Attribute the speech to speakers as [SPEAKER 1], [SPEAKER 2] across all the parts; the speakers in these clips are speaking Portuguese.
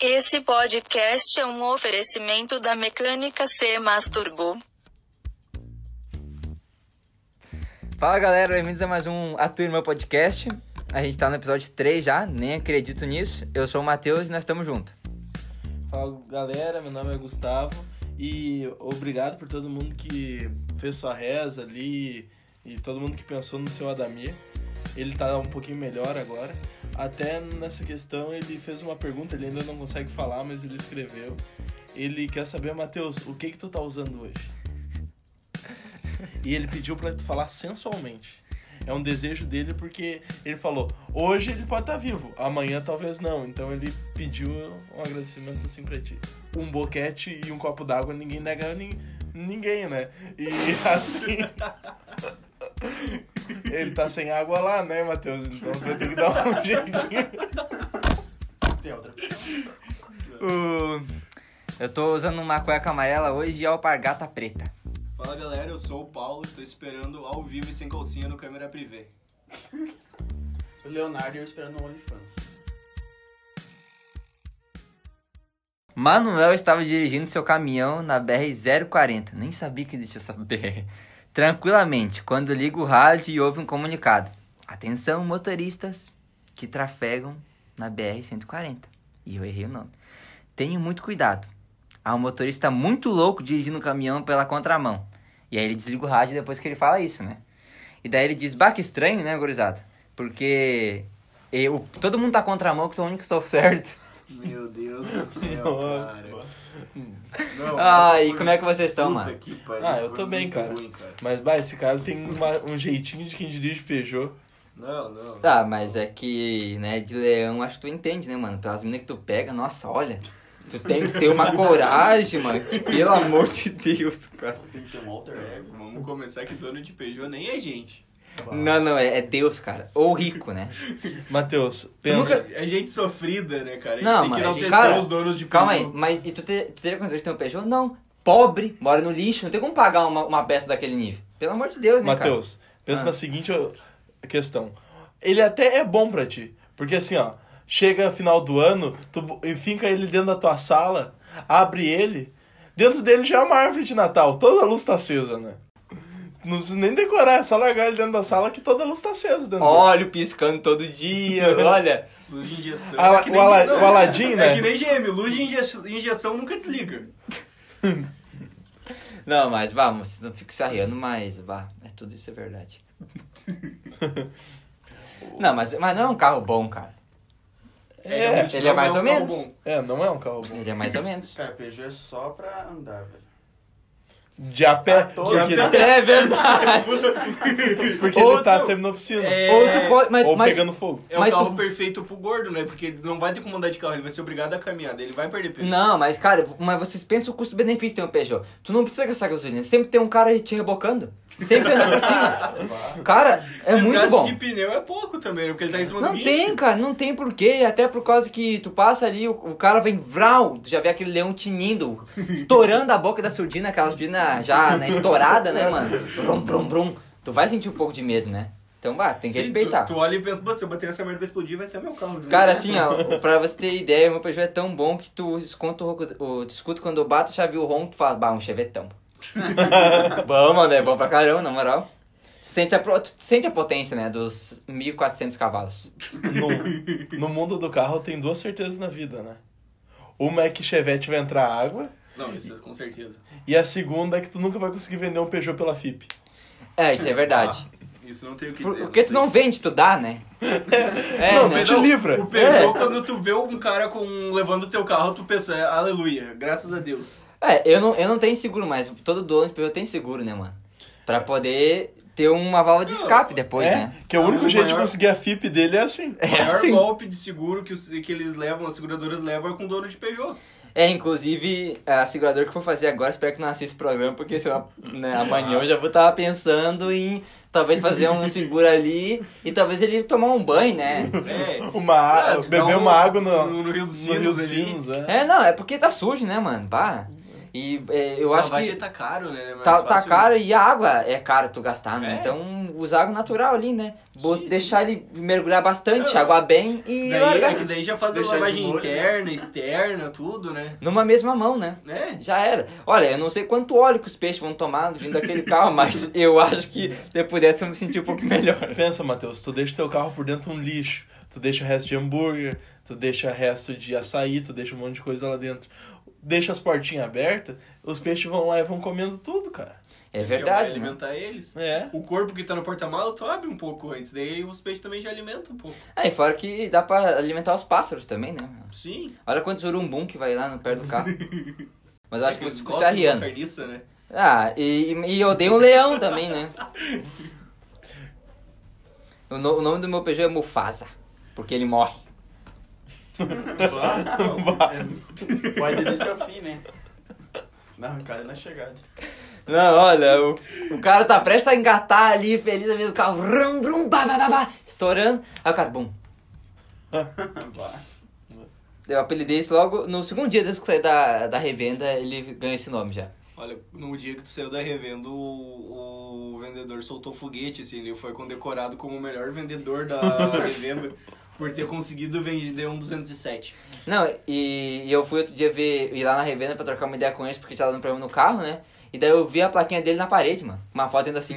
[SPEAKER 1] Esse podcast é um oferecimento da Mecânica C Masturbo.
[SPEAKER 2] Fala galera, bem-vindos a mais um Atue no meu podcast. A gente tá no episódio 3 já, nem acredito nisso. Eu sou o Matheus e nós estamos juntos.
[SPEAKER 3] Fala galera, meu nome é Gustavo e obrigado por todo mundo que fez sua reza ali e todo mundo que pensou no seu Adamir. Ele tá um pouquinho melhor agora. Até nessa questão ele fez uma pergunta, ele ainda não consegue falar, mas ele escreveu. Ele quer saber, Matheus, o que que tu tá usando hoje? E ele pediu pra tu falar sensualmente. É um desejo dele porque ele falou, hoje ele pode estar vivo, amanhã talvez não. Então ele pediu um agradecimento assim pra ti. Um boquete e um copo d'água, ninguém nega nin, ninguém, né? E assim. ele tá sem água lá, né, Matheus? Então tu vai ter que dar um jeitinho.
[SPEAKER 4] Tem outra opção.
[SPEAKER 2] O- Eu tô usando uma cueca amarela hoje e alpargata preta.
[SPEAKER 4] Fala galera, eu sou o Paulo, tô esperando ao vivo e sem calcinha no câmera privê.
[SPEAKER 5] O Leonardo e eu esperando o OnlyFans.
[SPEAKER 2] Manuel estava dirigindo seu caminhão na BR-040, nem sabia que existia essa BR. Tranquilamente, quando liga o rádio e ouve um comunicado. Atenção, motoristas que trafegam na BR-140. E eu errei o nome. Tenham muito cuidado. Há um motorista muito louco dirigindo o caminhão pela contramão. E aí ele desliga o rádio depois que ele fala isso, né? E daí ele diz, bah, que estranho, né, gurizada? Porque eu, todo mundo tá contramão que eu tô o único que estou certo.
[SPEAKER 5] Meu Deus do céu, cara. Não,
[SPEAKER 2] Ai, como é que vocês estão, mano?
[SPEAKER 3] Ah, eu tô bem, cara. Mas, bah, esse cara tem uma- um jeitinho de quem dirige Peugeot.
[SPEAKER 4] Não, não.
[SPEAKER 2] Tá, mas é que, né, de leão acho que tu entende, né, mano? Pelas meninas que tu pega, nossa, olha. Tu tem que ter uma coragem, mano. que, pelo amor de Deus, cara.
[SPEAKER 5] Tem que ter um alter ego.
[SPEAKER 4] Vamos começar que dono de Peugeot nem é gente.
[SPEAKER 2] Não, não, é, é Deus, cara. Ou rico, né?
[SPEAKER 3] Matheus,
[SPEAKER 2] Tu
[SPEAKER 3] pensa.
[SPEAKER 2] nunca-
[SPEAKER 4] É gente sofrida, né, cara? A gente
[SPEAKER 2] Não,
[SPEAKER 4] tem que
[SPEAKER 2] mas-
[SPEAKER 4] não ter
[SPEAKER 2] cara,
[SPEAKER 4] os donos de
[SPEAKER 2] Calma aí,
[SPEAKER 4] Peugeot.
[SPEAKER 2] mas e tu, te- tu teria condições de ter um Peugeot? Não. Pobre, mora no lixo, não tem como pagar uma, uma peça daquele nível. Pelo amor de Deus, né, cara?
[SPEAKER 3] Matheus, pensa
[SPEAKER 2] Ah.
[SPEAKER 3] na seguinte ó, questão. Ele até é bom pra ti. Porque assim, ó, chega final do ano, tu bo- e finca ele dentro da tua sala, abre ele, dentro dele já é uma árvore de Natal, toda a luz tá acesa, né? Não precisa nem decorar, é só largar ele dentro da sala que toda a luz tá acesa dentro dele.
[SPEAKER 2] Óleo piscando todo dia, olha.
[SPEAKER 4] Luz de injeção.
[SPEAKER 3] Ah,
[SPEAKER 4] é que
[SPEAKER 3] o
[SPEAKER 4] nem
[SPEAKER 3] Ala-
[SPEAKER 4] diesel,
[SPEAKER 3] o
[SPEAKER 4] né?
[SPEAKER 3] Aladim, né?
[SPEAKER 4] É que nem GM, luz de inje- injeção nunca desliga.
[SPEAKER 2] Não, mas, vá, vocês não ficam se arriando, mas, vá, é tudo isso é verdade. não, mas, mas não é um carro bom, cara.
[SPEAKER 3] É,
[SPEAKER 4] realmente
[SPEAKER 2] ele
[SPEAKER 4] não
[SPEAKER 2] é mais
[SPEAKER 4] um
[SPEAKER 2] ou
[SPEAKER 4] carro
[SPEAKER 2] menos.
[SPEAKER 4] bom.
[SPEAKER 3] É, não é um carro bom.
[SPEAKER 2] Ele é mais ou menos.
[SPEAKER 5] Cara, Peugeot é só pra andar, velho.
[SPEAKER 3] De a pé,
[SPEAKER 5] Ah, todo
[SPEAKER 3] porque, tá,
[SPEAKER 5] de a
[SPEAKER 2] é verdade.
[SPEAKER 3] porque
[SPEAKER 2] Ou
[SPEAKER 3] ele tá
[SPEAKER 2] tu-
[SPEAKER 3] seminopscina.
[SPEAKER 4] É,
[SPEAKER 2] Ou tu pode, mas,
[SPEAKER 3] Ou
[SPEAKER 2] mas-
[SPEAKER 3] pegando fogo.
[SPEAKER 4] É o
[SPEAKER 2] Mas
[SPEAKER 4] carro
[SPEAKER 2] tu-
[SPEAKER 4] perfeito pro gordo, né? Porque ele não vai ter como andar de carro, ele vai ser obrigado a caminhar, daí ele vai perder peso.
[SPEAKER 2] não, mas cara, mas vocês pensam o custo-benefício de ter um Peugeot. Tu não precisa gastar gasolina, sempre tem um cara te rebocando. Sempre tem um por cima. Cara, é muito
[SPEAKER 4] Desgaste
[SPEAKER 2] bom.
[SPEAKER 4] de pneu é pouco também, né? Porque ele tá em cima
[SPEAKER 2] Não
[SPEAKER 4] do
[SPEAKER 2] tem, cara, não tem porquê. Até por causa que tu passa ali, o, o cara vem vral, tu já vê aquele leão tinindo, estourando a boca da surdina, aquela surdina já né, estourada, né, mano? Brum, brum, brum. Tu vai sentir um pouco de medo, né? Então, bah, tem que
[SPEAKER 4] Sim,
[SPEAKER 2] respeitar.
[SPEAKER 4] Tu, tu olha e pensa, "Pô, se eu bater nessa merda vai explodir, vai até meu carro. né?"
[SPEAKER 2] Cara, assim, ó, pra você ter ideia, o meu Peugeot é tão bom que tu escuta, o, ronco- o- tu escuta quando eu bato a chave e o ronco, tu fala, bah, um chevetão. bom, mano, é bom pra caramba, na moral. Sente a, pro- tu sente a potência, né, dos 1.400 cavalos.
[SPEAKER 3] No, no mundo do carro tem duas certezas na vida, né? Uma é que Chevette vai entrar água,
[SPEAKER 4] Não, isso é com certeza.
[SPEAKER 3] e a segunda é que tu nunca vai conseguir vender um Peugeot pela FIP.
[SPEAKER 2] É, isso é verdade.
[SPEAKER 4] Isso não tem o que
[SPEAKER 2] Por,
[SPEAKER 4] dizer.
[SPEAKER 2] porque tu não vende, tu dá, né? É,
[SPEAKER 3] não,
[SPEAKER 2] né?
[SPEAKER 3] tu te livra.
[SPEAKER 4] O Peugeot,
[SPEAKER 2] É.
[SPEAKER 4] quando tu vê um cara com, levando o teu carro, tu pensa, "É, aleluia, graças a Deus.
[SPEAKER 2] É, eu não, eu não tenho seguro, mas todo dono de Peugeot tem seguro, né, mano? Pra poder ter uma válvula de escape depois,
[SPEAKER 3] é,
[SPEAKER 2] né?
[SPEAKER 3] que o único
[SPEAKER 4] Ah, O
[SPEAKER 3] jeito de
[SPEAKER 4] maior-
[SPEAKER 3] conseguir a FIP dele é assim.
[SPEAKER 2] É
[SPEAKER 4] O maior
[SPEAKER 2] assim.
[SPEAKER 4] golpe de seguro que, os- que eles levam, as seguradoras levam, é com o dono de Peugeot.
[SPEAKER 2] É, inclusive, a seguradora que for fazer agora, espero que não assista o programa, porque se eu, né, amanhã eu já vou estar pensando em talvez fazer um seguro ali e talvez ele tomar um banho, né?
[SPEAKER 4] É.
[SPEAKER 3] Uma,
[SPEAKER 4] Ah,
[SPEAKER 3] a- beber
[SPEAKER 4] não,
[SPEAKER 3] uma água no,
[SPEAKER 4] no Rio dos
[SPEAKER 3] no
[SPEAKER 4] Sinos ali.
[SPEAKER 3] Sinos, é.
[SPEAKER 2] É, não, é porque tá sujo, né, mano? Pá. E é, eu acho que
[SPEAKER 4] tá caro, né?
[SPEAKER 2] tá, tá caro e a água é caro tu gastar, né?
[SPEAKER 4] É.
[SPEAKER 2] Então usar água natural ali, né? Bo-
[SPEAKER 4] Sim, sim.
[SPEAKER 2] deixar ele mergulhar bastante, aguar bem e
[SPEAKER 4] Daí,
[SPEAKER 2] largar
[SPEAKER 4] é que daí já faz a
[SPEAKER 5] Deixar de
[SPEAKER 4] lavagem
[SPEAKER 5] molho, né?
[SPEAKER 4] interna, externa, tudo, né?
[SPEAKER 2] numa mesma mão, né?
[SPEAKER 4] É.
[SPEAKER 2] Já era. Olha, eu não sei quanto óleo que os peixes vão tomar vindo daquele carro, mas eu acho que se eu pudesse eu me sentir um pouco melhor.
[SPEAKER 3] Pensa, Matheus, tu deixa teu carro por dentro um lixo, tu deixa resto de hambúrguer, tu deixa resto de açaí, tu deixa um monte de coisa lá dentro. Deixa as portinhas abertas, os peixes vão lá e vão comendo tudo, cara.
[SPEAKER 2] É
[SPEAKER 4] Vai
[SPEAKER 2] verdade, né?
[SPEAKER 4] alimentar eles.
[SPEAKER 3] É.
[SPEAKER 4] O corpo que tá no porta-malas, tu abre um pouco antes. Daí os peixes também já alimentam um pouco.
[SPEAKER 2] Aí Ah, fora que dá pra alimentar os pássaros também, né?
[SPEAKER 4] Sim.
[SPEAKER 2] Olha quantos urumbum que vai lá no pé do carro. Mas eu acho que
[SPEAKER 4] eles
[SPEAKER 2] você
[SPEAKER 4] gostam
[SPEAKER 2] você é
[SPEAKER 4] de uma
[SPEAKER 2] arriano.
[SPEAKER 4] carniça, né?
[SPEAKER 2] Ah, e, e eu odeio um leão também, né? O, no- o nome do meu Peugeot é Mufasa, porque ele morre.
[SPEAKER 4] Então, é,
[SPEAKER 5] Pode ir desse ao fim, né? Na arrancada e na chegada.
[SPEAKER 2] Não, olha, o, o cara tá prestes a engatar ali, feliz ali do carro, rum, brum, bah, bah, bah, bah, estourando. Aí o cara, bum. Eu apelidei isso logo no segundo dia desde que saí da, da revenda, ele ganhou esse nome já.
[SPEAKER 4] Olha, no dia que tu saiu da revenda, o, o vendedor soltou foguete, assim, ele foi condecorado como o melhor vendedor da revenda por ter conseguido vender um 207.
[SPEAKER 2] Não, e, e eu fui outro dia ver, ir lá na revenda pra trocar uma ideia com eles, porque tinha dado um problema no carro, né? E daí eu vi a plaquinha dele na parede, mano. Uma foto ainda assim.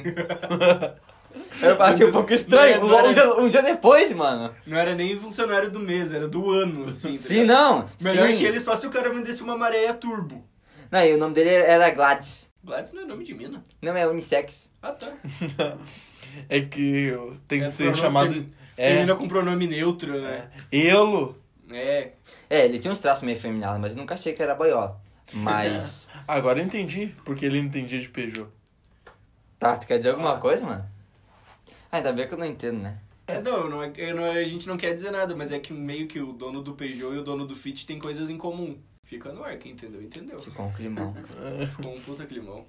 [SPEAKER 2] eu achei um pouco estranho.
[SPEAKER 4] Não é, não é.
[SPEAKER 2] Um, dia, um dia depois, mano.
[SPEAKER 4] Não era nem funcionário do mês, era do ano, assim. tá
[SPEAKER 2] Sim,
[SPEAKER 4] ligado?
[SPEAKER 2] não.
[SPEAKER 4] Melhor
[SPEAKER 2] sim.
[SPEAKER 4] que ele só se o cara vendesse uma maréia turbo.
[SPEAKER 2] Não, e o nome dele era Gladys.
[SPEAKER 4] Gladys não é nome de mina.
[SPEAKER 2] Não é unissex.
[SPEAKER 4] Ah, tá.
[SPEAKER 3] É que tem que
[SPEAKER 4] É,
[SPEAKER 3] ser
[SPEAKER 4] pronome-
[SPEAKER 3] chamado.
[SPEAKER 4] tem-
[SPEAKER 3] É.
[SPEAKER 4] Termina com pronome neutro, né?
[SPEAKER 3] Elo.
[SPEAKER 4] É.
[SPEAKER 2] É, ele tinha uns traços meio feminados, mas eu nunca achei que era boiola. Mas.
[SPEAKER 3] Agora eu entendi porque ele entendia de Peugeot.
[SPEAKER 2] tá, tu quer dizer alguma coisa, mano? Ah, ainda bem que eu não entendo, né?
[SPEAKER 4] É, não, não é, é, não é- a gente não quer dizer nada, mas é que meio que o dono do Peugeot e o dono do Fit tem coisas em comum. Fica no ar, quem entendeu, entendeu.
[SPEAKER 2] Ficou um climão.
[SPEAKER 4] Ficou um puta climão.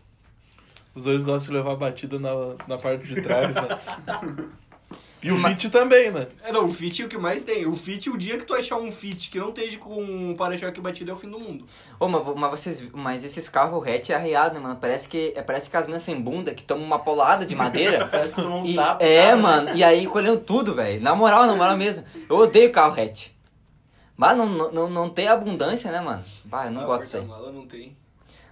[SPEAKER 3] Os dois gostam de levar batida na, na parte de trás, né? E o Fit também, né?
[SPEAKER 4] É, não, o Fit é o que mais tem. O Fit, o dia que tu achar um Fit que não esteja com um para-choque batido, é o fim do mundo.
[SPEAKER 2] Ô, mas, vo- mas vocês. Mas esses carros hatch é arreado, né, mano? Parece que, é, parece que as minas sem bunda que tomam uma paulada de madeira.
[SPEAKER 5] Parece que tomou um
[SPEAKER 2] e-
[SPEAKER 5] tapa.
[SPEAKER 2] é,
[SPEAKER 5] cara.
[SPEAKER 2] mano. E aí colhendo tudo, velho. Na moral, na moral mesmo. Eu odeio carro hatch. Mas não, não, não, não tem abundância, né, mano? Bah, eu não
[SPEAKER 4] Ah,
[SPEAKER 2] gosto disso aí.
[SPEAKER 4] porta-mala não tem.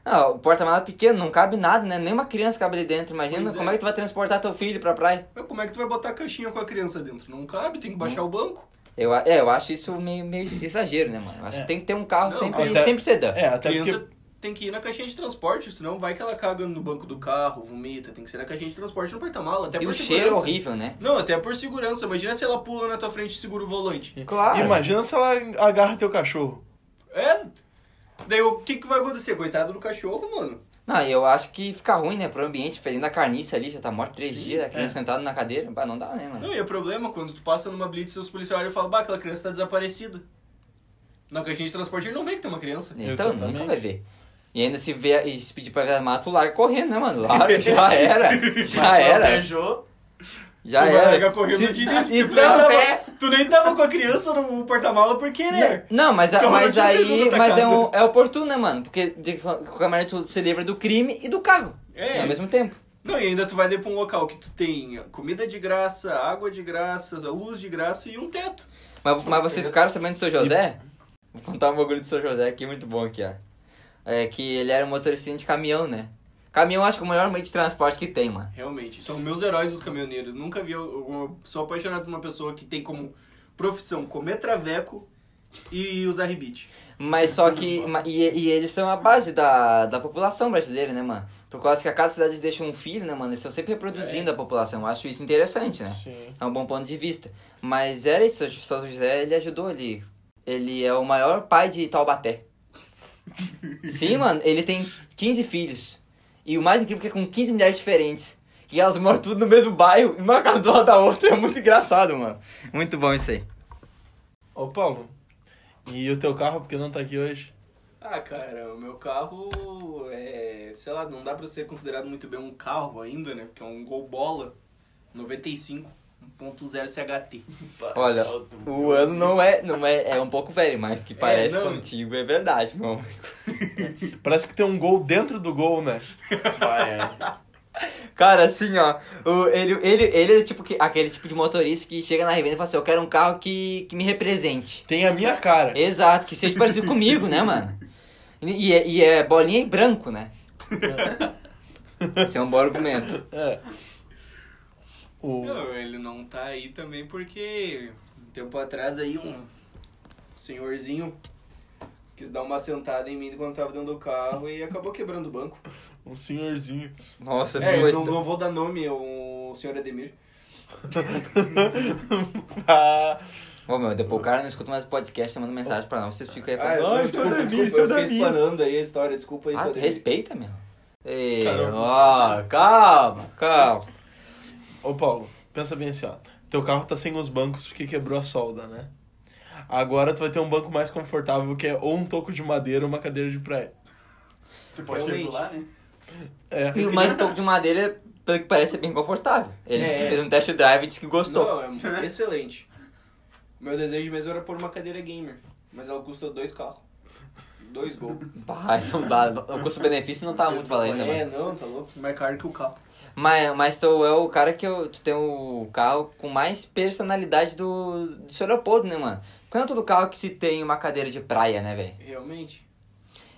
[SPEAKER 2] Não, o porta-mala é pequeno, não cabe nada, né? Nenhuma criança cabe ali dentro. Imagina
[SPEAKER 4] Pois é.
[SPEAKER 2] como é que tu vai transportar teu filho pra praia.
[SPEAKER 4] Mas como é que tu vai botar a caixinha com a criança dentro? Não cabe, tem que baixar o banco.
[SPEAKER 2] Eu, a- é, eu acho isso meio, meio exagero, né, mano? Eu acho
[SPEAKER 3] É.
[SPEAKER 2] que tem que ter um carro
[SPEAKER 4] Não,
[SPEAKER 2] sempre,
[SPEAKER 3] até-
[SPEAKER 2] sempre sedã.
[SPEAKER 3] É,
[SPEAKER 4] A
[SPEAKER 3] até
[SPEAKER 4] criança
[SPEAKER 3] porque.
[SPEAKER 4] tem que ir na caixinha de transporte, senão vai que ela caga no banco do carro, vomita. Tem que ser na caixinha de transporte no porta-mala, até
[SPEAKER 2] e
[SPEAKER 4] por
[SPEAKER 2] o
[SPEAKER 4] segurança.
[SPEAKER 2] cheiro é horrível, né?
[SPEAKER 4] Não, até por segurança. Imagina se ela pula na tua frente e segura o volante.
[SPEAKER 2] Claro.
[SPEAKER 3] Imagina se ela agarra teu cachorro.
[SPEAKER 4] É? Daí o que, que vai acontecer? Coitado do cachorro, mano.
[SPEAKER 2] Não, e eu acho que fica ruim, né, pro ambiente, ferindo a carniça ali, já tá morto três dias, a criança sentada na cadeira, bah, não dá, né, mano?
[SPEAKER 4] é. Não, e o problema quando tu passa numa blitz e os policiais olham e falam, bah, aquela criança tá desaparecida. Na caixinha de transporte ele não vê que tem uma criança.
[SPEAKER 2] Então,
[SPEAKER 3] Exatamente.
[SPEAKER 2] nunca vai ver. E ainda se vê, e se pedir pra ver a mata, tu larga correndo, né, mano? Larga, já era,
[SPEAKER 5] Mas
[SPEAKER 2] já
[SPEAKER 5] foi o
[SPEAKER 2] era,
[SPEAKER 5] Peugeot,
[SPEAKER 2] já
[SPEAKER 4] tu
[SPEAKER 2] era.
[SPEAKER 4] vai largar correndo
[SPEAKER 2] Se-
[SPEAKER 4] de né, início, porque tu, nem
[SPEAKER 2] Então,
[SPEAKER 4] tava,
[SPEAKER 2] é,
[SPEAKER 4] tu nem tava com a criança no porta-mala por né? querer.
[SPEAKER 2] Né? Não, mas, a-
[SPEAKER 4] É. Como eu
[SPEAKER 2] mas
[SPEAKER 4] tinha saído
[SPEAKER 2] aí
[SPEAKER 4] da tua
[SPEAKER 2] mas é,
[SPEAKER 4] casa.
[SPEAKER 2] um, é oportuno, né, mano? Porque de qualquer maneira tu se livra do crime e do carro.
[SPEAKER 4] É.
[SPEAKER 2] né, Ao mesmo tempo.
[SPEAKER 4] Não, e ainda tu vai pra um local que tu tem comida de graça, água de graça, luz de graça e um teto.
[SPEAKER 2] Mas, mas vocês ficaram sabendo do seu José? Vou contar um bagulho do seu José aqui, muito bom aqui, ó. É que ele era um motorista de caminhão, né? Caminhão acho que é o melhor meio de transporte que tem, mano.
[SPEAKER 4] Realmente, são meus heróis os caminhoneiros. Nunca vi, eu sou apaixonado por uma pessoa que tem como profissão comer traveco e usar rebite.
[SPEAKER 2] Mas só que. ma- E, e eles são a base da, da população brasileira, né, mano? Por causa que a cada cidade eles deixam um filho, né, mano? Eles estão sempre
[SPEAKER 4] É.
[SPEAKER 2] reproduzindo a população. Eu acho isso interessante, né?
[SPEAKER 3] Sim.
[SPEAKER 2] É um bom ponto de vista. Mas era isso, o São José ele ajudou ali. Ele é o maior pai de Taubaté. Sim, mano, ele tem 15 filhos. E o mais incrível é que é com 15 mulheres diferentes. E elas moram tudo no mesmo bairro, e uma casa do lado da outra. É muito engraçado, mano. Muito bom isso aí.
[SPEAKER 3] Ô, Paulo, e o teu carro, porque não tá aqui hoje?
[SPEAKER 4] Ah, cara, o meu carro é. Sei lá, não dá pra ser considerado muito bem um carro ainda, né? Porque é um Gol Bola 95, 1.0 CHT.
[SPEAKER 2] Olha, o ano não é, não é, é um pouco velho, mas que parece
[SPEAKER 4] não.
[SPEAKER 2] contigo é verdade, mano.
[SPEAKER 3] Parece que tem um gol dentro do gol, né?
[SPEAKER 5] Vai, é.
[SPEAKER 2] Cara, assim, ó. o- ele, ele, ele era tipo que- aquele tipo de motorista que chega na revenda e fala assim: Eu quero um carro que, que me represente.
[SPEAKER 3] Tem a minha cara.
[SPEAKER 2] Exato, que seja parecido comigo, né, mano? E, e é, e é bolinha e branco, né? Esse é um bom argumento.
[SPEAKER 3] É. O...
[SPEAKER 4] Não, ele não tá aí também porque um tempo atrás aí um senhorzinho quis dar uma sentada em mim quando tava dentro do carro e acabou quebrando o banco.
[SPEAKER 3] Um senhorzinho.
[SPEAKER 2] Nossa,
[SPEAKER 4] É,
[SPEAKER 2] foi-
[SPEAKER 4] eu não, não vou dar nome, é o senhor Ademir.
[SPEAKER 3] Ah,
[SPEAKER 2] Ô, meu, depois o cara não escuta mais o podcast, tá mandando mensagem pra nós. Vocês ficam aí
[SPEAKER 4] Ah,
[SPEAKER 2] falando.
[SPEAKER 4] não,
[SPEAKER 3] Ai,
[SPEAKER 4] desculpa,
[SPEAKER 3] senhor Ademir,
[SPEAKER 4] desculpa, eu
[SPEAKER 3] senhor
[SPEAKER 4] fiquei
[SPEAKER 3] Ademir.
[SPEAKER 4] explanando aí a história, desculpa aí,
[SPEAKER 2] Ah,
[SPEAKER 4] senhor
[SPEAKER 2] tu
[SPEAKER 4] Ademir.
[SPEAKER 2] respeita, meu. Ei,
[SPEAKER 3] Caramba.
[SPEAKER 2] ó, calma, calma.
[SPEAKER 3] Ô Paulo, pensa bem assim, ó. Teu carro tá sem os bancos porque quebrou a solda, né? Agora tu vai ter um banco mais confortável que é ou um toco de madeira ou uma cadeira de praia.
[SPEAKER 5] Tu pode
[SPEAKER 4] Realmente.
[SPEAKER 5] regular, né?
[SPEAKER 3] É.
[SPEAKER 2] E o mais um toco de madeira, pelo que parece, é bem confortável. Ele disse que
[SPEAKER 4] É.
[SPEAKER 2] fez um test drive e disse que gostou.
[SPEAKER 4] Não, é excelente. Meu desejo mesmo era pôr uma cadeira gamer, mas ela custa dois carros. Dois gols.
[SPEAKER 2] Pai, não dá. O custo-benefício não tá muito valendo,
[SPEAKER 4] é,
[SPEAKER 2] mano.
[SPEAKER 4] não, tá louco. Mais caro que o carro.
[SPEAKER 2] Mas, mas tu é o cara que eu, tu tem o carro com mais personalidade do, do seu Leopoldo, né, mano? Quanto do carro que se tem uma cadeira de praia, né, velho?
[SPEAKER 4] Realmente.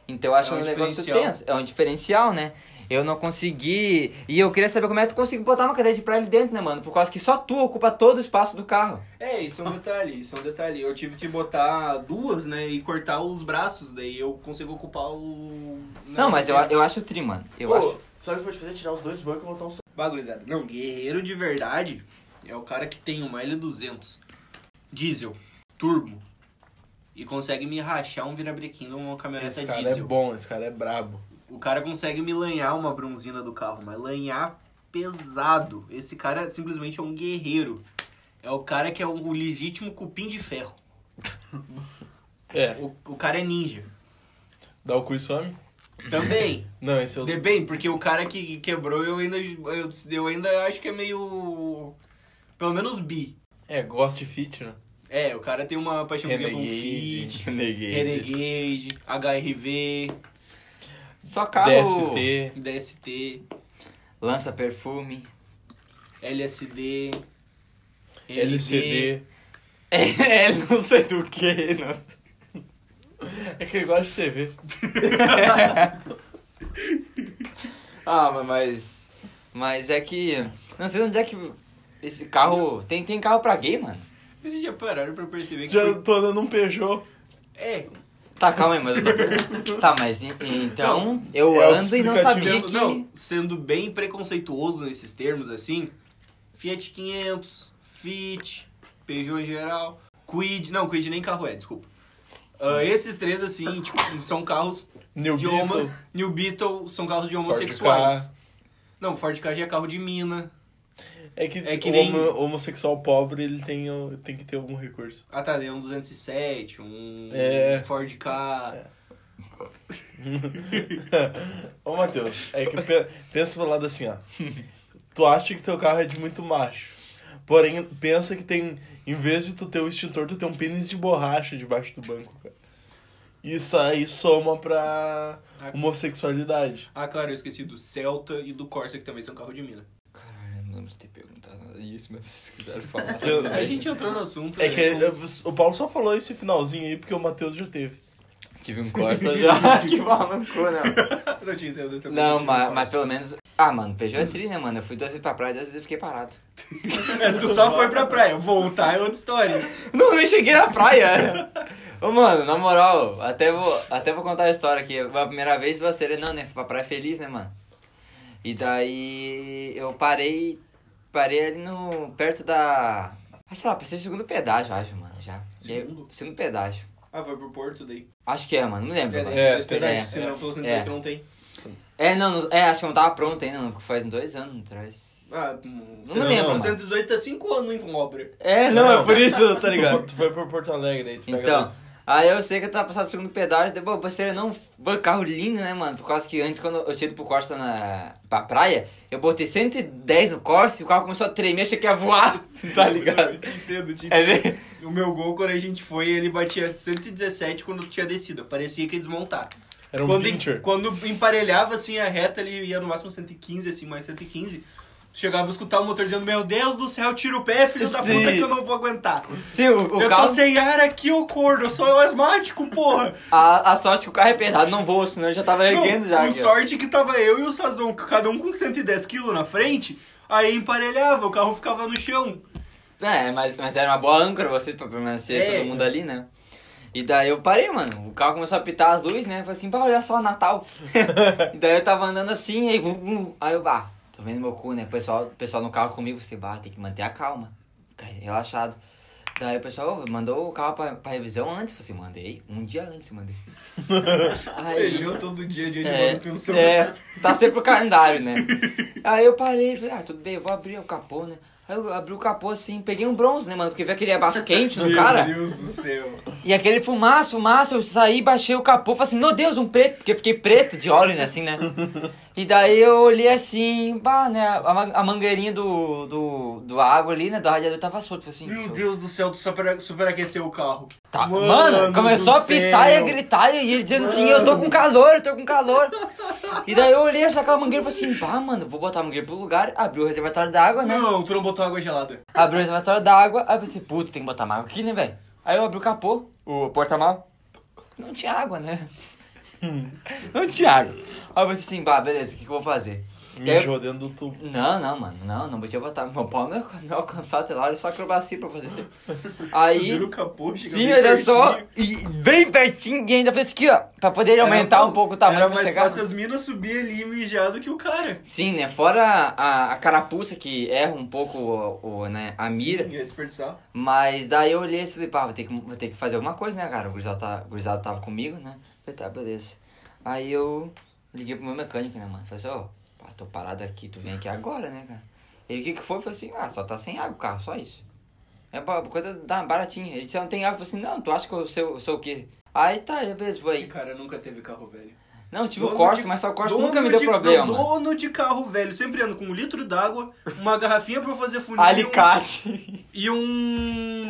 [SPEAKER 2] Então eu acho
[SPEAKER 4] É um
[SPEAKER 2] um, negócio
[SPEAKER 4] diferencial.
[SPEAKER 2] tenso. É um diferencial, né? Eu não consegui. E eu queria saber como é que tu conseguiu botar uma cadeira de praia ali dentro, né, mano? Por causa que só tu ocupa todo o espaço do carro.
[SPEAKER 4] É, isso é um detalhe, isso é um detalhe. Eu tive que botar duas, né, e cortar os braços, daí eu consigo ocupar o...
[SPEAKER 2] Não, mas eu, eu acho tri, mano. Eu
[SPEAKER 5] Pô,
[SPEAKER 2] acho.
[SPEAKER 5] Sabe o que pode fazer? Tirar os dois bancos e botar um só.
[SPEAKER 4] Bagulhizado. Não, guerreiro de verdade é o cara que tem uma L200, diesel, turbo, e consegue me rachar um virabrequim de uma caminhoneta
[SPEAKER 3] Esse cara é
[SPEAKER 4] diesel.
[SPEAKER 3] bom, esse cara é brabo.
[SPEAKER 4] O cara consegue me lanhar uma bronzina do carro, mas lanhar pesado. Esse cara simplesmente é um guerreiro. É o cara que é um legítimo cupim de ferro.
[SPEAKER 3] É,
[SPEAKER 4] O, o cara é ninja.
[SPEAKER 3] dá o cu e some?
[SPEAKER 4] Também.
[SPEAKER 3] Não, esse é o.
[SPEAKER 4] De bem, porque o cara que quebrou eu ainda eu, eu ainda acho que é meio pelo menos bi.
[SPEAKER 3] É, gosta de fit, né?
[SPEAKER 4] É, o cara tem uma paixãozinha por
[SPEAKER 3] Renegade.
[SPEAKER 4] um Fit,
[SPEAKER 3] Renegade.
[SPEAKER 4] Renegade, HRV,
[SPEAKER 2] Só carro.
[SPEAKER 3] DST.
[SPEAKER 4] DST,
[SPEAKER 2] Lança perfume.
[SPEAKER 4] LSD, LD.
[SPEAKER 3] LCD.
[SPEAKER 2] É, não sei do que.
[SPEAKER 3] É que ele gosta de TV.
[SPEAKER 2] Ah, mas- mas. Mas é que. Não sei onde é que. Esse carro. Tem, tem carro pra gay, mano?
[SPEAKER 4] Vocês já pararam pra perceber que.
[SPEAKER 3] Já tô andando um Peugeot.
[SPEAKER 4] É,
[SPEAKER 2] Tá, calma aí, mas eu tô. Tá, mas e- então. Eu
[SPEAKER 3] é
[SPEAKER 2] ando e não sabia
[SPEAKER 3] autoexplicativo.
[SPEAKER 4] sendo,
[SPEAKER 2] que.
[SPEAKER 4] não, sendo bem preconceituoso nesses termos assim, Fiat 500, Fit, Peugeot em geral, Quid, não, Quid nem carro é, desculpa. Ah, esses três, assim, tipo, são carros
[SPEAKER 3] New
[SPEAKER 4] de
[SPEAKER 3] Beetle.
[SPEAKER 4] homo... New Beetle, são carros de homossexuais. Não, Ford Ka já é carro de mina.
[SPEAKER 3] É que,
[SPEAKER 4] É que
[SPEAKER 3] o
[SPEAKER 4] nem-
[SPEAKER 3] homo- homossexual pobre, ele tem, o- tem que ter algum recurso.
[SPEAKER 4] Ah, tá, é um 207, um
[SPEAKER 3] É.
[SPEAKER 4] Ford Ka.
[SPEAKER 3] Ô, Matheus, é que pe- pensa pelo lado assim, ó. Tu acha que teu carro é de muito macho. Porém, pensa que tem... Em vez de tu ter o extintor, tu tem um pênis de borracha debaixo do banco, cara. Isso aí soma pra homossexualidade.
[SPEAKER 4] Ah, claro, eu esqueci do Celta e do Corsa, que também são carro de mina.
[SPEAKER 2] Caralho, eu não lembro de ter perguntado nada disso, mas se vocês quiserem falar.
[SPEAKER 3] Eu-
[SPEAKER 4] A gente entrou no assunto.
[SPEAKER 3] É
[SPEAKER 4] né,
[SPEAKER 3] que
[SPEAKER 4] com-
[SPEAKER 3] é, o Paulo só falou esse finalzinho aí porque o Matheus já teve.
[SPEAKER 2] Tive um Corsa já. que mal no cu, né? mano?
[SPEAKER 4] Não tinha entendido também,
[SPEAKER 2] Não,
[SPEAKER 4] tinha
[SPEAKER 2] mas, mas
[SPEAKER 4] um Corsa.
[SPEAKER 2] pelo menos. Ah, mano, Peugeot é tri, né, mano? Eu fui duas vezes pra praia, duas vezes eu fiquei parado.
[SPEAKER 4] É, tu só foi pra praia. Voltar é outra história.
[SPEAKER 2] Não, nem cheguei na praia. Ô, mano, na moral, até vou, até vou contar a história aqui. A primeira vez você, não, né? Fui pra praia feliz, né, mano? E daí eu parei, parei ali no, perto da... Ah, sei lá, passei o segundo pedágio, acho, mano, já. E aí-
[SPEAKER 4] Segundo?
[SPEAKER 2] segundo pedágio.
[SPEAKER 4] Ah, foi pro Porto daí.
[SPEAKER 2] Acho que é, mano, não lembro.
[SPEAKER 4] É,
[SPEAKER 2] mano.
[SPEAKER 4] daí
[SPEAKER 2] É,
[SPEAKER 4] tem dois
[SPEAKER 3] é,
[SPEAKER 4] pedaços,
[SPEAKER 2] é,
[SPEAKER 4] senão pelo centro
[SPEAKER 2] é.
[SPEAKER 4] que não tem.
[SPEAKER 2] não, não- é, acho que eu não tava pronto ainda, não, faz dois anos atrás.
[SPEAKER 4] Ah, não
[SPEAKER 2] lembro, mano.
[SPEAKER 4] 118 tá 5 anos hein, com obra.
[SPEAKER 2] É, não, é por isso, tá ligado?
[SPEAKER 3] Tu foi pro Porto Alegre aí, tu pega
[SPEAKER 2] Então, aí eu sei que eu tava passando o segundo pedágio, daí, pô, você não. pô, Carro lindo, né, mano? Por causa que antes, quando eu tinha ido pro Corsa na, pra praia, eu botei 110 no Corsa e o carro começou a tremer, achei que ia voar, tá
[SPEAKER 4] Eu
[SPEAKER 2] ligado?
[SPEAKER 4] te entendo, te
[SPEAKER 2] É,
[SPEAKER 4] entendo.
[SPEAKER 2] ver-
[SPEAKER 4] O meu gol, quando a gente foi, ele batia 117 quando tinha descido. Parecia que ia desmontar.
[SPEAKER 3] Era um
[SPEAKER 4] quando,
[SPEAKER 3] pincher.
[SPEAKER 4] quando emparelhava assim a reta, ele ia no máximo 115, assim, mais 115. Chegava a escutar o motor dizendo: Meu Deus do céu, tira o pé, filho da puta,
[SPEAKER 2] Sim.
[SPEAKER 4] que eu não vou aguentar.
[SPEAKER 2] Sim, o, o
[SPEAKER 4] eu
[SPEAKER 2] carro.
[SPEAKER 4] tô sem ar aqui, ô corno, eu sou asmático, porra.
[SPEAKER 2] A, a sorte que o carro é pesado, não voa, senão eu já tava erguendo Tá
[SPEAKER 4] Não,
[SPEAKER 2] já.
[SPEAKER 4] o
[SPEAKER 2] aqui, ó.
[SPEAKER 4] sorte que tava eu e o Sazon, cada um com 110 kg na frente, aí emparelhava, o carro ficava no chão.
[SPEAKER 2] É, mas, mas era uma boa âncora vocês pra permanecer
[SPEAKER 4] É.
[SPEAKER 2] todo mundo ali, né? E daí eu parei, mano. O carro começou a apitar as luzes, né? Falei assim, pá, olha só, Natal. e daí eu tava andando assim, aí, vum, vum. aí eu, bah, tô vendo meu cu, né? O pessoal, o pessoal no carro comigo, você, bah, tem que manter a calma. Fica relaxado. Daí o pessoal ô, mandou o carro pra, pra revisão antes. Falei assim, mandei. Um dia antes, eu mandei. aí,
[SPEAKER 4] Beijou todo dia, dia de manutenção.
[SPEAKER 2] é, tá sempre o calendário, né? Aí eu parei, falei, ah, tudo bem, eu vou abrir o capô, né? Aí eu abri o capô assim, peguei um bronze, né, mano? Porque vi aquele abafo quente no
[SPEAKER 4] Meu
[SPEAKER 2] cara.
[SPEAKER 4] Deus do céu.
[SPEAKER 2] E aquele fumaço, fumaço, eu saí, baixei o capô, falei assim, meu Deus, um preto, porque eu fiquei preto de óleo, né, assim, né? E daí eu olhei assim, bah, né, a, man- a mangueirinha do, do, do água ali, né, do radiador tava solto, falei assim,
[SPEAKER 4] Meu
[SPEAKER 2] "Sou-
[SPEAKER 4] Deus do céu, tu super, superaqueceu o carro.
[SPEAKER 2] Tá, mano,
[SPEAKER 4] Mano
[SPEAKER 2] começou
[SPEAKER 4] do
[SPEAKER 2] a pitar e a
[SPEAKER 4] céu.
[SPEAKER 2] gritar e ele dizendo assim, eu tô com calor, eu tô com calor. E daí eu olhei essa aquela mangueira e falei assim, pá, mano, vou botar a mangueira pro lugar, abriu o reservatório da água, né?
[SPEAKER 4] Não, tu não botou água gelada.
[SPEAKER 2] Abriu o reservatório da água, aí eu pensei, puta, tem que botar mais água aqui, né, velho? Aí eu abri o capô, o porta-mal, não tinha água, né? não tinha água. Aí eu pensei assim, bah, beleza, o que, que eu vou fazer? E aí eu-
[SPEAKER 3] Mijou dentro do tubo.
[SPEAKER 2] não, não, mano, não, não podia botar. Meu pau não, ia- não ia alcançar o telhado, só acrobacia pra fazer isso. Aí.
[SPEAKER 4] Subiram o capô, chega
[SPEAKER 2] Sim,
[SPEAKER 4] bem
[SPEAKER 2] olha só,
[SPEAKER 4] pertinho.
[SPEAKER 2] e bem pertinho e ainda fez isso aqui, ó, pra poder aumentar
[SPEAKER 4] Era-
[SPEAKER 2] um pouco o tamanho
[SPEAKER 4] Era
[SPEAKER 2] pra
[SPEAKER 4] mais
[SPEAKER 2] chegar.
[SPEAKER 4] fácil as minas subir ali e mijar do que o cara.
[SPEAKER 2] Sim, né? Fora a, a carapuça que erra um pouco o, o, né, a mira.
[SPEAKER 4] Sim, ia desperdiçar.
[SPEAKER 2] Mas daí eu olhei e falei, pá, vou ter, que, vou ter que fazer alguma coisa, né, cara? O gurizado, tá, o gurizado tava comigo, né? Falei, tá, beleza. Aí eu liguei pro meu mecânico, né, mano? Falei assim, ó, pá, tô parado aqui, tu vem aqui agora, né, cara? Ele, o que que foi? Eu falei assim, ah, só tá sem água o carro, só isso. É ba- coisa da baratinha. Ele disse, ah, não tem água. Eu falei assim, não, tu acha que eu sou, eu sou o quê? Aí tá, beleza, vou
[SPEAKER 4] Esse
[SPEAKER 2] aí.
[SPEAKER 4] cara nunca teve carro velho.
[SPEAKER 2] Não, tive o
[SPEAKER 4] Dono
[SPEAKER 2] Corsa,
[SPEAKER 4] de-
[SPEAKER 2] mas só o Corsa
[SPEAKER 4] dono
[SPEAKER 2] nunca me deu
[SPEAKER 4] de-
[SPEAKER 2] problema.
[SPEAKER 4] não,
[SPEAKER 2] mano.
[SPEAKER 4] Dono de carro velho, sempre ando com um litro d'água, uma garrafinha pra fazer funil
[SPEAKER 2] Alicate.
[SPEAKER 4] e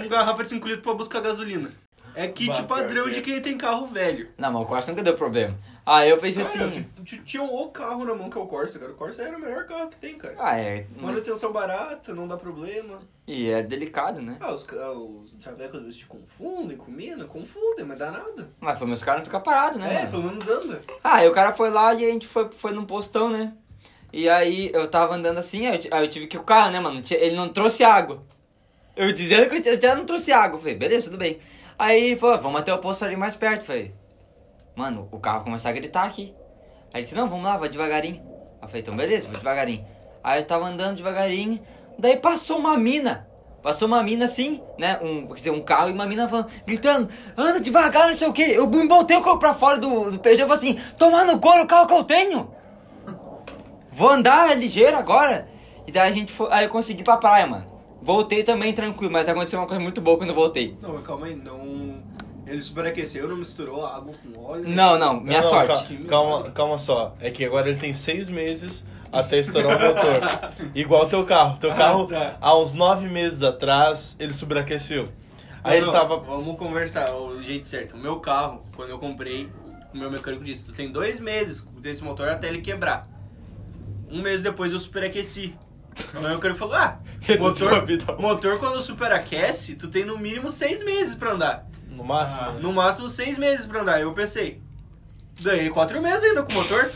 [SPEAKER 4] um garrafa de 5 litros pra buscar gasolina. É kit
[SPEAKER 3] Bateu
[SPEAKER 4] padrão
[SPEAKER 3] aqui.
[SPEAKER 4] de quem tem carro velho.
[SPEAKER 2] Não, mas o Corsa nunca deu problema. Aí eu pensei
[SPEAKER 4] Cara,
[SPEAKER 2] assim,
[SPEAKER 4] tu- tu tinha o carro na mão que é o Corsa, cara. O Corsa era o melhor carro que tem, cara.
[SPEAKER 2] ah, é... mas-
[SPEAKER 4] Manutenção barata, não dá problema.
[SPEAKER 2] E é delicado, né?
[SPEAKER 4] Ah, os, ah, os travecos às vezes te confundem com mina, confundem, mas dá nada.
[SPEAKER 2] Mas pelo menos o cara não fica parado, né?
[SPEAKER 4] É,
[SPEAKER 2] mano?
[SPEAKER 4] pelo menos anda.
[SPEAKER 2] Ah, aí o cara foi lá e a gente foi, foi num postão, né? E aí eu tava andando assim, aí eu, ti- aí eu tive que ir com o carro, né, mano? Tinha- Ele não trouxe água. Eu dizendo que eu tinha- eu já não trouxe água. Eu Falei, beleza, tudo bem. Aí ele falou, "Ah, vamos até o posto ali mais perto. Eu Falei, mano, o carro começou a gritar aqui. Aí ele disse, não, vamos lá, vai devagarinho. Aí eu falei, então beleza, vou devagarinho. Aí eu tava andando devagarinho, daí passou uma mina. Passou uma mina assim, né? Um, quer dizer, um carro e uma mina falando, gritando, anda devagar, não sei o quê. Eu botei o carro pra fora do, do Peugeot e falei assim, tomar no colo o carro que eu tenho. Vou andar ligeiro agora. E daí a gente foi. Aí eu consegui ir pra praia, mano. Voltei também tranquilo, mas aconteceu uma coisa muito boa quando eu voltei.
[SPEAKER 4] Não, mas calma aí, não. Ele superaqueceu, não misturou a água com óleo. né?
[SPEAKER 2] Não, não, minha
[SPEAKER 3] Não, não,
[SPEAKER 2] sorte.
[SPEAKER 3] ca- Calma, calma só. É que agora ele tem seis meses até estourar o motor. Igual teu carro. Teu
[SPEAKER 4] Ah,
[SPEAKER 3] carro,
[SPEAKER 4] tá.
[SPEAKER 3] há uns nove meses atrás, ele superaqueceu. Aí ele
[SPEAKER 4] Ah, Não, não,
[SPEAKER 3] tava.
[SPEAKER 4] Vamos conversar o jeito certo. O meu carro, quando eu comprei, o meu mecânico disse: tu tem dois meses desse motor até ele quebrar. Um mês depois eu superaqueci. O meu mecânico falou: ah,
[SPEAKER 3] Reduziu a
[SPEAKER 4] motor,
[SPEAKER 3] vida.
[SPEAKER 4] motor quando superaquece, tu tem no mínimo seis meses pra andar.
[SPEAKER 3] No máximo. né?
[SPEAKER 4] No máximo seis meses pra andar. Eu pensei, ganhei quatro meses ainda com o motor.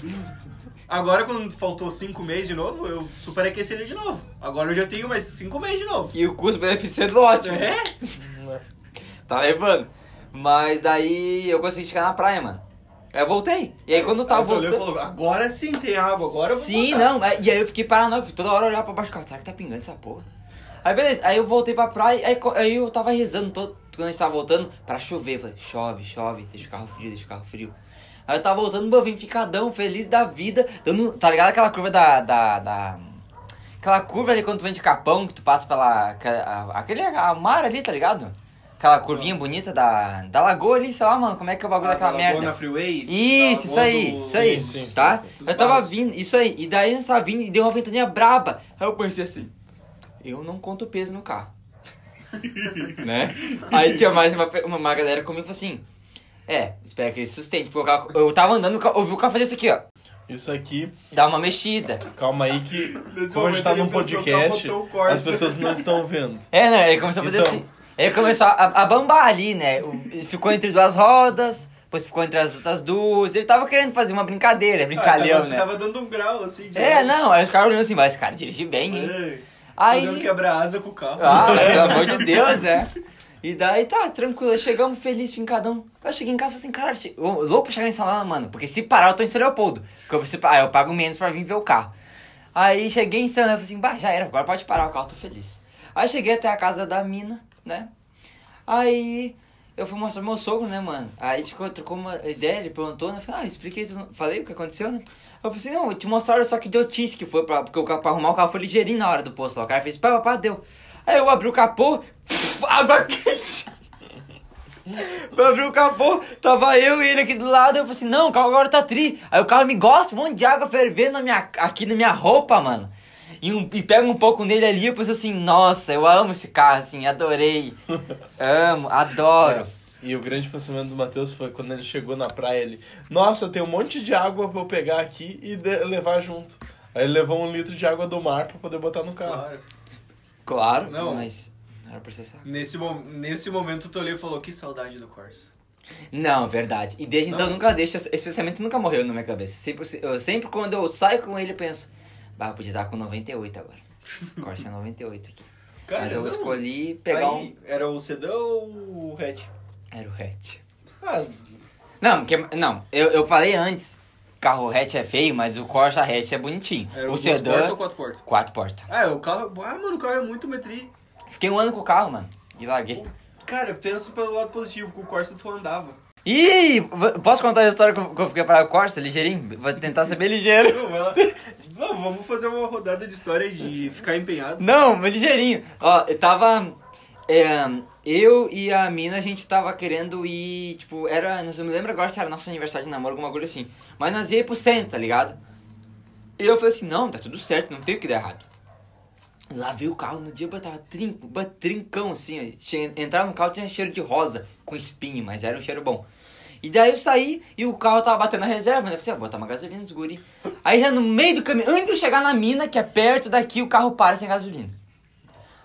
[SPEAKER 4] Agora, quando faltou cinco meses de novo, eu superaqueci ele de novo. Agora eu já tenho mais cinco meses de novo.
[SPEAKER 2] E o custo-benefício é do ótimo.
[SPEAKER 4] É?
[SPEAKER 2] Tá levando. Mas daí eu consegui chegar na praia, mano. Aí eu voltei. E aí quando eu tava
[SPEAKER 4] Aí tu olhou e
[SPEAKER 2] voltando.
[SPEAKER 4] falou, agora sim tem água, agora eu vou
[SPEAKER 2] Sim,
[SPEAKER 4] voltar.
[SPEAKER 2] não. é, E aí eu fiquei paranoico, toda hora eu olhava pra baixo do carro. Será que tá pingando essa porra? Aí beleza, aí eu voltei pra praia, aí, co- aí eu tava rezando todo, quando a gente tava voltando pra chover. Falei, chove, chove, deixa o carro frio, deixa o carro frio. Aí eu tava voltando, meu, vim ficadão, feliz da vida, dando, tá ligado aquela curva da, da, da- Aquela curva ali quando tu vem de Capão, que tu passa pela... aquela- a- Aquele a mar ali, tá ligado? Aquela curvinha bonita da, da lagoa ali, sei lá, mano, como é que é o bagulho daquela
[SPEAKER 4] Ah, Lagoa
[SPEAKER 2] merda.
[SPEAKER 4] na freeway.
[SPEAKER 2] Isso, isso
[SPEAKER 4] Lagoa
[SPEAKER 2] aí,
[SPEAKER 4] do-
[SPEAKER 2] isso aí,
[SPEAKER 3] Tá, Sim, sim,
[SPEAKER 2] tá?
[SPEAKER 3] sim,
[SPEAKER 4] sim.
[SPEAKER 2] Eu tava
[SPEAKER 4] Barros.
[SPEAKER 2] vindo, isso aí, e daí eu tava vindo e deu uma ventania braba. Aí eu pensei assim, eu não conto peso no carro. né? Aí tinha mais uma, pe- uma, uma galera comigo e falou assim, É, espero que ele sustente. Porque o carro- eu tava andando, o carro- ouvi o carro fazer isso aqui, ó.
[SPEAKER 3] Isso aqui,
[SPEAKER 2] Dá uma mexida.
[SPEAKER 3] calma aí que
[SPEAKER 4] Nesse
[SPEAKER 3] como a gente tá
[SPEAKER 4] momento
[SPEAKER 3] num
[SPEAKER 4] ele pensou que eu
[SPEAKER 3] podcast,
[SPEAKER 4] botou o Corsa.
[SPEAKER 3] as pessoas não estão vendo.
[SPEAKER 2] É, né? Ele começou a fazer
[SPEAKER 3] Então.
[SPEAKER 2] assim. Ele começou a, a bambar ali, né? O- Ele ficou entre duas rodas, depois ficou entre as outras duas. Ele tava querendo fazer uma
[SPEAKER 3] Ah,
[SPEAKER 2] brincadeira, brincalhão,
[SPEAKER 4] Ah, tava,
[SPEAKER 2] né?
[SPEAKER 4] tava dando um grau, assim, de...
[SPEAKER 2] É, não, aí os caras olhando assim, mas esse cara dirige bem, hein?
[SPEAKER 4] Ai, Fazendo
[SPEAKER 2] Aí.
[SPEAKER 4] quebra-asa com o carro.
[SPEAKER 2] Ah, pelo amor de Deus, né? E daí tá, tranquilo, aí chegamos felizes, fincadão. Eu cheguei em casa e falei assim, caralho, che- eu- louco pra chegar em Salão, mano, porque se parar eu tô em São Leopoldo. Porque eu preciso, pa- ah, eu pago menos pra vir ver o carro. Aí cheguei em São Leopoldo, falei assim, bah, já era, agora pode parar o carro, tô feliz. Aí cheguei até a casa da mina, né? Aí eu fui mostrar pro meu sogro, né, mano? Aí a gente ficou- trocou uma ideia, ele perguntou, né? Eu falei, ah, eu expliquei, tu não- falei o que aconteceu, né? Eu falei assim, não, te mostraram só que idiotice que foi, pra, porque o carro, pra arrumar o carro foi ligeirinho na hora do posto. lá. O cara fez pá, pá, pá, deu. Aí eu abri o capô, água quente. Eu abri o capô, tava eu e ele aqui do lado, eu falei assim, não, o carro agora tá tri. Aí o carro me gosta, um monte de água fervendo na minha, aqui na minha roupa, mano. E, um- e pega um pouco nele ali, eu penso assim, nossa, eu amo esse carro, assim, adorei. amo, adoro.
[SPEAKER 3] E o grande pensamento do Matheus foi quando ele chegou na praia, ele... Nossa, tem um monte de água pra eu pegar aqui e de- levar junto. Aí ele levou um litro de água do mar pra poder botar no carro.
[SPEAKER 4] Claro.
[SPEAKER 2] Claro,
[SPEAKER 4] Não.
[SPEAKER 2] mas não era pra ser essa água.
[SPEAKER 4] Nesse, mo- nesse momento, o Toledo falou, que saudade do Corsa.
[SPEAKER 2] Não, verdade. E desde então
[SPEAKER 4] Não.
[SPEAKER 2] nunca deixa. Esse pensamento nunca morreu na minha cabeça. Sempre, eu, sempre quando eu saio com ele, eu penso. Bah, eu podia estar com 98 agora. Corsa é 98 aqui.
[SPEAKER 4] Cara,
[SPEAKER 2] Mas eu
[SPEAKER 4] não.
[SPEAKER 2] escolhi pegar um.
[SPEAKER 4] Aí, Era o sedã ou o hatch?
[SPEAKER 2] Era o hatch.
[SPEAKER 4] Ah,
[SPEAKER 2] Não, porque, não eu, eu falei antes. Carro hatch é feio, mas o Corsa hatch é bonitinho.
[SPEAKER 4] era
[SPEAKER 2] o
[SPEAKER 4] o duas portas
[SPEAKER 2] sedã,
[SPEAKER 4] ou quatro portas?
[SPEAKER 2] quatro portas.
[SPEAKER 4] Ah, é, o carro... Ah, mano, o carro é muito metri.
[SPEAKER 2] Fiquei um ano com o carro, mano. E larguei.
[SPEAKER 4] Cara, pensa pelo lado positivo, com o Corsa tu andava.
[SPEAKER 2] Ih, v- posso contar a história que eu que eu fiquei para o Corsa, ligeirinho? Vou tentar ser bem ligeiro.
[SPEAKER 4] Não, ela... Não, vamos fazer uma rodada de história de ficar empenhado.
[SPEAKER 2] Não, mas ligeirinho. Ó, eu tava. é, eu e a mina, a gente tava querendo ir. Tipo, era. Não sei, eu me lembro agora se era nosso aniversário de namoro, alguma coisa assim. Mas nós ia ir pro centro, tá ligado? E eu falei assim: não, tá tudo certo, não tem o que dar errado. Lavei o carro no dia, eu tava trinco, ba- trincão assim. ó. Che- Entrar no carro tinha cheiro de rosa, com espinho, mas era um cheiro bom. E daí eu saí e o carro tava batendo a reserva, né? Eu falei, ah, botar uma gasolina nos guri. Aí já no meio do caminho, antes de eu chegar na mina, que é perto daqui, o carro para sem gasolina.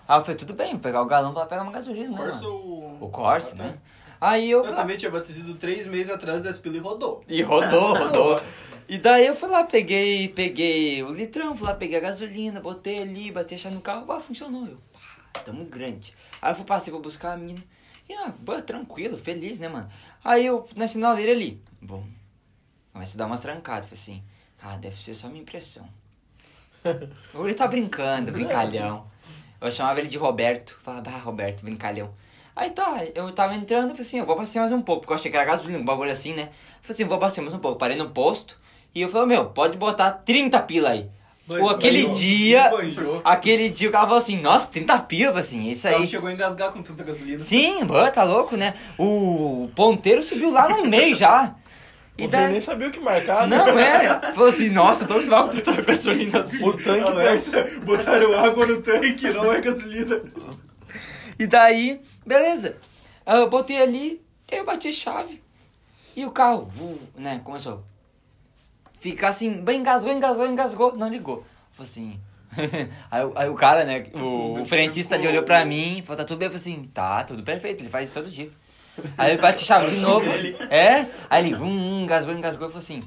[SPEAKER 2] Aí eu falei, tudo bem, vou pegar o galão pra pegar uma gasolina, né?
[SPEAKER 4] Corsa
[SPEAKER 2] mano?
[SPEAKER 4] ou...
[SPEAKER 2] O Corsa, né? Aí eu.
[SPEAKER 4] Eu também tinha abastecido três meses atrás das pilas e rodou.
[SPEAKER 2] E rodou, rodou. E daí eu fui lá, peguei, peguei o litrão, fui lá, peguei a gasolina, botei ali, bati a chave no carro, ah, funcionou. Eu, pá, tamo grande. Aí eu fui passei pra buscar a mina. E ah, bah, tranquilo, feliz, né, mano? Aí eu, na sinaleira ali, bom, começa a dar umas trancadas, falei assim, ah, deve ser só minha impressão. Ou ele tá brincando, brincalhão. Eu chamava ele de Roberto, falava, ah, Roberto, brincalhão. Aí tá, eu tava entrando, falei assim, eu vou abastecer mais um pouco, porque eu achei que era gasolina, um bagulho assim, né? Falei assim, vou abastecer mais um pouco. Parei no posto e eu falei, meu, pode botar 30 pila aí.
[SPEAKER 4] Dois
[SPEAKER 2] Ou aquele
[SPEAKER 4] banhou,
[SPEAKER 2] dia,
[SPEAKER 4] desbanjou.
[SPEAKER 2] aquele dia o cara falou assim, nossa, 30 pila, eu falei assim, isso
[SPEAKER 4] O carro
[SPEAKER 2] aí.
[SPEAKER 4] chegou a engasgar com tanta gasolina.
[SPEAKER 2] Sim, mano, tá louco, né? O ponteiro subiu lá no meio já. E
[SPEAKER 3] O
[SPEAKER 2] daí-
[SPEAKER 3] daí... nem sabia o que marcar, né?
[SPEAKER 2] Não, é. Falou assim, nossa, todos vão com tanta gasolina assim.
[SPEAKER 3] O tanque pensou...
[SPEAKER 4] Botaram água no tanque, não é gasolina.
[SPEAKER 2] E daí, beleza. Aí Eu botei ali, eu bati a chave. E o carro, vu, né, começou. Ficar assim, bem engasgou, engasgou, engasgou, não ligou. Falei assim. aí, o- aí o cara, né, o, o frentista ali olhou pra mim, falou, tá tudo bem? Eu falei assim, tá, tudo perfeito, ele faz isso todo dia. Aí ele bate a chave de novo. É? Aí ele, hum, engasgou, engasgou, eu falei assim,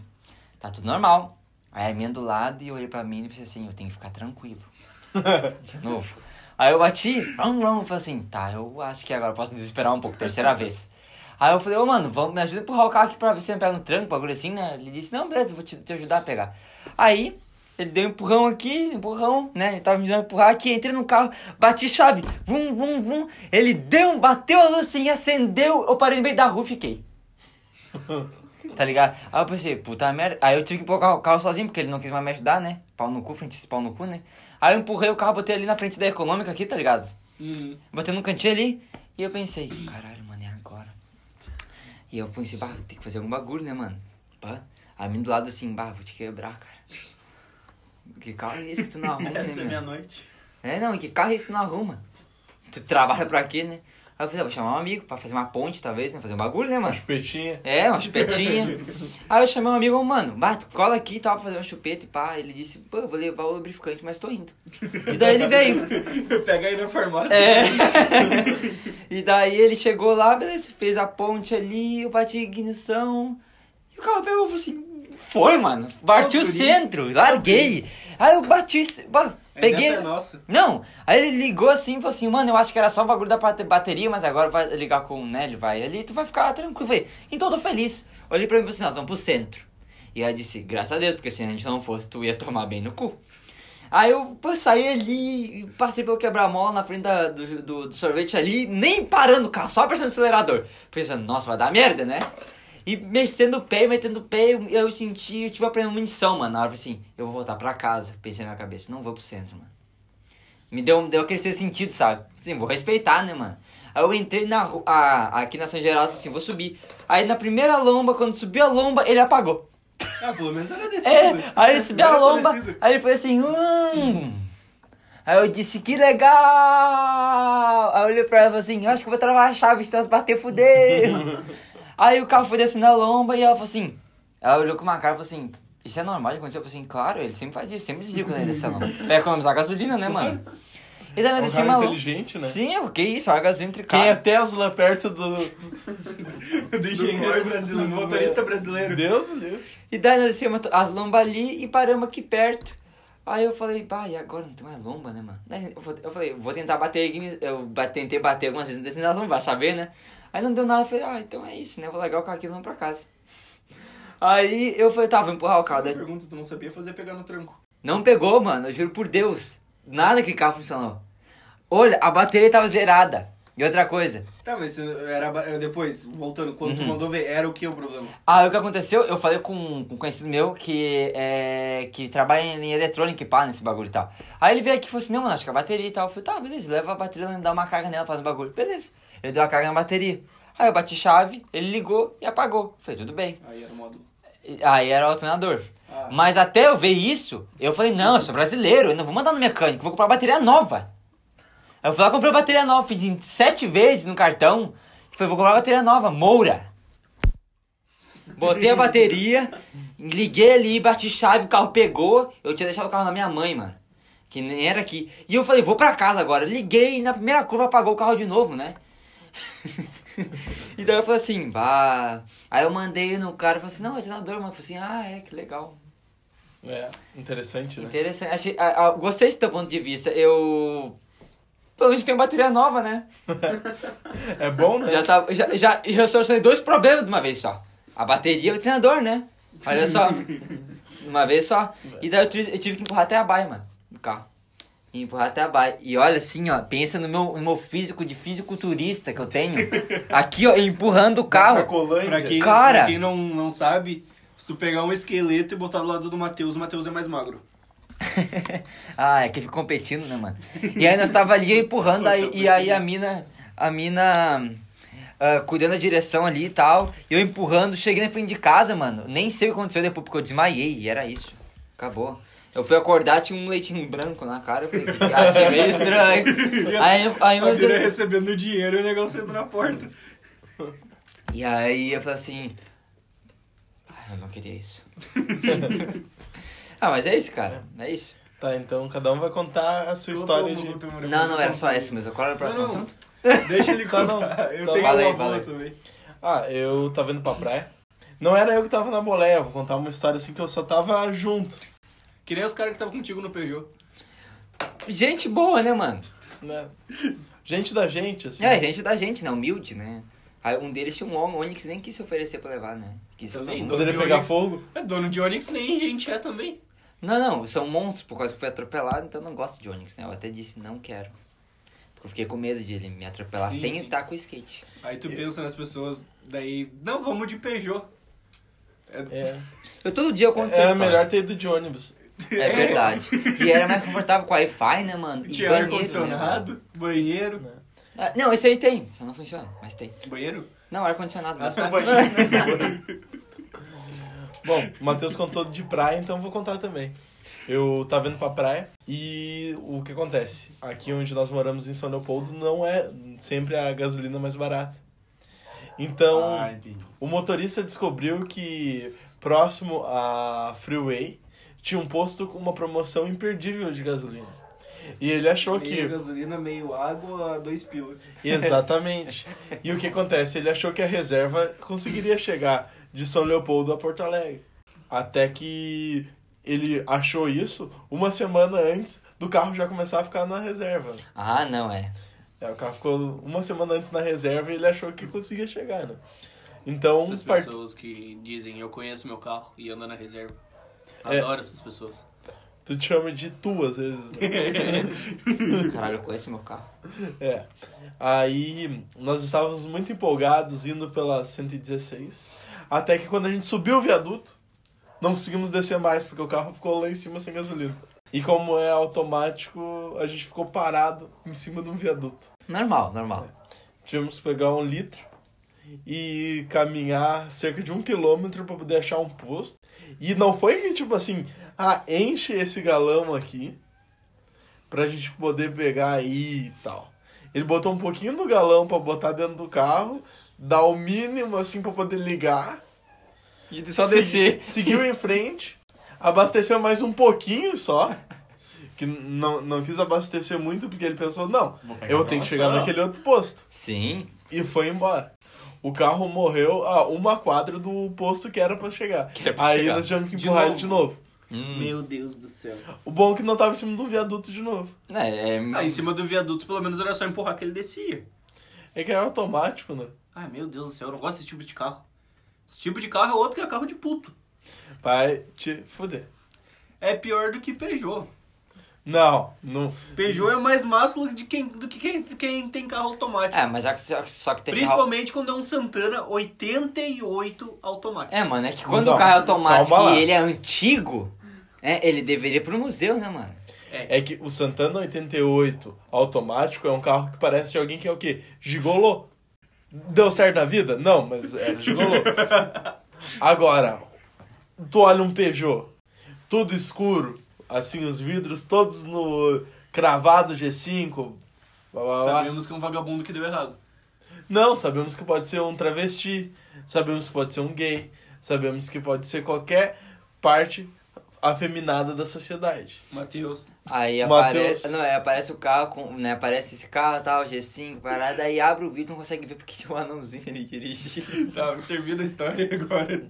[SPEAKER 2] tá tudo normal. Aí a minha do lado e eu olhei pra mim e pensei assim, eu tenho que ficar tranquilo. De novo. Aí eu bati, rum, rum, falei assim, tá, eu acho que agora eu posso desesperar um pouco, terceira vez. Aí eu falei, ô mano, vamos, me ajuda a empurrar o carro aqui pra ver se você não pega no tranco, bagulho assim, né? Ele disse, não, beleza, eu vou te, te ajudar a pegar. Aí, ele deu um empurrão aqui, empurrão, né? Ele tava me dando um empurrar aqui, entrei no carro, bati chave, vum, vum, vum. Ele deu, um- bateu a luz assim, acendeu, eu parei no meio da rua e fiquei. Tá ligado? Aí eu pensei, puta merda. Aí eu tive que pôr o carro, o carro sozinho, porque ele não quis mais me ajudar, né? Pau no cu, frente esse pau no cu, né? Aí eu empurrei o carro, botei ali na frente da econômica aqui, tá ligado?
[SPEAKER 4] Hum.
[SPEAKER 2] Botei no cantinho ali. E eu pensei, caralho, mano, é agora. E eu pensei, bah, tem que fazer algum bagulho, né, mano? Pá. Aí mim do lado assim, bah, vou te quebrar, cara. Que carro é esse que tu não arruma, né,
[SPEAKER 5] Essa é
[SPEAKER 2] meu?
[SPEAKER 5] minha noite.
[SPEAKER 2] É, não, e que carro é esse que tu não arruma? Tu trabalha pra quê, né? Aí Aí eu falei, ah, vou chamar um amigo pra fazer uma ponte, talvez, né? Fazer um bagulho, né, mano?
[SPEAKER 3] Chupetinha.
[SPEAKER 2] É, uma chupetinha. Aí eu chamei um amigo, mano, bato, cola aqui e tal, pra fazer uma chupeta e pá. Ele disse, pô, eu vou levar o lubrificante, mas tô indo. E daí ele veio.
[SPEAKER 4] Pega aí na farmácia.
[SPEAKER 2] É. e daí ele chegou lá, beleza, fez a ponte ali, eu bati a ignição. E o carro pegou, eu falei assim, foi, mano. Bati o
[SPEAKER 4] Nossa,
[SPEAKER 2] centro, larguei. Aí eu bati, ba- peguei...
[SPEAKER 4] É nossa.
[SPEAKER 2] Não, aí ele ligou assim, falou assim, mano, eu acho que era só o bagulho da bate- bateria, mas agora vai ligar com o Nélio, vai ali, tu vai ficar tranquilo. Eu Falei, então eu tô feliz. Olhei pra mim e falei assim, nós vamos pro centro. E ela disse, graças a Deus, porque se a gente não fosse, tu ia tomar bem no cu. Aí eu pô, saí ali, e passei pelo quebra-mola na frente da- do, do- do sorvete ali, nem parando o carro, só prestando o acelerador. Pensando, nossa, vai dar merda, né? E mexendo o pé, metendo o pé, eu, eu senti, eu tive a premonição, mano. Na hora eu falei assim, eu vou voltar pra casa. Pensei na minha cabeça, não vou pro centro, mano. Me deu, deu aquele sexto sentido, sabe? Assim, vou respeitar, né, mano? Aí eu entrei na ru- a, aqui na São Geraldo, falei assim, vou subir. Aí na primeira lomba, quando subiu a lomba, ele apagou.
[SPEAKER 4] Ah, pelo menos era descida.
[SPEAKER 2] É, aí ele subiu a
[SPEAKER 4] Era só
[SPEAKER 2] lomba,
[SPEAKER 4] descida.
[SPEAKER 2] aí ele foi assim, hum. Aí eu disse, que legal! Aí eu olhei pra ela e falei assim, acho que eu vou travar a chave, se nós bater, fudeu! aí o carro foi descendo a lomba e ela falou assim, ela olhou com uma cara e falou assim, isso é normal de acontecer? Eu falei assim, claro, ele sempre faz isso, sempre desliga quando ele desce a lomba. Pra economizar gasolina, né, mano? E daí nós
[SPEAKER 3] Um
[SPEAKER 2] descemos a
[SPEAKER 3] carro
[SPEAKER 2] lomba.
[SPEAKER 3] inteligente, né?
[SPEAKER 2] Sim, o que isso, olha a gasolina entre
[SPEAKER 3] Quem é
[SPEAKER 2] carro.
[SPEAKER 3] Tesla perto do...
[SPEAKER 4] Do engenheiro
[SPEAKER 3] Corsa.
[SPEAKER 4] brasileiro, do motorista brasileiro.
[SPEAKER 3] Deus do livro.
[SPEAKER 2] E daí nós descemos as lombas ali e paramos aqui perto. Aí eu falei, bah, e agora não tem mais lomba, né, mano? Daí eu fa- eu falei, vou tentar bater, a igni- eu ba- tentei bater algumas vezes nessa lomba, vai saber, né? Aí não deu nada, eu falei, ah, então é isso, né? Vou largar o carro aqui e vamos pra casa. Aí eu falei, tá, vou empurrar o carro.
[SPEAKER 4] Eu
[SPEAKER 2] Daí-
[SPEAKER 4] pergunto, tu não sabia fazer pegar no tranco.
[SPEAKER 2] Não pegou, mano, eu juro por Deus. Nada que carro funcionou. Olha, a bateria tava zerada. E outra coisa,
[SPEAKER 4] Tá, mas isso era ba- eh, depois, voltando, quando
[SPEAKER 2] Uhum.
[SPEAKER 4] tu mandou ver, era o que o problema?
[SPEAKER 2] Ah, o que aconteceu? Eu falei com um com um conhecido meu que, é, que trabalha em, em eletrônica e pá, nesse bagulho e tal. Aí ele veio aqui e falou assim, não, mano, acho que a bateria e tal. Eu falei, tá, beleza, leva a bateria lá, dá uma carga nela, faz um bagulho. Beleza. Ele deu a carga na bateria. Aí eu bati chave, ele ligou e apagou. Eu falei, tudo bem.
[SPEAKER 4] Aí era o módulo.
[SPEAKER 2] E- Aí era o alternador.
[SPEAKER 4] Ah.
[SPEAKER 2] Mas até eu ver isso, eu falei, não, eu sou brasileiro, eu não vou mandar no mecânico, vou comprar bateria nova. Aí eu fui lá, comprei uma bateria nova, fiz em sete vezes no cartão. Falei, vou comprar uma bateria nova, Moura. Botei a bateria, liguei ali, bati chave, o carro pegou. Eu tinha deixado o carro na minha mãe, mano. Que nem era aqui. E eu falei, vou pra casa agora. Liguei e na primeira curva apagou o carro de novo, né? e daí eu falei assim, bah. Aí eu mandei no cara, falei assim, não, alternador, mano. Eu falei assim, ah, é, que legal.
[SPEAKER 3] É, interessante, né?
[SPEAKER 2] Interessante. Achei, a- a- gostei desse teu ponto de vista. Eu. Pelo menos tem bateria nova, né?
[SPEAKER 3] É bom, né?
[SPEAKER 2] Já, tá, já, já, já solucionei dois problemas de uma vez só. A bateria e o treinador, né? Olha só. De uma vez só. E daí eu, tri- eu tive que empurrar até a baia, mano. No carro. E empurrar até a baia. E olha assim, ó. Pensa no meu, no meu físico de fisiculturista que eu tenho. Aqui, ó, empurrando o
[SPEAKER 5] Pra
[SPEAKER 2] carro.
[SPEAKER 5] Colândia.
[SPEAKER 4] Pra quem,
[SPEAKER 2] Cara!
[SPEAKER 4] pra quem não, não sabe, se tu pegar um esqueleto e botar do lado do Matheus, o Matheus é mais magro.
[SPEAKER 2] ah, é que fica competindo, né, mano? E aí nós tava ali empurrando, aí,
[SPEAKER 4] então
[SPEAKER 2] e aí a mina. A mina. ah, cuidando da direção ali e tal. E eu empurrando, cheguei na frente de casa, mano. Nem sei o que aconteceu depois, porque eu desmaiei. E era isso. Acabou. Eu fui acordar, tinha um leitinho branco na cara. Eu falei, "Ah, achei meio estranho. aí, eu- aí eu-
[SPEAKER 4] A é Bira recebendo dinheiro e o negócio entra na porta.
[SPEAKER 2] E aí eu falei assim. "Ah, eu não queria isso. ah, mas é isso, cara. É isso.
[SPEAKER 3] Tá, então cada um vai contar a sua história de...
[SPEAKER 2] Não, não, era só esse mesmo. Qual era o próximo
[SPEAKER 4] um Não, não.
[SPEAKER 2] assunto?
[SPEAKER 4] Deixa ele
[SPEAKER 3] Tá, não.
[SPEAKER 4] contar. Eu
[SPEAKER 3] Tá.
[SPEAKER 4] tenho
[SPEAKER 2] Fala aí,
[SPEAKER 4] uma
[SPEAKER 2] fala
[SPEAKER 4] boa
[SPEAKER 2] aí.
[SPEAKER 4] também.
[SPEAKER 3] Ah, eu tava indo pra praia. Não era eu que tava na boleia, vou contar uma história assim que eu só tava junto,
[SPEAKER 4] Que nem os caras que estavam contigo no Peugeot.
[SPEAKER 2] Gente boa, né, mano?
[SPEAKER 3] né? Gente da gente, assim.
[SPEAKER 2] É, gente da gente, né? Humilde, né? Aí um deles tinha um homem, Onix nem quis se oferecer pra levar, né? Quis
[SPEAKER 4] Também,
[SPEAKER 2] não,
[SPEAKER 3] Poderia
[SPEAKER 4] de
[SPEAKER 3] pegar
[SPEAKER 4] Onix.
[SPEAKER 3] fogo.
[SPEAKER 4] É dono de Onix, nem gente é também.
[SPEAKER 2] não, não, são monstros por causa que eu fui atropelado, então eu não gosto de Onix, né? Eu até disse, não quero. Porque eu fiquei com medo de ele me atropelar
[SPEAKER 4] Sim,
[SPEAKER 2] sem
[SPEAKER 4] sim.
[SPEAKER 2] estar com o skate.
[SPEAKER 4] Aí tu pensa nas pessoas, daí, não, vamos de Peugeot.
[SPEAKER 3] É,
[SPEAKER 2] Eu todo dia eu conto
[SPEAKER 3] é
[SPEAKER 2] essa história.
[SPEAKER 3] melhor ter ido de ônibus.
[SPEAKER 2] É verdade. E era mais confortável com Wi-Fi, né, mano? E
[SPEAKER 4] Tinha
[SPEAKER 2] banheiro,
[SPEAKER 4] ar-condicionado, banheiro.
[SPEAKER 2] Né, mano? Ah, não, esse aí tem. Só não funciona, mas tem.
[SPEAKER 4] Banheiro?
[SPEAKER 2] Não, ar-condicionado. Mas
[SPEAKER 4] Ah,
[SPEAKER 2] pra...
[SPEAKER 3] Bom, o Matheus contou de praia, então eu vou contar também. Eu tava indo pra praia e o que acontece? Aqui onde nós moramos em São Leopoldo não é sempre a gasolina mais barata. Então,
[SPEAKER 5] Ah, entendi.
[SPEAKER 3] o motorista descobriu que próximo à freeway tinha um posto com uma promoção imperdível de gasolina. E ele achou
[SPEAKER 4] Meio
[SPEAKER 3] que.
[SPEAKER 4] gasolina, meio água, dois pila.
[SPEAKER 3] Exatamente. E o que acontece? Ele achou que a reserva conseguiria chegar de São Leopoldo a Porto Alegre. Até que ele achou isso uma semana antes do carro já começar a ficar na reserva.
[SPEAKER 2] Ah, não, é.
[SPEAKER 3] É, o carro ficou uma semana antes na reserva e ele achou que conseguia chegar, né? Então,
[SPEAKER 4] Essas
[SPEAKER 3] par-
[SPEAKER 4] pessoas que dizem eu conheço meu carro e ando na reserva.
[SPEAKER 3] É.
[SPEAKER 4] Adoro essas pessoas.
[SPEAKER 3] tu te chama de tu às vezes, né?
[SPEAKER 2] Caralho, eu conheço meu carro.
[SPEAKER 3] É. Aí nós estávamos muito empolgados indo pela 116. Até que quando a gente subiu o viaduto, não conseguimos descer mais, porque o carro ficou lá em cima sem gasolina. E como é automático, a gente ficou parado em cima de um viaduto.
[SPEAKER 2] Normal, normal.
[SPEAKER 3] Tivemos que pegar um litro e caminhar cerca de um quilômetro para poder achar um posto. E não foi que, tipo assim, ah, enche esse galão aqui pra gente poder pegar aí e tal. Ele botou um pouquinho do galão pra botar dentro do carro, dar o mínimo assim pra poder ligar.
[SPEAKER 2] E
[SPEAKER 3] Se- Seguiu em frente, abasteceu mais um pouquinho só. Que não, não quis abastecer muito porque ele pensou, não,
[SPEAKER 5] Vou pegar
[SPEAKER 3] eu tenho que chegar
[SPEAKER 5] promoção.
[SPEAKER 3] naquele outro posto
[SPEAKER 2] Sim.
[SPEAKER 3] e foi embora. O carro morreu a uma quadra do posto que era pra chegar.
[SPEAKER 2] Que era É pra
[SPEAKER 3] Aí
[SPEAKER 2] chegar.
[SPEAKER 3] nós tivemos que
[SPEAKER 4] De
[SPEAKER 3] empurrar
[SPEAKER 4] novo.
[SPEAKER 3] ele de novo.
[SPEAKER 2] Hum.
[SPEAKER 4] Meu Deus do céu.
[SPEAKER 3] O bom é que não tava em cima de um viaduto de novo.
[SPEAKER 2] É, é...
[SPEAKER 4] Ah, em cima do viaduto, pelo menos era só empurrar que ele descia.
[SPEAKER 3] É que era automático, né?
[SPEAKER 4] Ai, meu Deus do céu, eu não gosto desse tipo de carro. Esse tipo de carro é outro que é carro de puto.
[SPEAKER 3] Vai te fuder.
[SPEAKER 4] É pior do que Peugeot.
[SPEAKER 3] Não, não.
[SPEAKER 4] Peugeot é mais massa de quem, do que quem, quem tem carro automático.
[SPEAKER 2] é, mas só que, só que tem carro...
[SPEAKER 4] Principalmente quando é um Santana 88 automático.
[SPEAKER 2] É, mano, é que quando
[SPEAKER 3] Não,
[SPEAKER 4] Então,
[SPEAKER 2] o carro é automático
[SPEAKER 3] calma lá.
[SPEAKER 2] e ele é antigo, é, ele deveria ir pro museu, né, mano?
[SPEAKER 3] É que o Santana 88 automático é um carro que parece de alguém que é o quê? Gigolô. Deu certo na vida? Não, mas era gigolô. Agora, tu olha um Peugeot, tudo escuro, assim, os vidros todos no cravado G5. Blá, blá, blá.
[SPEAKER 4] Sabemos que é um vagabundo que deu errado.
[SPEAKER 3] Não, sabemos que pode ser um travesti, sabemos que pode ser um gay, sabemos que pode ser qualquer parte afeminada da sociedade.
[SPEAKER 4] Matheus.
[SPEAKER 2] Aí
[SPEAKER 3] Mateus.
[SPEAKER 2] aparece, não, é, aparece o carro, com, né, aparece esse carro tal, G5, parada, aí abre o vidro, não consegue ver porque tinha um anãozinho ali dirigindo.
[SPEAKER 4] Tá, termina a história agora.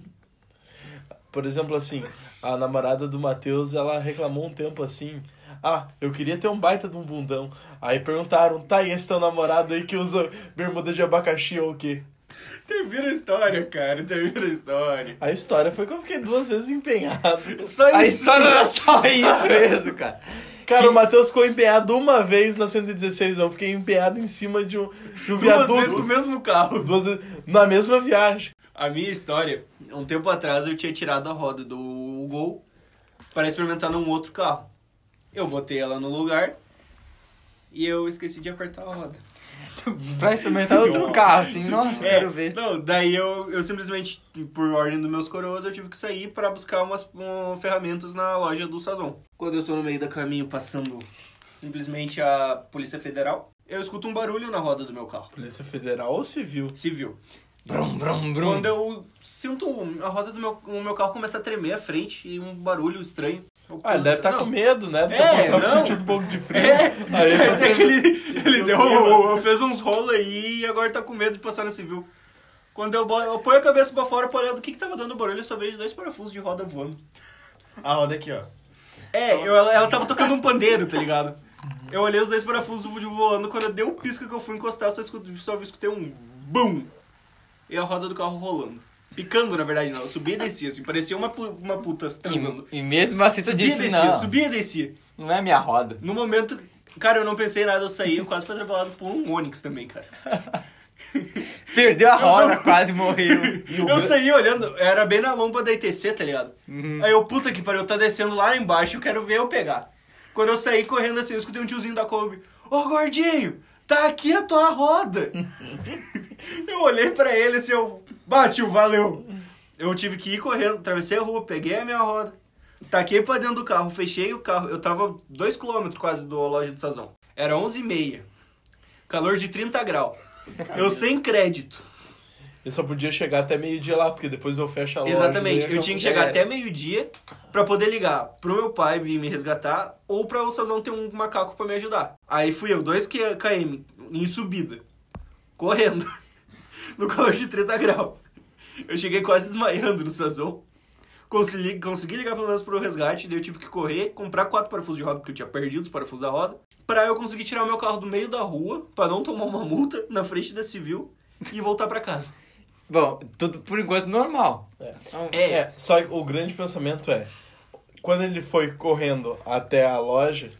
[SPEAKER 3] Por exemplo, assim, a namorada do Matheus, ela reclamou um tempo assim. Ah, eu queria ter um baita de um bundão. Aí perguntaram, tá, e esse teu namorado aí que usa bermuda de abacaxi ou o quê?
[SPEAKER 4] Termina a história, cara. Termina a história.
[SPEAKER 3] A história foi que eu fiquei duas vezes empenhado.
[SPEAKER 4] Só
[SPEAKER 2] Aí
[SPEAKER 4] isso.
[SPEAKER 2] só não era só isso mesmo, cara.
[SPEAKER 3] Cara, o Matheus ficou empenhado uma vez na 116, eu fiquei empenhado em cima de um, de um
[SPEAKER 4] Duas vezes com o
[SPEAKER 3] viaduto.
[SPEAKER 4] mesmo carro.
[SPEAKER 3] Duas vezes, na mesma viagem.
[SPEAKER 4] A minha história, um tempo atrás eu tinha tirado a roda do Gol para experimentar num outro carro. Eu botei ela no lugar e eu esqueci de apertar a roda.
[SPEAKER 2] Pra experimentar outro carro, assim, nossa, eu
[SPEAKER 4] É,
[SPEAKER 2] quero ver.
[SPEAKER 4] Não, daí eu, eu simplesmente, por ordem dos meus coroas, eu tive que sair pra buscar umas um, ferramentas na loja do Sazon. Quando eu tô no meio do caminho passando simplesmente a Polícia Federal, eu escuto um barulho na roda do meu carro.
[SPEAKER 3] Polícia Federal ou Civil?
[SPEAKER 4] Civil.
[SPEAKER 2] Brum, brum, brum.
[SPEAKER 4] Quando eu sinto um, a roda do meu, o meu carro começa a tremer à frente e um barulho estranho. Eu
[SPEAKER 3] Ah, ele
[SPEAKER 4] penso,
[SPEAKER 3] deve estar
[SPEAKER 4] "Não,
[SPEAKER 3] com medo, né? Tá
[SPEAKER 4] É,
[SPEAKER 3] só
[SPEAKER 4] não.
[SPEAKER 3] sentindo um pouco de frio.
[SPEAKER 4] É, de
[SPEAKER 3] Aí
[SPEAKER 4] certo
[SPEAKER 3] tá
[SPEAKER 4] é que ele, ele
[SPEAKER 3] o
[SPEAKER 4] deu,
[SPEAKER 3] clima.
[SPEAKER 4] fez uns rolos aí e agora tá com medo de passar na civil. Quando eu, bo- eu ponho a cabeça pra fora pra olhar do que que tava dando barulho, eu só vejo dois parafusos de roda voando. Ah,
[SPEAKER 5] A roda aqui, ó.
[SPEAKER 4] É, eu- ela, ela tava tocando um pandeiro, tá ligado? Eu olhei os dois parafusos vo- voando, quando eu dei um pisco que eu fui encostar, eu só, escutei, só escutei um BUM! E a roda do carro rolando. Picando, na verdade, não. Eu subia e descia, assim, parecia uma, pu- uma puta transando.
[SPEAKER 2] E, e mesmo assim tu
[SPEAKER 4] Subia e
[SPEAKER 2] disse,
[SPEAKER 4] descia,
[SPEAKER 2] não,
[SPEAKER 4] subia e descia.
[SPEAKER 2] não é minha roda.
[SPEAKER 4] No momento, cara, eu não pensei em nada, eu saí, eu quase fui atropelado por um Onix também, cara.
[SPEAKER 2] Perdeu a roda, quase morreu.
[SPEAKER 4] Eu saí olhando, era bem na lomba da ITC, tá ligado? Aí eu, puta que pariu, tá descendo lá embaixo, eu quero ver eu pegar. Quando eu saí correndo assim, eu escutei um tiozinho da Kombi. Ô, gordinho, tá aqui a tua roda. eu olhei pra ele assim, eu... Bah, tio, valeu. Eu tive que ir correndo, atravessei a rua, peguei a minha roda. Taquei pra dentro do carro, fechei o carro. Eu tava 2km quase do loja do Sazão. Era 11h30. Calor de 30 graus. Eu sem crédito.
[SPEAKER 3] Eu só podia chegar até meio-dia lá, porque depois eu fecho a loja.
[SPEAKER 4] Exatamente.
[SPEAKER 3] daí
[SPEAKER 4] Eu tinha que
[SPEAKER 3] já
[SPEAKER 4] chegar
[SPEAKER 3] era.
[SPEAKER 4] até meio-dia pra poder ligar pro meu pai vir me resgatar ou pra o Sazão ter um macaco pra me ajudar. Aí fui eu, 2km em subida, correndo, no calor de 30 graus. Eu cheguei quase desmaiando no Sazão. Consegui, consegui ligar pelo menos pro resgate, daí eu tive que correr, comprar quatro parafusos de roda, porque eu tinha perdido os parafusos da roda, pra eu conseguir tirar o meu carro do meio da rua, pra não tomar uma multa na frente da civil e voltar pra casa.
[SPEAKER 2] Bom, tudo por enquanto normal.
[SPEAKER 3] É.
[SPEAKER 2] Então,
[SPEAKER 4] É,
[SPEAKER 3] É, só que o grande pensamento é: quando ele foi correndo até a loja,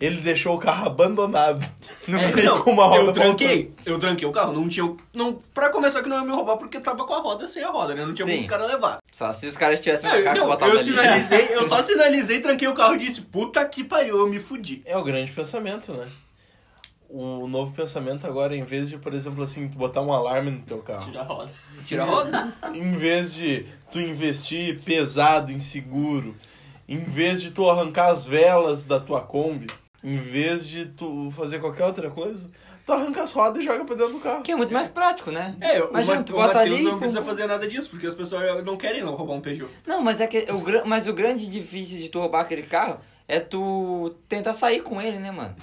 [SPEAKER 3] ele deixou o carro abandonado. No
[SPEAKER 4] É,
[SPEAKER 3] meio
[SPEAKER 4] não,
[SPEAKER 3] com uma roda
[SPEAKER 4] eu tranquei, eu tranquei o carro, não tinha, não, pra começar que não ia me roubar porque tava com a roda sem a roda, né, não tinha
[SPEAKER 2] Sim.
[SPEAKER 4] como os caras levar.
[SPEAKER 2] Só se os caras tivessem um
[SPEAKER 4] Eu,
[SPEAKER 2] macaco
[SPEAKER 4] É, não,
[SPEAKER 2] botado
[SPEAKER 4] eu
[SPEAKER 2] ali.
[SPEAKER 4] sinalizei, eu só sinalizei, tranquei o carro e disse, puta que pariu, eu me fudi.
[SPEAKER 3] É o grande pensamento, né? O novo pensamento agora, em vez de, por exemplo, assim, tu botar um alarme no teu carro,
[SPEAKER 5] Tira a roda.
[SPEAKER 4] Tira a roda.
[SPEAKER 3] em vez de tu investir pesado em seguro, em vez de tu arrancar as velas da tua Kombi, em vez de tu fazer qualquer outra coisa, tu arranca as rodas e joga pra dentro do carro.
[SPEAKER 2] Que é muito mais prático, né?
[SPEAKER 4] É, o,
[SPEAKER 2] Imagina,
[SPEAKER 4] Mate-
[SPEAKER 2] tu
[SPEAKER 4] o
[SPEAKER 2] bota
[SPEAKER 4] Matheus
[SPEAKER 2] ali,
[SPEAKER 4] não
[SPEAKER 2] pum,
[SPEAKER 4] precisa
[SPEAKER 2] pum.
[SPEAKER 4] fazer nada disso, porque as pessoas não querem não roubar um Peugeot.
[SPEAKER 2] Não, mas, é que o, gran- mas o grande difícil de tu roubar aquele carro é tu tentar sair com ele, né, mano?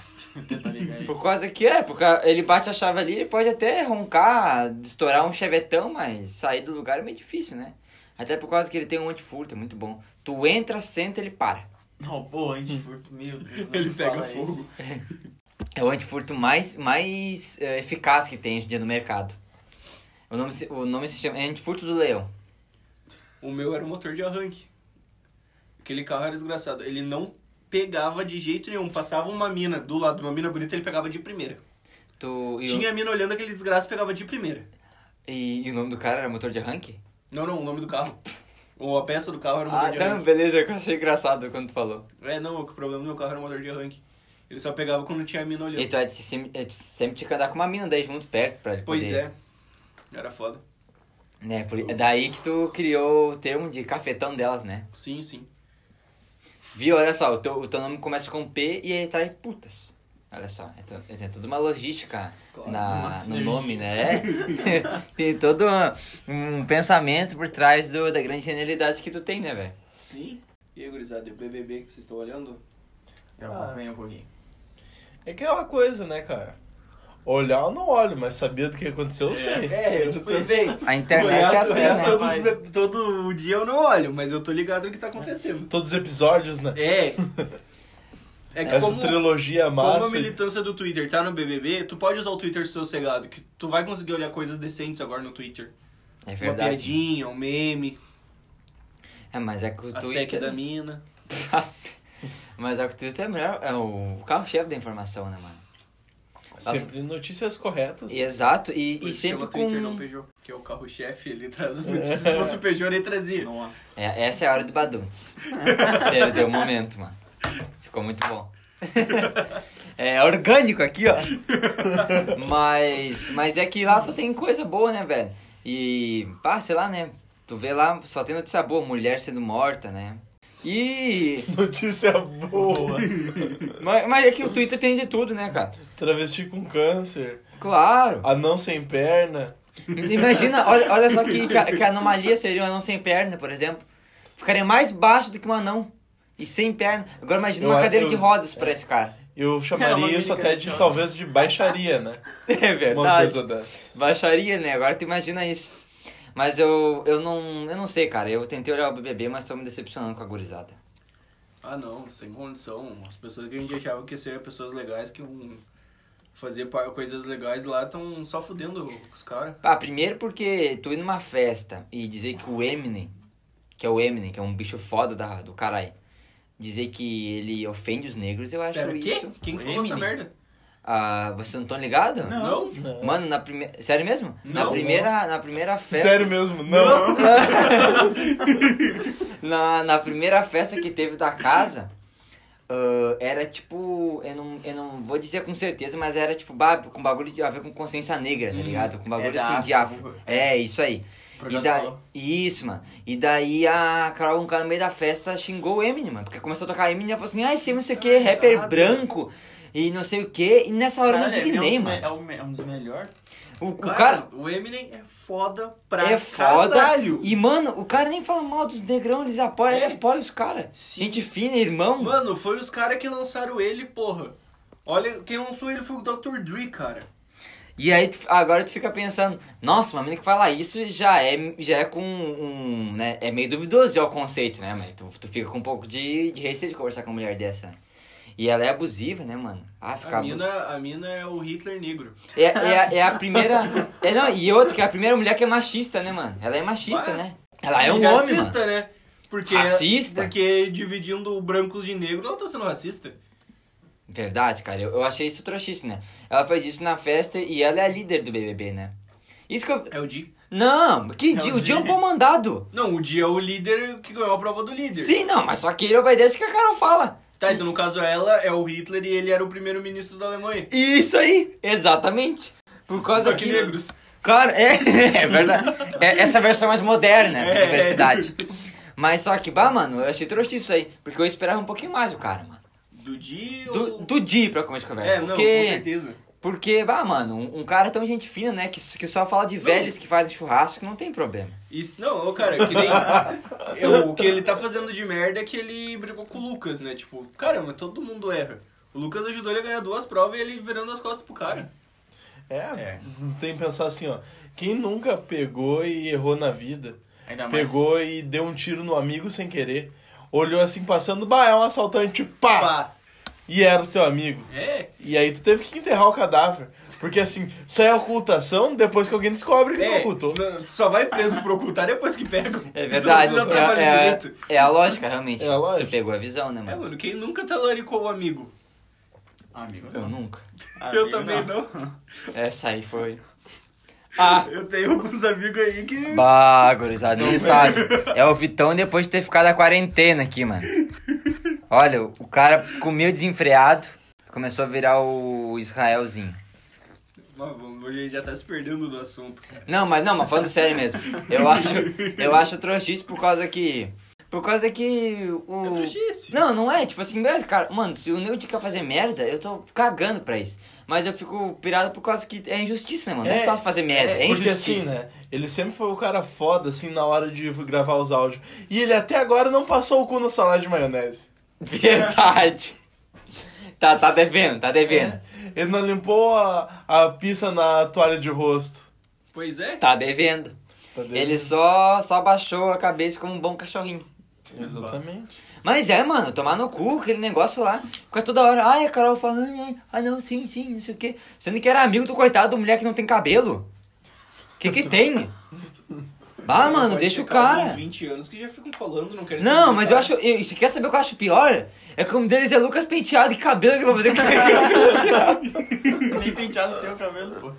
[SPEAKER 5] Tenta ligar aí.
[SPEAKER 2] Por causa que é, porque ele bate a chave ali, ele pode até roncar, estourar um chevetão, mas sair do lugar é meio difícil, né? Até por causa que ele tem um antifurto, é muito bom. Tu entra, senta, ele para.
[SPEAKER 5] Não, pô, antifurto, meu Deus. não
[SPEAKER 4] Ele
[SPEAKER 5] fala
[SPEAKER 4] pega fogo.
[SPEAKER 5] isso.
[SPEAKER 2] É o antifurto mais, mais eh, eficaz que tem hoje em dia no mercado. O nome, se- o nome se chama é Antifurto do Leão.
[SPEAKER 4] O meu era o motor de arranque. Aquele carro era desgraçado, ele não pegava de jeito nenhum, passava uma mina do lado de uma mina bonita, ele pegava de primeira.
[SPEAKER 2] Tu, e,
[SPEAKER 4] Tinha a mina olhando aquele desgraça, pegava de primeira.
[SPEAKER 2] o, e, e o nome do cara era motor de arranque?
[SPEAKER 4] Não, não, o nome do carro. Ou a peça do carro era o motor
[SPEAKER 2] Ah,
[SPEAKER 4] de
[SPEAKER 2] não,
[SPEAKER 4] arranque.
[SPEAKER 2] beleza, eu achei engraçado quando tu falou.
[SPEAKER 4] É, não, o problema do meu carro era o motor de arranque. Ele só pegava quando tinha a mina olhando.
[SPEAKER 2] E tu é de sempre, é de sempre tinha que andar com uma mina 10 muito perto pra ele
[SPEAKER 4] Pois
[SPEAKER 2] poder-
[SPEAKER 4] é. Era foda.
[SPEAKER 2] Né, por- é daí que tu criou o termo de cafetão delas, né?
[SPEAKER 4] Sim, sim.
[SPEAKER 2] Viu, olha só, o teu, o teu nome começa com P e aí trai putas. Olha só, é to- tem toda uma logística
[SPEAKER 5] Claro, uma
[SPEAKER 2] na, no
[SPEAKER 5] sinergia.
[SPEAKER 2] nome, né? tem todo um, um pensamento por trás do, da grande genialidade que tu tem, né, velho?
[SPEAKER 4] Sim. E aí, gurizada, e o BBB que vocês estão olhando?
[SPEAKER 5] Eu acompanhei um pouquinho.
[SPEAKER 3] É aquela coisa, né, cara? Olhar eu não olho, mas sabia do que aconteceu, eu sei.
[SPEAKER 4] É, eu
[SPEAKER 5] Foi
[SPEAKER 4] tô
[SPEAKER 5] bem.
[SPEAKER 4] bem.
[SPEAKER 2] A internet é
[SPEAKER 4] Olhado,
[SPEAKER 2] assim, né?
[SPEAKER 4] essa
[SPEAKER 5] essa-
[SPEAKER 4] todos os- todo dia eu não olho, mas eu tô ligado no que tá acontecendo.
[SPEAKER 3] Todos os episódios, né?
[SPEAKER 4] É. É que
[SPEAKER 3] Essa
[SPEAKER 4] como,
[SPEAKER 3] trilogia
[SPEAKER 4] como
[SPEAKER 3] massa.
[SPEAKER 4] a militância do Twitter tá no BBB, tu pode usar o Twitter sossegado, que tu vai conseguir olhar coisas decentes agora no Twitter.
[SPEAKER 2] É
[SPEAKER 4] Uma
[SPEAKER 2] verdade.
[SPEAKER 4] piadinha, um meme,
[SPEAKER 2] É, mas é que o
[SPEAKER 4] as
[SPEAKER 2] Twitter...
[SPEAKER 4] PEC da mina.
[SPEAKER 2] As- Mas é que o Twitter é, melhor, é o carro-chefe da informação, né, mano?
[SPEAKER 3] Sempre notícias corretas.
[SPEAKER 2] Exato, e, é-
[SPEAKER 4] Por
[SPEAKER 2] e
[SPEAKER 4] isso
[SPEAKER 2] sempre
[SPEAKER 4] chama Twitter, não
[SPEAKER 2] com...
[SPEAKER 4] Peugeot, que é o carro-chefe, ele traz as notícias. Se fosse o Peugeot, ele trazia.
[SPEAKER 5] Nossa.
[SPEAKER 2] É, essa é a hora do Baduntz. Perdeu o um momento, mano. Ficou muito bom. é orgânico aqui, ó. Mas, mas é que lá só tem coisa boa, né, velho? E, pá, sei lá, né? Tu vê lá, só tem notícia boa, mulher sendo morta, né? E.
[SPEAKER 3] Notícia boa.
[SPEAKER 2] Mas, mas é que o Twitter tem de tudo, né, cara?
[SPEAKER 3] Travesti com câncer.
[SPEAKER 2] Claro!
[SPEAKER 3] Anão sem perna.
[SPEAKER 2] Imagina, olha, olha só que, que, a- que anomalia seria um anão sem perna, por exemplo. Ficaria mais baixo do que um anão. E sem perna. Agora imagina
[SPEAKER 3] Eu
[SPEAKER 2] uma
[SPEAKER 3] acho-
[SPEAKER 2] cadeira de
[SPEAKER 3] eu-
[SPEAKER 2] rodas pra esse cara.
[SPEAKER 3] Eu
[SPEAKER 5] É, uma
[SPEAKER 3] chamaria isso até de
[SPEAKER 5] americana.
[SPEAKER 3] talvez de baixaria, né?
[SPEAKER 2] É
[SPEAKER 3] Uma coisa dessa.
[SPEAKER 2] Baixaria, né? Agora tu imagina isso. Mas eu, eu não. Eu não sei, cara. Eu tentei olhar o BBB, mas tô me decepcionando com a gurizada.
[SPEAKER 4] Ah, não, sem condição. As pessoas que a gente achava que seriam pessoas legais, que iam fazer par- coisas legais lá, estão só fudendo os caras.
[SPEAKER 2] Ah, primeiro porque tu ir numa festa e dizer que o Eminem, que é o Eminem, que é um bicho foda da, do caralho, dizer que ele ofende os negros, eu acho
[SPEAKER 4] Pera, o quê?
[SPEAKER 2] isso. um
[SPEAKER 4] Quem
[SPEAKER 5] O
[SPEAKER 4] que falou essa
[SPEAKER 5] Eminem?
[SPEAKER 4] merda?
[SPEAKER 2] Ah, você não tá ligado?
[SPEAKER 5] Não.
[SPEAKER 4] Não?
[SPEAKER 2] Mano, na primeira. Sério mesmo? na
[SPEAKER 4] Não,
[SPEAKER 2] primeira. Na primeira festa.
[SPEAKER 3] Sério mesmo? Não.
[SPEAKER 2] na, na primeira festa que teve da casa, ah, era tipo. Eu não, eu não vou dizer com certeza, mas era tipo ba- com bagulho de, a ver com consciência negra, tá ligado? Com bagulho
[SPEAKER 5] Uhum. é da
[SPEAKER 2] assim de afro.
[SPEAKER 5] África.
[SPEAKER 2] É, isso aí. E da... Isso, mano. E daí a Carol Conká no meio da festa xingou o Eminem, mano. Porque começou a tocar Eminem e ela falou assim, ah, esse não sei o que, rapper
[SPEAKER 4] errado."
[SPEAKER 2] branco. E não sei o que. E nessa hora eu
[SPEAKER 5] Caralho,
[SPEAKER 2] me indignei,
[SPEAKER 5] é um dos me-
[SPEAKER 2] mano.
[SPEAKER 5] É, um, é um dos melhores.
[SPEAKER 2] O, o cara...
[SPEAKER 4] Cara, o Eminem é foda pra
[SPEAKER 2] é foda.
[SPEAKER 4] caralho. É.
[SPEAKER 2] E, mano, o cara nem fala mal dos negrão, eles apoiam, ele apoia os caras. Gente fina, irmão.
[SPEAKER 4] Mano, foi os caras que lançaram ele, porra. Olha, quem lançou ele foi o Dr. Dre, cara.
[SPEAKER 2] E aí, tu- agora tu fica pensando, nossa, uma menina que fala isso já é, já é com um, né, é meio duvidoso já o conceito, né, mas tu, tu fica com um pouco de, de receio de conversar com uma mulher dessa, né? E ela é abusiva, né, mano? Ah, fica
[SPEAKER 4] A
[SPEAKER 2] abu-
[SPEAKER 4] mina, a mina é o Hitler negro.
[SPEAKER 2] é, é, a- é a primeira... É, não, e outra, que é a primeira mulher que é machista, né, mano? Ela é machista,
[SPEAKER 4] Bah.
[SPEAKER 2] né? Ela é um
[SPEAKER 4] E
[SPEAKER 2] homem,
[SPEAKER 4] racista,
[SPEAKER 2] mano.
[SPEAKER 4] né? Porque,
[SPEAKER 2] Racista.
[SPEAKER 4] Porque dividindo brancos de negro, ela tá sendo racista.
[SPEAKER 2] Verdade, cara. Eu, eu achei isso trouxice, né? Ela faz isso na festa e ela é a líder do BBB, né? Isso que eu...
[SPEAKER 4] É o Di.
[SPEAKER 2] Não, que dia? O
[SPEAKER 5] Di.
[SPEAKER 2] dia é um pau mandado.
[SPEAKER 4] Não, o Di é o líder que ganhou a prova do líder.
[SPEAKER 2] Sim, não, mas só que ele obedece o que a Carol fala.
[SPEAKER 4] Tá, então no caso ela é o Hitler e ele era o primeiro-ministro da Alemanha.
[SPEAKER 2] Isso aí, exatamente. Por causa
[SPEAKER 4] Só que
[SPEAKER 2] que.
[SPEAKER 4] negros.
[SPEAKER 2] Cara, é, é verdade. É, essa versão mais moderna da
[SPEAKER 4] É.
[SPEAKER 2] diversidade. Mas só que, bah, mano, eu achei trouxa isso aí. Porque eu esperava um pouquinho mais o cara, mano.
[SPEAKER 4] Do Di
[SPEAKER 2] Do,
[SPEAKER 4] ou...
[SPEAKER 2] do dia pra comer de conversa.
[SPEAKER 4] É, não,
[SPEAKER 2] porque,
[SPEAKER 4] com certeza.
[SPEAKER 2] Porque, bah, mano, um, um cara tão gente fina, né? Que, s- que só fala de velhos que fazem churrasco, não tem problema.
[SPEAKER 4] Isso, não, ô, cara, que nem. eu- o que ele tá fazendo de merda é que ele brigou com o Lucas, né? Tipo, cara, mas todo mundo erra. O Lucas ajudou ele a ganhar duas provas e ele virando as costas pro cara.
[SPEAKER 3] É, tem que pensar assim, ó. Quem nunca pegou e errou na vida?
[SPEAKER 5] Ainda mais.
[SPEAKER 3] Pegou e deu um tiro no amigo sem querer. Olhou assim passando, bah, é um assaltante,
[SPEAKER 2] Ah.
[SPEAKER 3] pá!
[SPEAKER 4] Pá.
[SPEAKER 3] E era o teu amigo.
[SPEAKER 4] É,
[SPEAKER 3] E aí tu teve que enterrar o cadáver. Porque assim, só é ocultação depois que alguém descobre que tu
[SPEAKER 4] é.
[SPEAKER 3] ocultou.
[SPEAKER 4] não, só vai preso por ocultar depois que pegam.
[SPEAKER 2] É
[SPEAKER 4] Isso não
[SPEAKER 2] verdade.
[SPEAKER 4] fizeram trabalho
[SPEAKER 2] É,
[SPEAKER 4] direito.
[SPEAKER 2] é, é a lógica, realmente.
[SPEAKER 3] É a lógica.
[SPEAKER 2] Tu pegou a visão, né,
[SPEAKER 4] É,
[SPEAKER 2] mano?
[SPEAKER 4] mano, quem nunca talaricou o amigo?
[SPEAKER 5] Amigo
[SPEAKER 2] Eu
[SPEAKER 5] não.
[SPEAKER 2] nunca.
[SPEAKER 4] eu
[SPEAKER 5] Amigo
[SPEAKER 4] também não.
[SPEAKER 2] Essa aí foi. Ah!
[SPEAKER 4] Eu tenho alguns amigos aí que.
[SPEAKER 2] Bah, gurizada, ele sabe. É o Vitão depois de ter ficado a quarentena aqui, mano. Olha, o cara comeu desenfreado, começou a virar o Israelzinho.
[SPEAKER 4] Mas vamos, hoje já tá se perdendo do assunto, cara.
[SPEAKER 2] Não, mas não, mas falando sério mesmo. Eu acho, eu acho trouxice por causa que... Por causa que
[SPEAKER 4] É
[SPEAKER 2] o...
[SPEAKER 4] trouxice.
[SPEAKER 2] Não, não é, tipo assim, mas, cara, mano, se o Neo quer fazer merda, eu tô cagando pra isso. Mas eu fico pirado por causa que é injustiça, né, mano? Não é
[SPEAKER 3] É,
[SPEAKER 2] só fazer merda, é,
[SPEAKER 3] Porque
[SPEAKER 2] injustiça.
[SPEAKER 3] assim, né? Ele sempre foi o cara foda, assim, na hora de gravar os áudios. E ele até agora não passou o cu no salada de maionese.
[SPEAKER 2] Verdade. Tá, tá devendo, tá devendo.
[SPEAKER 3] Ele não limpou a, a pista na toalha de rosto.
[SPEAKER 4] Pois é.
[SPEAKER 2] Tá devendo.
[SPEAKER 3] Tá vendo?
[SPEAKER 2] Ele só, só baixou a cabeça como um bom cachorrinho.
[SPEAKER 3] Exatamente.
[SPEAKER 2] Mas é, mano, tomar no cu aquele negócio lá. Fica toda hora, ai, a Carol fala, ai, ai, ah, não, sim, sim, não sei o quê. Sendo que era amigo do coitado do mulher que não tem cabelo. Que que tem? Bah, mano,
[SPEAKER 4] Pode
[SPEAKER 2] deixa o
[SPEAKER 4] checar
[SPEAKER 2] cara.
[SPEAKER 4] Uns 20 anos que já um ficam falando, não quero
[SPEAKER 2] Não, mas eu acho. Eu, você quer saber o que eu acho pior? É que o nome deles é Lucas Penteado e cabelo que vai fazer que
[SPEAKER 5] Nem penteado tem o cabelo, pô.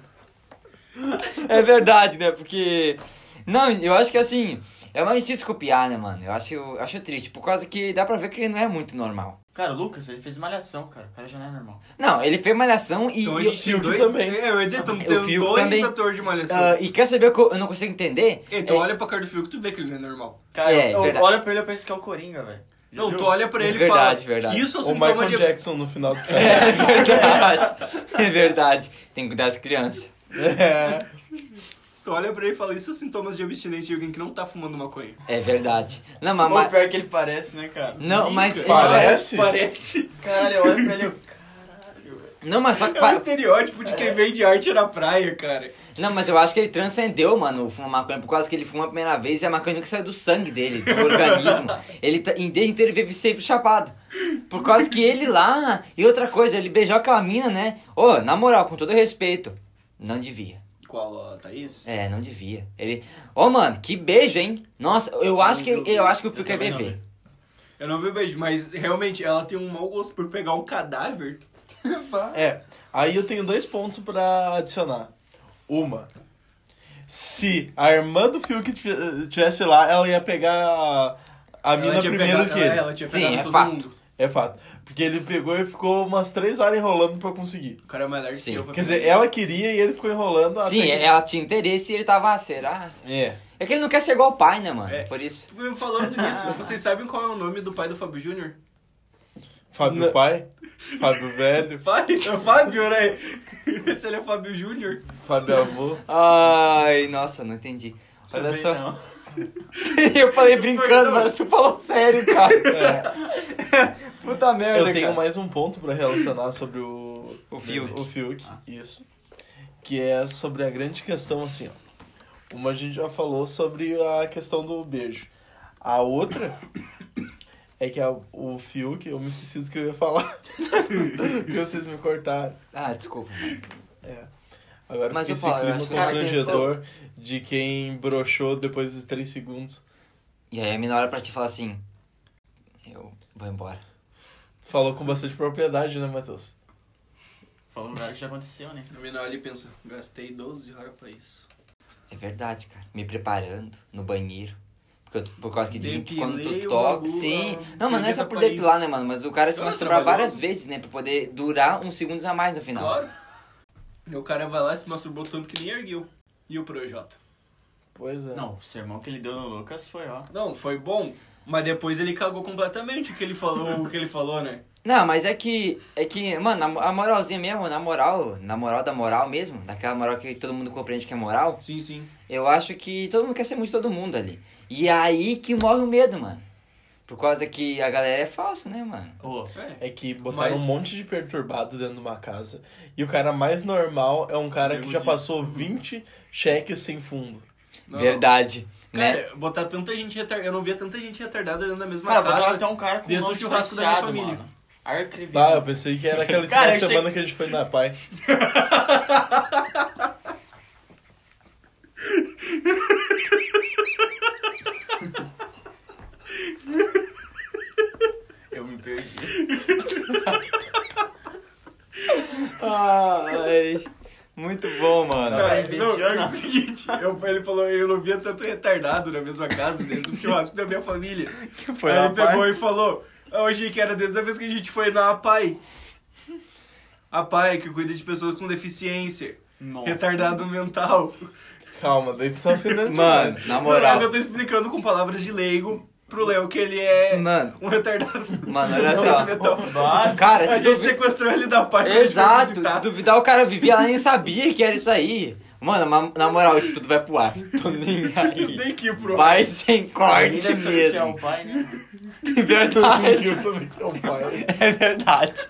[SPEAKER 2] É verdade, né? Porque. Não, eu acho que assim. É uma injustiça copiar, né, mano? Eu acho, eu acho triste. Por causa que dá pra ver que ele não é muito normal.
[SPEAKER 5] Cara, o Lucas, ele fez malhação, cara. O cara já não é normal.
[SPEAKER 2] Não, ele fez malhação e.
[SPEAKER 4] Então a
[SPEAKER 2] e eu-
[SPEAKER 4] gente tem
[SPEAKER 3] Fiuk
[SPEAKER 4] dois.
[SPEAKER 3] também.
[SPEAKER 4] É, eu ia dizer, tamo
[SPEAKER 2] O
[SPEAKER 4] tendo
[SPEAKER 2] Fiuk
[SPEAKER 4] dois
[SPEAKER 2] também.
[SPEAKER 4] atores de malhação.
[SPEAKER 2] ah, e quer saber o que eu eu não consigo entender?
[SPEAKER 4] então
[SPEAKER 2] É-
[SPEAKER 4] olha pra cara do Fiuk, tu vê que ele não é normal.
[SPEAKER 5] Cara,
[SPEAKER 2] É,
[SPEAKER 5] eu, eu
[SPEAKER 2] verdade.
[SPEAKER 5] olho pra ele e penso que é o Coringa, velho. Já
[SPEAKER 4] Não,
[SPEAKER 5] viu?
[SPEAKER 4] tu olha pra ele e fala.
[SPEAKER 2] Verdade, verdade.
[SPEAKER 4] Isso é
[SPEAKER 3] O
[SPEAKER 4] sintoma
[SPEAKER 3] Michael
[SPEAKER 4] de.
[SPEAKER 3] Jackson no final do cara.
[SPEAKER 2] É verdade. É verdade. Tem que cuidar das crianças.
[SPEAKER 3] É.
[SPEAKER 4] Tu olha pra ele e fala, isso é sintomas de abstinência de alguém que não tá fumando maconha.
[SPEAKER 2] É verdade. Não,
[SPEAKER 5] Ou
[SPEAKER 2] mas. mas-
[SPEAKER 5] pior que ele parece, né, cara?
[SPEAKER 2] Não,
[SPEAKER 4] Sim,
[SPEAKER 2] mas.
[SPEAKER 4] cara.
[SPEAKER 3] Parece?
[SPEAKER 4] Parece.
[SPEAKER 5] Caralho, eu olho pra ele e eu... Caralho, velho.
[SPEAKER 2] Não, mas só que.
[SPEAKER 4] É um
[SPEAKER 2] pa- É.
[SPEAKER 4] estereótipo de quem vende arte na praia, cara.
[SPEAKER 2] Não, mas eu acho que ele transcendeu, mano, o fumar maconha, por causa que ele fuma a primeira vez e a maconha nunca saiu do sangue dele, do organismo. Ele, tá- em desde inteiro, ele vive sempre chapado. Por causa que ele lá, e outra coisa, ele beijou aquela mina, né? Ô, na moral, com todo respeito, não devia.
[SPEAKER 4] Qual, a Thaís?
[SPEAKER 2] É, não devia. Ele, ô, mano, que beijo, hein? Nossa, eu acho que, eu acho que o
[SPEAKER 5] Eu
[SPEAKER 2] Fiuk é
[SPEAKER 5] também não
[SPEAKER 2] bebê.
[SPEAKER 5] vi.
[SPEAKER 4] Eu não vi o beijo, mas realmente ela tem um mau gosto por pegar um cadáver.
[SPEAKER 3] É, aí eu tenho dois pontos pra adicionar. Uma, se a irmã do Fiuk tiv- tivesse lá, ela ia pegar a, a mina
[SPEAKER 4] tinha
[SPEAKER 3] primeiro
[SPEAKER 4] pegado-
[SPEAKER 3] que
[SPEAKER 4] ela,
[SPEAKER 3] ele.
[SPEAKER 4] ela tinha
[SPEAKER 2] Sim,
[SPEAKER 4] pegado
[SPEAKER 2] é
[SPEAKER 4] todo
[SPEAKER 2] fato.
[SPEAKER 4] mundo.
[SPEAKER 3] É fato. Porque ele pegou e ficou umas três horas enrolando pra conseguir.
[SPEAKER 4] O cara é mais largo
[SPEAKER 2] Sim.
[SPEAKER 4] que eu. pra
[SPEAKER 3] Quer
[SPEAKER 4] pegar.
[SPEAKER 3] dizer, ela queria e ele ficou enrolando até
[SPEAKER 2] Uhum. Sim, é.
[SPEAKER 3] que-
[SPEAKER 2] ela tinha interesse e ele tava, ah, será?
[SPEAKER 3] É.
[SPEAKER 2] É que ele não quer ser igual o pai, né, mano?
[SPEAKER 4] É.
[SPEAKER 2] Por isso.
[SPEAKER 4] Falando nisso, vocês sabem qual é o nome do pai do Fábio Júnior?
[SPEAKER 3] Fábio
[SPEAKER 4] Não.
[SPEAKER 3] Pai, Fábio Velho,
[SPEAKER 4] Fábio, é Fábio, né? Esse ele é Fábio Júnior.
[SPEAKER 3] Fábio Avô.
[SPEAKER 2] Ai, nossa, não entendi. Olha
[SPEAKER 5] Também
[SPEAKER 2] só.
[SPEAKER 5] não.
[SPEAKER 2] eu falei É. brincando, mas tu falou sério, cara. Puta merda,
[SPEAKER 3] Eu tenho
[SPEAKER 2] cara.
[SPEAKER 3] mais um ponto pra relacionar sobre o...
[SPEAKER 2] É O Fiuk. Ah.
[SPEAKER 3] O Fiuk, isso. Que é sobre a grande questão, assim, ó. Uma a gente já falou sobre a questão do beijo. A outra é que a- o Fiuk, eu me esqueci do que eu ia falar. Porque vocês me cortaram.
[SPEAKER 2] Ah, desculpa.
[SPEAKER 3] É. Agora
[SPEAKER 2] Mas
[SPEAKER 3] Mas
[SPEAKER 2] eu
[SPEAKER 3] esse
[SPEAKER 2] falo, eu
[SPEAKER 3] clima
[SPEAKER 2] acho que o cara
[SPEAKER 3] constrangedor de quem broxou depois dos 3 segundos.
[SPEAKER 2] E aí a mina olha pra ti e fala assim. Eu vou embora.
[SPEAKER 3] Falou com bastante propriedade, né, Matheus?
[SPEAKER 5] Falou o um que já aconteceu, né?
[SPEAKER 4] No menor ali pensa, gastei 12 horas pra isso.
[SPEAKER 2] É verdade, cara. Me preparando no banheiro. Porque eu- por causa que dizem que quando
[SPEAKER 4] Depilei
[SPEAKER 2] tu
[SPEAKER 4] o
[SPEAKER 2] toca.
[SPEAKER 4] bagulho,
[SPEAKER 2] Sim.
[SPEAKER 4] ah,
[SPEAKER 2] Não, mas não é
[SPEAKER 4] peguei
[SPEAKER 2] só por
[SPEAKER 4] rapaz.
[SPEAKER 2] depilar, né, mano? Mas o cara se
[SPEAKER 4] Ah,
[SPEAKER 2] masturba
[SPEAKER 4] trabalhou.
[SPEAKER 2] várias vezes, né? Pra poder durar uns segundos a mais no final.
[SPEAKER 4] Claro. E o cara vai lá e se masturbou tanto que nem ergueu. E o Projota?
[SPEAKER 3] Pois é.
[SPEAKER 5] Não, o sermão que ele deu no Lucas foi, ó.
[SPEAKER 4] Não, foi bom, mas depois ele cagou completamente o que ele falou, o que ele falou, né?
[SPEAKER 2] Não, mas é que. É que, mano, a mo- a moralzinha mesmo, na moral, na moral da moral mesmo, daquela moral que todo mundo compreende que é moral,
[SPEAKER 4] Sim, sim.
[SPEAKER 2] eu acho que todo mundo quer ser muito todo mundo ali. E é aí que morre o medo, mano. Por causa que a galera é falsa, né, mano?
[SPEAKER 5] Ô,
[SPEAKER 4] É.
[SPEAKER 3] É que botaram
[SPEAKER 4] Mas-
[SPEAKER 3] um monte de perturbado dentro de uma casa. E o cara mais normal é um cara que já passou 20 cheques sem fundo.
[SPEAKER 4] Não,
[SPEAKER 2] Verdade.
[SPEAKER 4] não.
[SPEAKER 2] Né?
[SPEAKER 4] Cara, botar tanta gente retardada. Eu não via tanta gente retardada dentro da mesma
[SPEAKER 5] cara, botaram
[SPEAKER 4] casa.
[SPEAKER 5] até um cara com
[SPEAKER 4] desde o
[SPEAKER 5] nome
[SPEAKER 4] churrasco da minha
[SPEAKER 5] diferenciado,
[SPEAKER 4] família.
[SPEAKER 5] mano. Arcrevinho.
[SPEAKER 3] Ah, eu pensei que era aquela final
[SPEAKER 5] Cara,
[SPEAKER 3] de
[SPEAKER 5] eu
[SPEAKER 3] semana que a gente foi na pai.
[SPEAKER 5] Eu me perdi.
[SPEAKER 2] Ai, muito bom, mano.
[SPEAKER 5] Cara,
[SPEAKER 4] não,
[SPEAKER 5] inventiu,
[SPEAKER 4] é o
[SPEAKER 5] não.
[SPEAKER 4] seguinte, eu- ele falou, eu não via tanto retardado na mesma casa, desde o churrasco da minha família.
[SPEAKER 2] Foi
[SPEAKER 4] Aí
[SPEAKER 2] lá,
[SPEAKER 4] ele pegou
[SPEAKER 2] pai.
[SPEAKER 4] e falou, "Ah, eu achei que era desde a vez que a gente foi na APAI. APAI, que cuida de pessoas com deficiência,
[SPEAKER 5] Nossa.
[SPEAKER 4] retardado mental.
[SPEAKER 3] Calma, daí tu tá ofendendo
[SPEAKER 2] Mano,
[SPEAKER 3] demais.
[SPEAKER 2] na
[SPEAKER 4] Não, ainda
[SPEAKER 2] moral.
[SPEAKER 4] eu tô explicando com palavras de leigo pro Léo que ele é
[SPEAKER 2] Mano,
[SPEAKER 4] um retardado
[SPEAKER 2] mano, olha só.
[SPEAKER 4] sentimental.
[SPEAKER 5] Bah,
[SPEAKER 2] Cara,
[SPEAKER 4] A
[SPEAKER 2] se
[SPEAKER 4] gente
[SPEAKER 2] duvidar.
[SPEAKER 4] sequestrou ele da parte
[SPEAKER 2] Exato, se duvidar o cara vivia lá e nem sabia que era isso aí. Mano, ma- na moral, isso tudo vai pro ar. Tô nem aí.
[SPEAKER 4] Nem que pro...
[SPEAKER 2] Vai sem
[SPEAKER 5] Ninguém
[SPEAKER 2] corte
[SPEAKER 5] deve saber que é
[SPEAKER 2] mesmo.
[SPEAKER 5] o pai, né?
[SPEAKER 2] É Verdade.
[SPEAKER 3] Eu sabia que é um pai.
[SPEAKER 2] É verdade.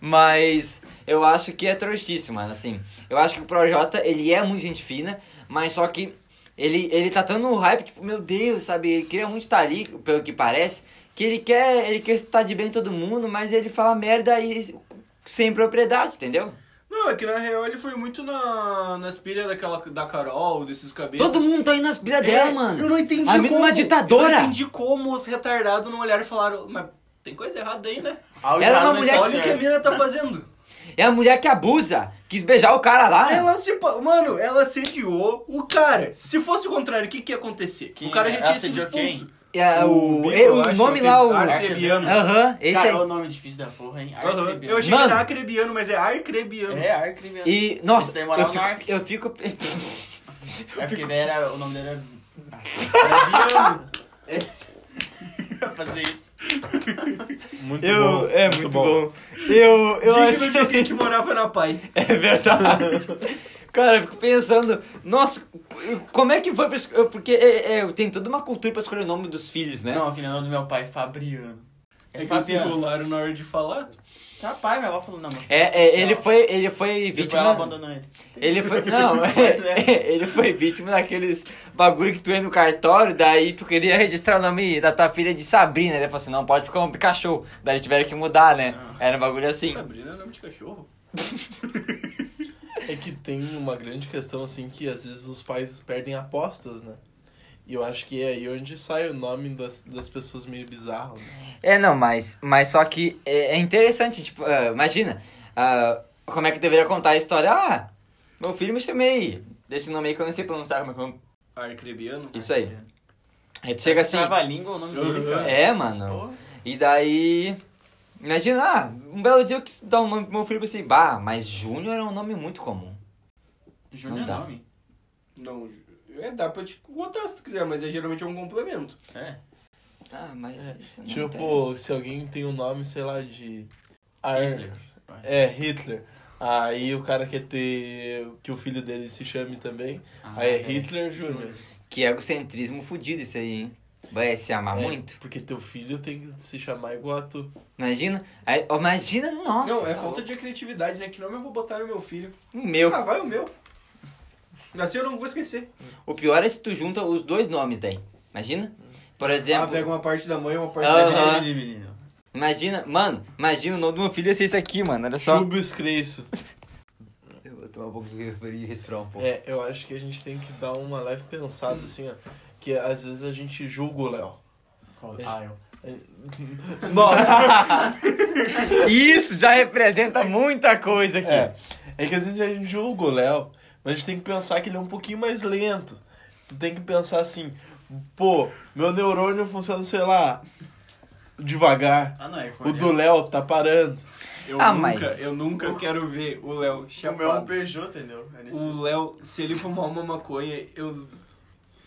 [SPEAKER 2] Mas eu acho que é trouxice, mano, assim. Eu acho que o Projota, ele é muito gente fina, mas só que ele, ele tá tão no hype, tipo, meu Deus, sabe? Ele queria muito estar ali, pelo que parece, que ele quer ele quer estar de bem com todo mundo, mas ele fala merda e sem propriedade, entendeu?
[SPEAKER 4] Não, é que na real ele foi muito na, nas pilhas daquela, da Carol, desses cabeças.
[SPEAKER 2] Todo mundo tá indo nas pilhas dela, mano.
[SPEAKER 4] É, Eu não entendi
[SPEAKER 2] A mina é
[SPEAKER 4] como.
[SPEAKER 2] uma ditadora.
[SPEAKER 4] Eu não entendi como os retardados não olharam e falaram, mas tem coisa errada aí, né?
[SPEAKER 5] Algo
[SPEAKER 2] Ela é
[SPEAKER 5] errado
[SPEAKER 2] uma
[SPEAKER 5] não
[SPEAKER 2] mulher
[SPEAKER 5] está
[SPEAKER 4] Olha o que a
[SPEAKER 5] certo.
[SPEAKER 4] mina tá fazendo.
[SPEAKER 2] É a mulher que abusa, quis beijar o cara lá. né?
[SPEAKER 4] Ela se. pa- Mano, ela assediou o cara. Se fosse o contrário, o que, que ia acontecer?
[SPEAKER 5] Quem
[SPEAKER 4] o cara já
[SPEAKER 5] é?
[SPEAKER 4] tinha sido
[SPEAKER 5] Assediou
[SPEAKER 4] expulso.
[SPEAKER 2] É, o,
[SPEAKER 4] Bill,
[SPEAKER 2] é, o
[SPEAKER 4] eu acho, tá
[SPEAKER 2] nome
[SPEAKER 4] aquele
[SPEAKER 2] lá, o. Aham,
[SPEAKER 4] Arcrebiano.
[SPEAKER 2] esse
[SPEAKER 5] Cara,
[SPEAKER 2] aí.
[SPEAKER 5] é o nome difícil da porra, hein?
[SPEAKER 4] Aham.
[SPEAKER 5] Arcrebiano.
[SPEAKER 4] Eu achei
[SPEAKER 2] Mano.
[SPEAKER 4] que era acrebiano, mas é arcrebiano.
[SPEAKER 5] É, Arcrebiano.
[SPEAKER 2] E, nossa,
[SPEAKER 5] Isso tem moral
[SPEAKER 2] eu
[SPEAKER 5] no
[SPEAKER 2] fico, eu fico.
[SPEAKER 5] É porque daí era, o nome dele era...
[SPEAKER 4] Arcrebiano.
[SPEAKER 5] Pra É. fazer isso.
[SPEAKER 3] Muito
[SPEAKER 2] eu-
[SPEAKER 3] bom.
[SPEAKER 2] é muito, bom. Eu, eu
[SPEAKER 4] Digno
[SPEAKER 2] acho
[SPEAKER 4] de alguém que morava na pai.
[SPEAKER 2] É verdade. Cara, eu fico pensando, nossa, como é que foi pra escolher. Porque é, é, tem toda uma cultura pra escolher o nome dos filhos, né?
[SPEAKER 5] Não, que nem o nome do meu pai, Fabriano.
[SPEAKER 4] É
[SPEAKER 5] É
[SPEAKER 4] que se
[SPEAKER 5] Fabiano.
[SPEAKER 4] enrolaram na hora de falar.
[SPEAKER 5] Tá, pai, minha avó falou, não, meu filho
[SPEAKER 2] É, é,
[SPEAKER 5] especial.
[SPEAKER 2] ele foi, ele foi
[SPEAKER 5] Depois ela
[SPEAKER 2] vítima.
[SPEAKER 5] abandonou ele.
[SPEAKER 2] Ele foi. Não, é, ele foi vítima daqueles bagulho que tu entra no cartório, daí tu queria registrar o nome da tua filha de Sabrina. Ele falou assim: não, pode ficar o nome do cachorro. Daí tiveram que mudar, né? Era um bagulho assim.
[SPEAKER 4] Sabrina é nome de cachorro.
[SPEAKER 3] É que tem uma grande questão, assim, que às vezes os pais perdem apostas, né? E eu acho que é aí onde sai o nome das, das pessoas meio bizarro, né?
[SPEAKER 2] É, não, mas, mas só que é, é interessante, tipo, ah, imagina, ah, como é que deveria contar a história? Ah, meu filho me chamei, desse nome aí que eu não sei pronunciar como é que eu...
[SPEAKER 4] Arcrebiano.
[SPEAKER 2] Isso aí. Aí tu chega assim,
[SPEAKER 5] Trava a língua o nome dele, cara.
[SPEAKER 2] é, mano,
[SPEAKER 5] Porra.
[SPEAKER 2] e daí, imagina, ah, um belo dia eu quis dar um nome pro meu filho, pensei, bah, mas Júnior é um nome muito comum.
[SPEAKER 5] Júnior
[SPEAKER 2] Não
[SPEAKER 5] é
[SPEAKER 2] dá.
[SPEAKER 5] nome.
[SPEAKER 4] Não, É, dá pra te botar se tu quiser, mas é, geralmente é um complemento.
[SPEAKER 5] É.
[SPEAKER 2] Ah, mas
[SPEAKER 4] É,
[SPEAKER 2] isso não
[SPEAKER 3] Tipo,
[SPEAKER 2] interessa.
[SPEAKER 3] se alguém tem um nome, sei lá, de. Ar-
[SPEAKER 5] Hitler.
[SPEAKER 3] É, Hitler. Aí o cara quer ter que o filho dele se chame também.
[SPEAKER 5] Ah,
[SPEAKER 3] aí é, Hitler Jr.
[SPEAKER 2] Que egocentrismo fudido isso aí, hein? Vai se amar
[SPEAKER 3] É,
[SPEAKER 2] Ah, muito?
[SPEAKER 3] Porque teu filho tem que se chamar igual a tu.
[SPEAKER 2] Imagina, aí, ó, imagina, nossa.
[SPEAKER 4] não, é
[SPEAKER 2] tá
[SPEAKER 4] falta
[SPEAKER 2] louco.
[SPEAKER 4] de criatividade, né? Que nome eu vou botar no meu filho?
[SPEAKER 2] O meu.
[SPEAKER 4] Ah, vai o meu. Nasceu, eu não vou esquecer.
[SPEAKER 2] O pior é se tu junta os dois nomes daí. Imagina? Por exemplo,
[SPEAKER 4] Ah, pega uma parte da mãe e uma parte
[SPEAKER 2] Ah.
[SPEAKER 4] da minha.
[SPEAKER 2] Aham.
[SPEAKER 5] Ele, É menino.
[SPEAKER 2] imagina, mano, imagina o nome do meu filho ia ser isso aqui, mano. Olha só.
[SPEAKER 3] Jubius Creso.
[SPEAKER 2] Eu vou tomar um pouco de refri e respirar um pouco.
[SPEAKER 3] É, eu acho que a gente tem que dar uma leve pensada, assim, ó. Que às vezes a gente julga o Léo.
[SPEAKER 5] Ah, eu.
[SPEAKER 3] Nossa!
[SPEAKER 2] É, Isso já representa muita coisa aqui.
[SPEAKER 3] é. É que às vezes a gente julga o Léo, mas a gente tem que pensar que ele é um pouquinho mais lento. Tu tem que pensar assim, pô, meu neurônio funciona, sei lá, devagar.
[SPEAKER 5] Ah, não, é.
[SPEAKER 3] O do Léo tá parando.
[SPEAKER 4] Eu
[SPEAKER 2] Ah,
[SPEAKER 4] nunca,
[SPEAKER 2] mas- tá
[SPEAKER 4] eu nunca quero ver o Léo
[SPEAKER 5] O meu é um
[SPEAKER 4] chapado.
[SPEAKER 5] Peugeot, entendeu? É nesse.
[SPEAKER 4] O Léo, se ele fumar uma maconha, eu...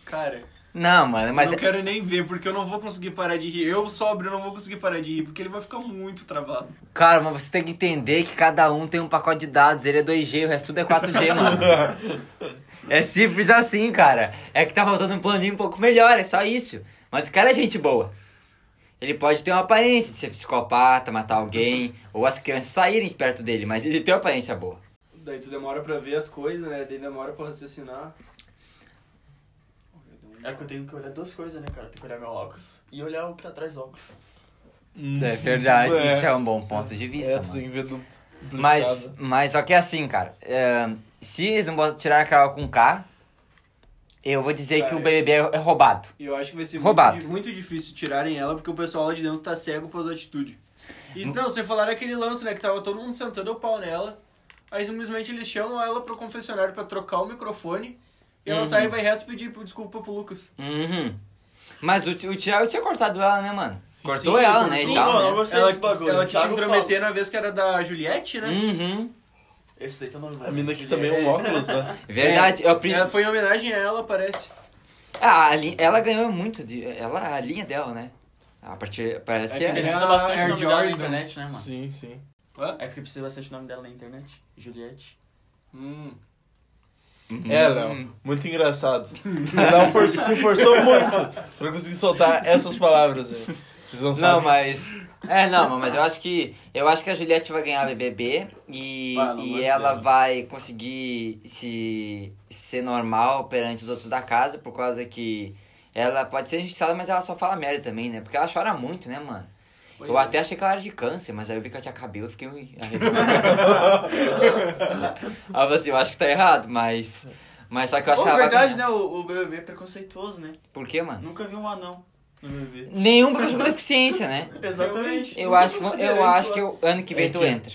[SPEAKER 4] Cara,
[SPEAKER 2] Não, mano, mas é-
[SPEAKER 4] eu não quero nem ver, porque eu não vou conseguir parar de rir. Eu, sóbrio, não vou conseguir parar de rir, porque ele vai ficar muito travado.
[SPEAKER 2] Cara, mas você tem que entender que cada um tem um pacote de dados. Ele é 2G, o resto tudo é 4G, mano. é simples assim, cara. É que tá faltando um planinho um pouco melhor, é só isso. Mas o cara é gente boa. Ele pode ter uma aparência de ser psicopata, matar alguém, ou as crianças saírem perto dele, mas ele tem uma aparência boa.
[SPEAKER 4] Daí tu demora pra ver as coisas, né? Daí demora pra raciocinar.
[SPEAKER 5] É que eu tenho que olhar duas coisas, né, cara? Eu tenho que olhar meu óculos e olhar o que tá atrás do óculos.
[SPEAKER 2] É verdade,
[SPEAKER 3] É.
[SPEAKER 2] isso é assim, um bom ponto de vista,
[SPEAKER 3] é, tu
[SPEAKER 2] mano.
[SPEAKER 3] tem que ver do.
[SPEAKER 2] Mas, mas só que é assim, cara. é, se eles não botam- tirar a Carol com K, eu vou dizer que
[SPEAKER 4] Cara,
[SPEAKER 2] o BBB é- é roubado.
[SPEAKER 4] E eu acho que vai ser
[SPEAKER 2] Roubado.
[SPEAKER 4] Muito, di- muito difícil tirarem ela, porque o pessoal lá de dentro tá cego pras atitudes. E se não, você falaram aquele lance, né? Que tava todo mundo sentando o pau nela. Aí simplesmente eles chamam ela pro confessionário pra trocar o microfone. E ela
[SPEAKER 2] Uhum.
[SPEAKER 4] sai e vai reto pedir desculpa pro Lucas.
[SPEAKER 2] Uhum. Mas o, Ti- o Thiago tinha cortado ela, né, mano? Cortou
[SPEAKER 4] Sim,
[SPEAKER 2] ela, né?
[SPEAKER 5] Sim,
[SPEAKER 2] e
[SPEAKER 5] mano,
[SPEAKER 2] tal,
[SPEAKER 5] eu
[SPEAKER 2] né?
[SPEAKER 5] gostei
[SPEAKER 4] Ela
[SPEAKER 5] desse
[SPEAKER 4] quis,
[SPEAKER 5] bagulho.
[SPEAKER 4] ela
[SPEAKER 5] O
[SPEAKER 4] quis se
[SPEAKER 5] Thiago
[SPEAKER 4] intrometer na vez que era da Juliette, né?
[SPEAKER 2] Uhum.
[SPEAKER 5] fala. Esse daí tá normal.
[SPEAKER 3] A mina aqui também é um óculos, né?
[SPEAKER 2] Verdade. eu apre-
[SPEAKER 4] É, foi em homenagem a ela, parece.
[SPEAKER 2] Ah, a li- Ela ganhou muito. De... Ela, a linha dela, né? A partir. Parece
[SPEAKER 5] É
[SPEAKER 2] que
[SPEAKER 5] que
[SPEAKER 2] é.
[SPEAKER 5] precisa
[SPEAKER 4] a
[SPEAKER 5] bastante
[SPEAKER 4] Air
[SPEAKER 5] nome dela na
[SPEAKER 4] Jordan.
[SPEAKER 5] internet, né, mano?
[SPEAKER 3] Sim, sim.
[SPEAKER 5] É porque precisa bastante nome dela na internet. Juliette.
[SPEAKER 4] Hum.
[SPEAKER 2] Hum.
[SPEAKER 3] É, Léo, muito engraçado. O Léo for- se forçou muito pra conseguir soltar essas palavras aí. Vocês não,
[SPEAKER 2] Não,
[SPEAKER 3] sabem.
[SPEAKER 2] mas. É, não, mas eu acho que. Eu acho que a Juliette vai ganhar a BBB e,
[SPEAKER 5] Vai, não
[SPEAKER 2] e
[SPEAKER 5] gosto
[SPEAKER 2] ela
[SPEAKER 5] dela.
[SPEAKER 2] vai conseguir se ser normal perante os outros da casa, por causa que ela pode ser injustiçada, mas ela só fala merda também, né? Porque ela chora muito, né, mano?
[SPEAKER 4] Pois
[SPEAKER 2] eu
[SPEAKER 4] é.
[SPEAKER 2] até achei que ela era de câncer, mas aí eu vi que ela tinha cabelo e fiquei um arrepiado. Aí eu falei assim, eu acho que tá errado, mas. Mas só que eu acho
[SPEAKER 5] Pô,
[SPEAKER 2] que ela
[SPEAKER 5] verdade,
[SPEAKER 2] vai.
[SPEAKER 5] né? O, o BBB é preconceituoso, né?
[SPEAKER 2] Por quê, mano?
[SPEAKER 5] Nunca vi um anão no BBB.
[SPEAKER 2] Nenhum porque eu jogo deficiência, né?
[SPEAKER 5] Exatamente.
[SPEAKER 2] Eu
[SPEAKER 5] Nunca
[SPEAKER 2] acho que,
[SPEAKER 5] vi um
[SPEAKER 2] eu
[SPEAKER 5] cadeirante
[SPEAKER 2] acho
[SPEAKER 5] lá.
[SPEAKER 2] que eu- ano que vem
[SPEAKER 3] É
[SPEAKER 2] tu
[SPEAKER 3] que-
[SPEAKER 2] entra.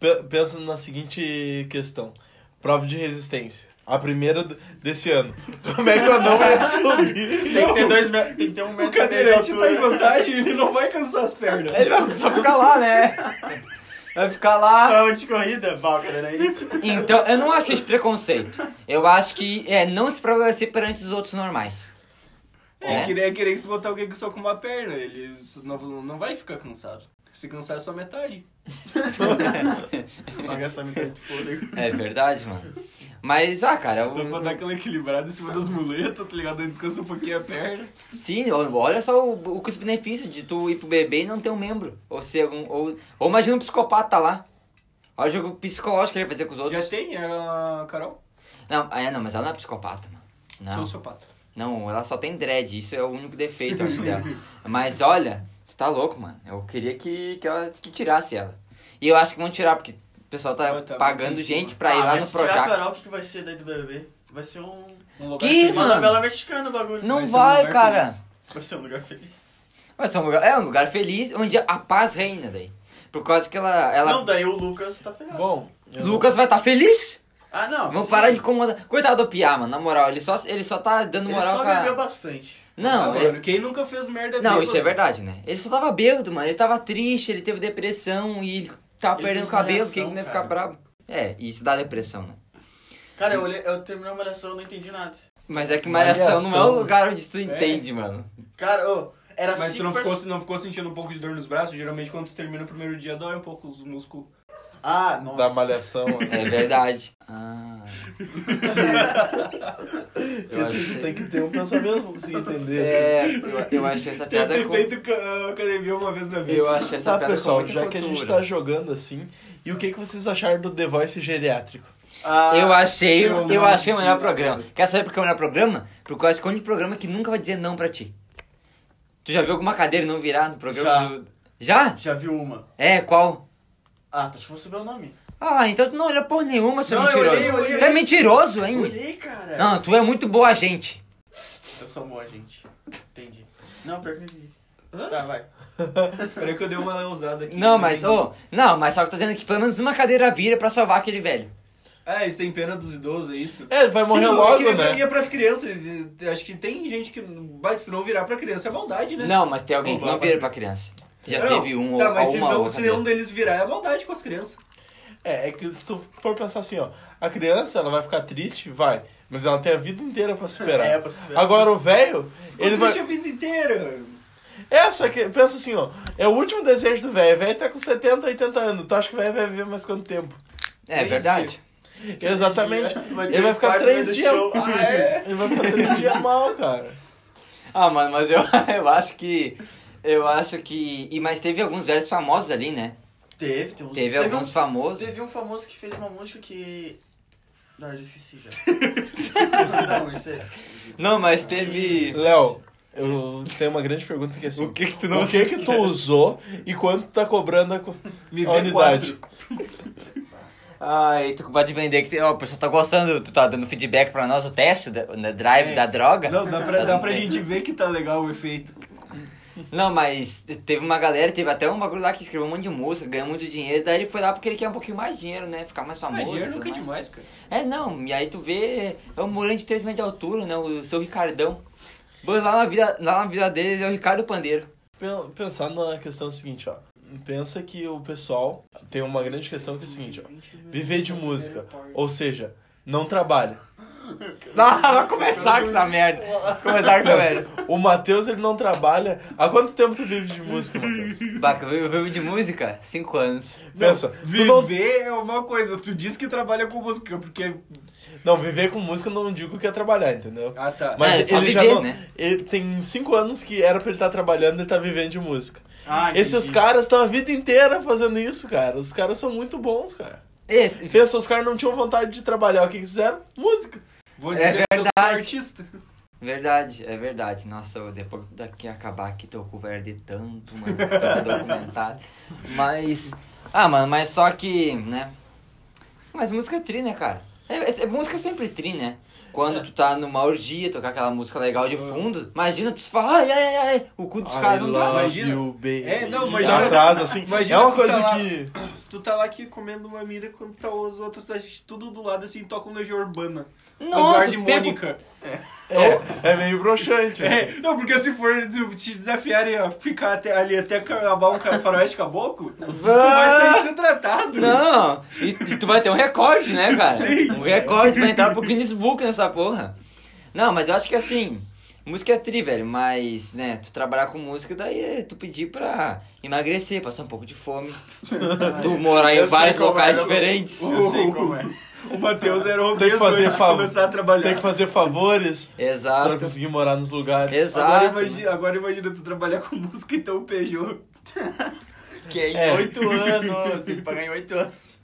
[SPEAKER 3] Pe- Pensa na seguinte questão: prova de resistência. A primeira do- desse ano. Como é que eu não ia
[SPEAKER 2] um
[SPEAKER 3] subir?
[SPEAKER 5] Tem que ter dois metros. Tem que ter um
[SPEAKER 4] O
[SPEAKER 5] metro e meio de
[SPEAKER 4] cadeirante tá em
[SPEAKER 5] altura.
[SPEAKER 4] vantagem, ele não vai cansar as pernas.
[SPEAKER 2] Ele vai só ficar lá, né? Vai ficar lá.
[SPEAKER 5] Prova de corrida? Bah, é cadeirante.
[SPEAKER 2] Então, eu não acho isso preconceito. Eu acho que é não se prevalecer perante os outros normais.
[SPEAKER 4] É,
[SPEAKER 2] É.
[SPEAKER 4] querer, querer se botar alguém só com uma perna, ele não, não vai ficar cansado. Se cansar é só metade.
[SPEAKER 5] Vai gastar metade de fôlego.
[SPEAKER 2] É verdade, mano. Mas, ah, cara, eu-
[SPEAKER 4] Dá Então, pra dar aquela equilibrada em cima das muletas, tá ligado? Aí descansa um pouquinho a perna.
[SPEAKER 2] sim, o- olha só o, o custo-benefício de tu ir pro bebê e não ter um membro. Ou ser algum. Ou, ou imagina um psicopata lá. Olha o jogo psicológico que ele vai fazer com os outros.
[SPEAKER 4] Já tem a Carol?
[SPEAKER 2] Não, é, não, mas ela não é psicopata, mano. Não.
[SPEAKER 4] Sociopata.
[SPEAKER 2] Não, ela só tem dread, isso é o único defeito, eu acho, dela. Mas olha, tu tá louco, mano. Eu queria que, que ela que tirasse ela. E eu acho que vão tirar, porque o pessoal tá
[SPEAKER 4] Vai, tá,
[SPEAKER 2] pagando
[SPEAKER 4] muito em
[SPEAKER 2] gente
[SPEAKER 4] cima.
[SPEAKER 2] pra ir
[SPEAKER 5] Ah,
[SPEAKER 2] lá
[SPEAKER 5] mas
[SPEAKER 2] no
[SPEAKER 5] se tirar a
[SPEAKER 2] Projac.
[SPEAKER 5] Carol, o que, que vai ser daí do BBB? Vai ser um...
[SPEAKER 4] Um lugar
[SPEAKER 2] Que,
[SPEAKER 4] feliz.
[SPEAKER 5] uma
[SPEAKER 2] mano?
[SPEAKER 5] novela mexicana o bagulho.
[SPEAKER 2] Não
[SPEAKER 4] Vai ser um
[SPEAKER 2] vai,
[SPEAKER 4] lugar
[SPEAKER 2] cara.
[SPEAKER 4] feliz.
[SPEAKER 5] Vai ser um lugar feliz.
[SPEAKER 2] Vai ser um lugar, é um lugar feliz onde a paz reina daí. Por causa que ela. ela
[SPEAKER 5] Não, daí o Lucas tá ferrado.
[SPEAKER 3] Bom, eu
[SPEAKER 2] Lucas vai estar tá feliz?
[SPEAKER 5] Ah, não.
[SPEAKER 2] Vão
[SPEAKER 5] sim.
[SPEAKER 2] parar de incomodar. Coitado do Piá, mano, na moral, ele só, ele só tá dando
[SPEAKER 5] Ele
[SPEAKER 2] moral
[SPEAKER 5] só
[SPEAKER 2] com a-
[SPEAKER 5] bebeu bastante.
[SPEAKER 2] Não,
[SPEAKER 4] Ah,
[SPEAKER 2] ele-
[SPEAKER 4] mano, quem nunca fez merda
[SPEAKER 2] Não,
[SPEAKER 4] bêbado?
[SPEAKER 2] isso é verdade, né? Ele só tava bêbado, mano. Ele tava triste, ele teve depressão e ele tava
[SPEAKER 5] Ele
[SPEAKER 2] perdendo
[SPEAKER 5] fez
[SPEAKER 2] o cabelo,
[SPEAKER 5] malhação,
[SPEAKER 2] quem não ia ficar
[SPEAKER 5] cara.
[SPEAKER 2] brabo? É, e isso dá depressão, né?
[SPEAKER 5] Cara, eu, olhei, eu terminei a malhação, eu não entendi nada.
[SPEAKER 2] Mas é que Malhação não é
[SPEAKER 3] Malhação.
[SPEAKER 2] um lugar onde tu entende, mano.
[SPEAKER 5] Cara, ô, era
[SPEAKER 2] assim
[SPEAKER 4] Mas tu
[SPEAKER 5] cinco
[SPEAKER 4] não ficou,
[SPEAKER 5] pessoas.
[SPEAKER 4] não ficou sentindo um pouco de dor nos braços? Geralmente quando tu termina o primeiro dia dói um pouco os músculos.
[SPEAKER 5] Ah,
[SPEAKER 3] Da
[SPEAKER 5] nossa.
[SPEAKER 3] malhação. né?
[SPEAKER 2] É verdade. Ah. Eu
[SPEAKER 3] Porque assim,
[SPEAKER 2] achei-
[SPEAKER 3] tu tem que ter um pensamento pra conseguir entender. assim.
[SPEAKER 2] É, eu, eu achei essa
[SPEAKER 4] Tem
[SPEAKER 2] piada
[SPEAKER 4] ter
[SPEAKER 2] com...
[SPEAKER 4] feito ca- academia uma vez na vida.
[SPEAKER 2] Eu achei essa
[SPEAKER 3] tá,
[SPEAKER 2] piada com
[SPEAKER 3] pessoal,
[SPEAKER 2] muita
[SPEAKER 3] já que a gente
[SPEAKER 2] cultura.
[SPEAKER 3] tá jogando assim, e o que, que vocês acharam do The Voice geriátrico?
[SPEAKER 5] Ah,
[SPEAKER 2] Eu achei,
[SPEAKER 4] eu
[SPEAKER 2] eu,
[SPEAKER 4] não
[SPEAKER 2] achei o
[SPEAKER 4] sei,
[SPEAKER 2] melhor
[SPEAKER 4] cara.
[SPEAKER 2] programa. Quer saber por que é o melhor programa? Porque é o esconde programa que nunca vai dizer não pra ti. Tu já viu alguma cadeira não virar no programa?
[SPEAKER 5] Já.
[SPEAKER 2] do- Já?
[SPEAKER 5] Já vi uma.
[SPEAKER 2] É, qual?
[SPEAKER 5] Ah, acho que vou saber o nome.
[SPEAKER 2] Ah, então tu não olhou porra nenhuma, seu
[SPEAKER 4] Não, eu
[SPEAKER 2] mentiroso.
[SPEAKER 4] olhei, eu olhei,
[SPEAKER 2] tu é
[SPEAKER 4] eu-
[SPEAKER 2] mentiroso, hein?
[SPEAKER 5] Olhei, cara.
[SPEAKER 2] Não, tu é muito boa gente.
[SPEAKER 5] Eu sou boa, gente. Entendi. Não, pior que não entendi. Tá, vai.
[SPEAKER 4] Peraí que eu dei uma ousada aqui.
[SPEAKER 2] Não, mas, ô, não, mas só que eu tô dizendo que pelo menos uma cadeira vira pra salvar aquele velho.
[SPEAKER 4] Ah, eles têm pena dos idosos, é isso?
[SPEAKER 3] É, ele vai morrer
[SPEAKER 4] Sim,
[SPEAKER 3] logo,
[SPEAKER 4] é que nem
[SPEAKER 3] né?
[SPEAKER 4] Ia pras crianças. e Acho que tem gente que. vai, Se não virar pra criança é maldade, né?
[SPEAKER 2] Não, mas tem alguém que
[SPEAKER 5] Não vai
[SPEAKER 2] não vira pra criança. Já
[SPEAKER 4] Não,
[SPEAKER 2] teve um
[SPEAKER 4] tá,
[SPEAKER 2] ou
[SPEAKER 4] mas
[SPEAKER 2] ou
[SPEAKER 4] se,
[SPEAKER 2] uma
[SPEAKER 4] não-
[SPEAKER 2] outra.
[SPEAKER 4] se nenhum deles virar, é maldade com as crianças.
[SPEAKER 3] É, é que se tu for pensar assim, ó, a criança, ela vai ficar triste, vai, mas ela tem a vida inteira pra superar.
[SPEAKER 5] É, pra
[SPEAKER 4] Ah.
[SPEAKER 5] superar.
[SPEAKER 3] Agora o velho, ele vai...
[SPEAKER 4] a vida inteira.
[SPEAKER 3] É, só que pensa assim, ó, é o último desejo do velho. O velho tá com 70, 80 anos, tu acha que o velho vai viver mais quanto tempo?
[SPEAKER 2] É verdade.
[SPEAKER 3] Exatamente.
[SPEAKER 5] Vai ter
[SPEAKER 3] ele vai
[SPEAKER 5] um
[SPEAKER 3] ficar
[SPEAKER 5] infarto,
[SPEAKER 3] três
[SPEAKER 5] vai ter
[SPEAKER 3] dias...
[SPEAKER 5] show. Ah, é?
[SPEAKER 3] Ele vai ficar três dias mal, cara.
[SPEAKER 2] Ah, mano, mas eu, eu acho que. Eu acho que. E mas teve alguns velhos famosos ali, né?
[SPEAKER 5] Teve, teve, uns-
[SPEAKER 2] Teve, alguns
[SPEAKER 5] um,
[SPEAKER 2] famosos.
[SPEAKER 5] Teve um famoso que fez uma música que... Não, eu já esqueci já. não, isso é...
[SPEAKER 2] Não, mas teve.
[SPEAKER 3] Léo, eu tenho uma grande pergunta que é assim...
[SPEAKER 2] O que que tu não
[SPEAKER 3] O que que tu usou e quanto tá cobrando a, co-
[SPEAKER 4] Me
[SPEAKER 3] a
[SPEAKER 4] vê
[SPEAKER 3] unidade?
[SPEAKER 2] Ai, tu pode vender que. tem- Ó, o pessoal tá gostando, tu tá dando feedback pra nós, o teste, o da- o da drive
[SPEAKER 4] É.
[SPEAKER 2] da droga.
[SPEAKER 4] Não, dá pra, dá pra
[SPEAKER 2] Não tem.
[SPEAKER 4] gente ver que tá legal o efeito.
[SPEAKER 2] Não, mas teve uma galera, teve até um bagulho lá que escreveu um monte de música, ganhou muito dinheiro, daí ele foi lá porque ele quer um pouquinho mais de dinheiro, né? Ficar mais famoso.
[SPEAKER 4] Ah, dinheiro
[SPEAKER 2] tudo
[SPEAKER 4] nunca é
[SPEAKER 2] mais.
[SPEAKER 4] demais, cara.
[SPEAKER 2] É, não, e aí tu vê, é um morante de 3 metros de altura, né? O seu Ricardão. Bom, Lá na vida, lá na vida dele, ele é o Ricardo Pandeiro.
[SPEAKER 3] Pen- Pensar na questão seguinte, ó. Pensa que o pessoal tem uma grande questão que é o seguinte, ó. Viver de música, ou seja, não trabalha.
[SPEAKER 2] Não, Ah, vai começar com essa merda. Começar com essa merda.
[SPEAKER 3] O Matheus, ele não trabalha. Há quanto tempo tu vive de música, Matheus?
[SPEAKER 2] Baca, eu vivo de música? 5 anos.
[SPEAKER 3] Pensa, tu não...
[SPEAKER 4] Viver é uma coisa. Tu diz que trabalha com música, porque.
[SPEAKER 3] não, viver com música eu não digo que é trabalhar, entendeu?
[SPEAKER 4] Ah, tá.
[SPEAKER 2] É,
[SPEAKER 3] Mas
[SPEAKER 2] só
[SPEAKER 3] ele já
[SPEAKER 2] viver,
[SPEAKER 3] não...
[SPEAKER 2] né?
[SPEAKER 3] Ele tem cinco anos que era pra ele estar trabalhando e tá vivendo de música.
[SPEAKER 5] Ah, entendi.
[SPEAKER 3] Esses caras estão a vida inteira fazendo isso, cara. Os caras são muito bons, cara.
[SPEAKER 2] Esse,
[SPEAKER 3] Pensa, os caras não tinham vontade de trabalhar. O que que fizeram? Música.
[SPEAKER 4] Vou
[SPEAKER 2] É
[SPEAKER 4] dizer que eu sou
[SPEAKER 2] verdade.
[SPEAKER 4] artista.
[SPEAKER 2] verdade, é verdade. Nossa, eu- depois daqui acabar aqui, teu cu vai arder tanto, mano. Tanto documentário. Mas. Ah, mano, mas só que, né? Mas música é tri, né, cara? É, é- é- música é sempre tri, né? Quando tu tá numa orgia, tocar aquela música legal de fundo, imagina tu se fala, ai, ai, ai, ai, o cu dos caras não
[SPEAKER 3] I
[SPEAKER 2] tá.
[SPEAKER 3] love
[SPEAKER 4] imagina.
[SPEAKER 3] you, baby.
[SPEAKER 4] É, não,
[SPEAKER 3] Lá
[SPEAKER 4] imagina-
[SPEAKER 3] atrás, assim.
[SPEAKER 4] imagina
[SPEAKER 3] é uma
[SPEAKER 4] tu
[SPEAKER 3] coisa
[SPEAKER 4] tá lá-
[SPEAKER 3] que.
[SPEAKER 4] Tu tá lá aqui comendo uma mira quando tá os outros tá tudo do lado assim, tocam Legião Urbana.
[SPEAKER 2] Nossa,
[SPEAKER 4] Eduardo e
[SPEAKER 2] o tempo
[SPEAKER 4] Mônica.
[SPEAKER 3] É, é meio broxante. assim.
[SPEAKER 4] É, não, porque se for de- te desafiarem a ficar até- ali até acabar um ca- faroeste caboclo, tu vai sair desentratado.
[SPEAKER 2] Não, e, e tu vai ter um recorde, né, cara?
[SPEAKER 4] Sim.
[SPEAKER 2] Um recorde pra entrar pro Guinness Book nessa porra. Não, mas eu acho que assim, música é tri, velho, mas, né, tu trabalhar com música, daí é tu pedir pra emagrecer, passar um pouco de fome,
[SPEAKER 4] Ah.
[SPEAKER 2] tu morar em
[SPEAKER 5] Ah, é. Eu sei
[SPEAKER 2] vários
[SPEAKER 5] como
[SPEAKER 2] locais
[SPEAKER 5] é, eu-
[SPEAKER 2] diferentes.
[SPEAKER 5] Eu sei como é.
[SPEAKER 4] O Matheus era obeso
[SPEAKER 3] Tem que fazer
[SPEAKER 4] antes de
[SPEAKER 3] favor.
[SPEAKER 4] começar a trabalhar.
[SPEAKER 3] Tem que fazer favores pra
[SPEAKER 2] Exato.
[SPEAKER 3] conseguir morar nos lugares.
[SPEAKER 2] Exato.
[SPEAKER 4] Agora
[SPEAKER 2] mano.
[SPEAKER 4] imagina, agora imagina tu trabalhar com música e ter um Peugeot.
[SPEAKER 5] Que é
[SPEAKER 3] É.
[SPEAKER 5] em oito anos. Tem que pagar em oito anos.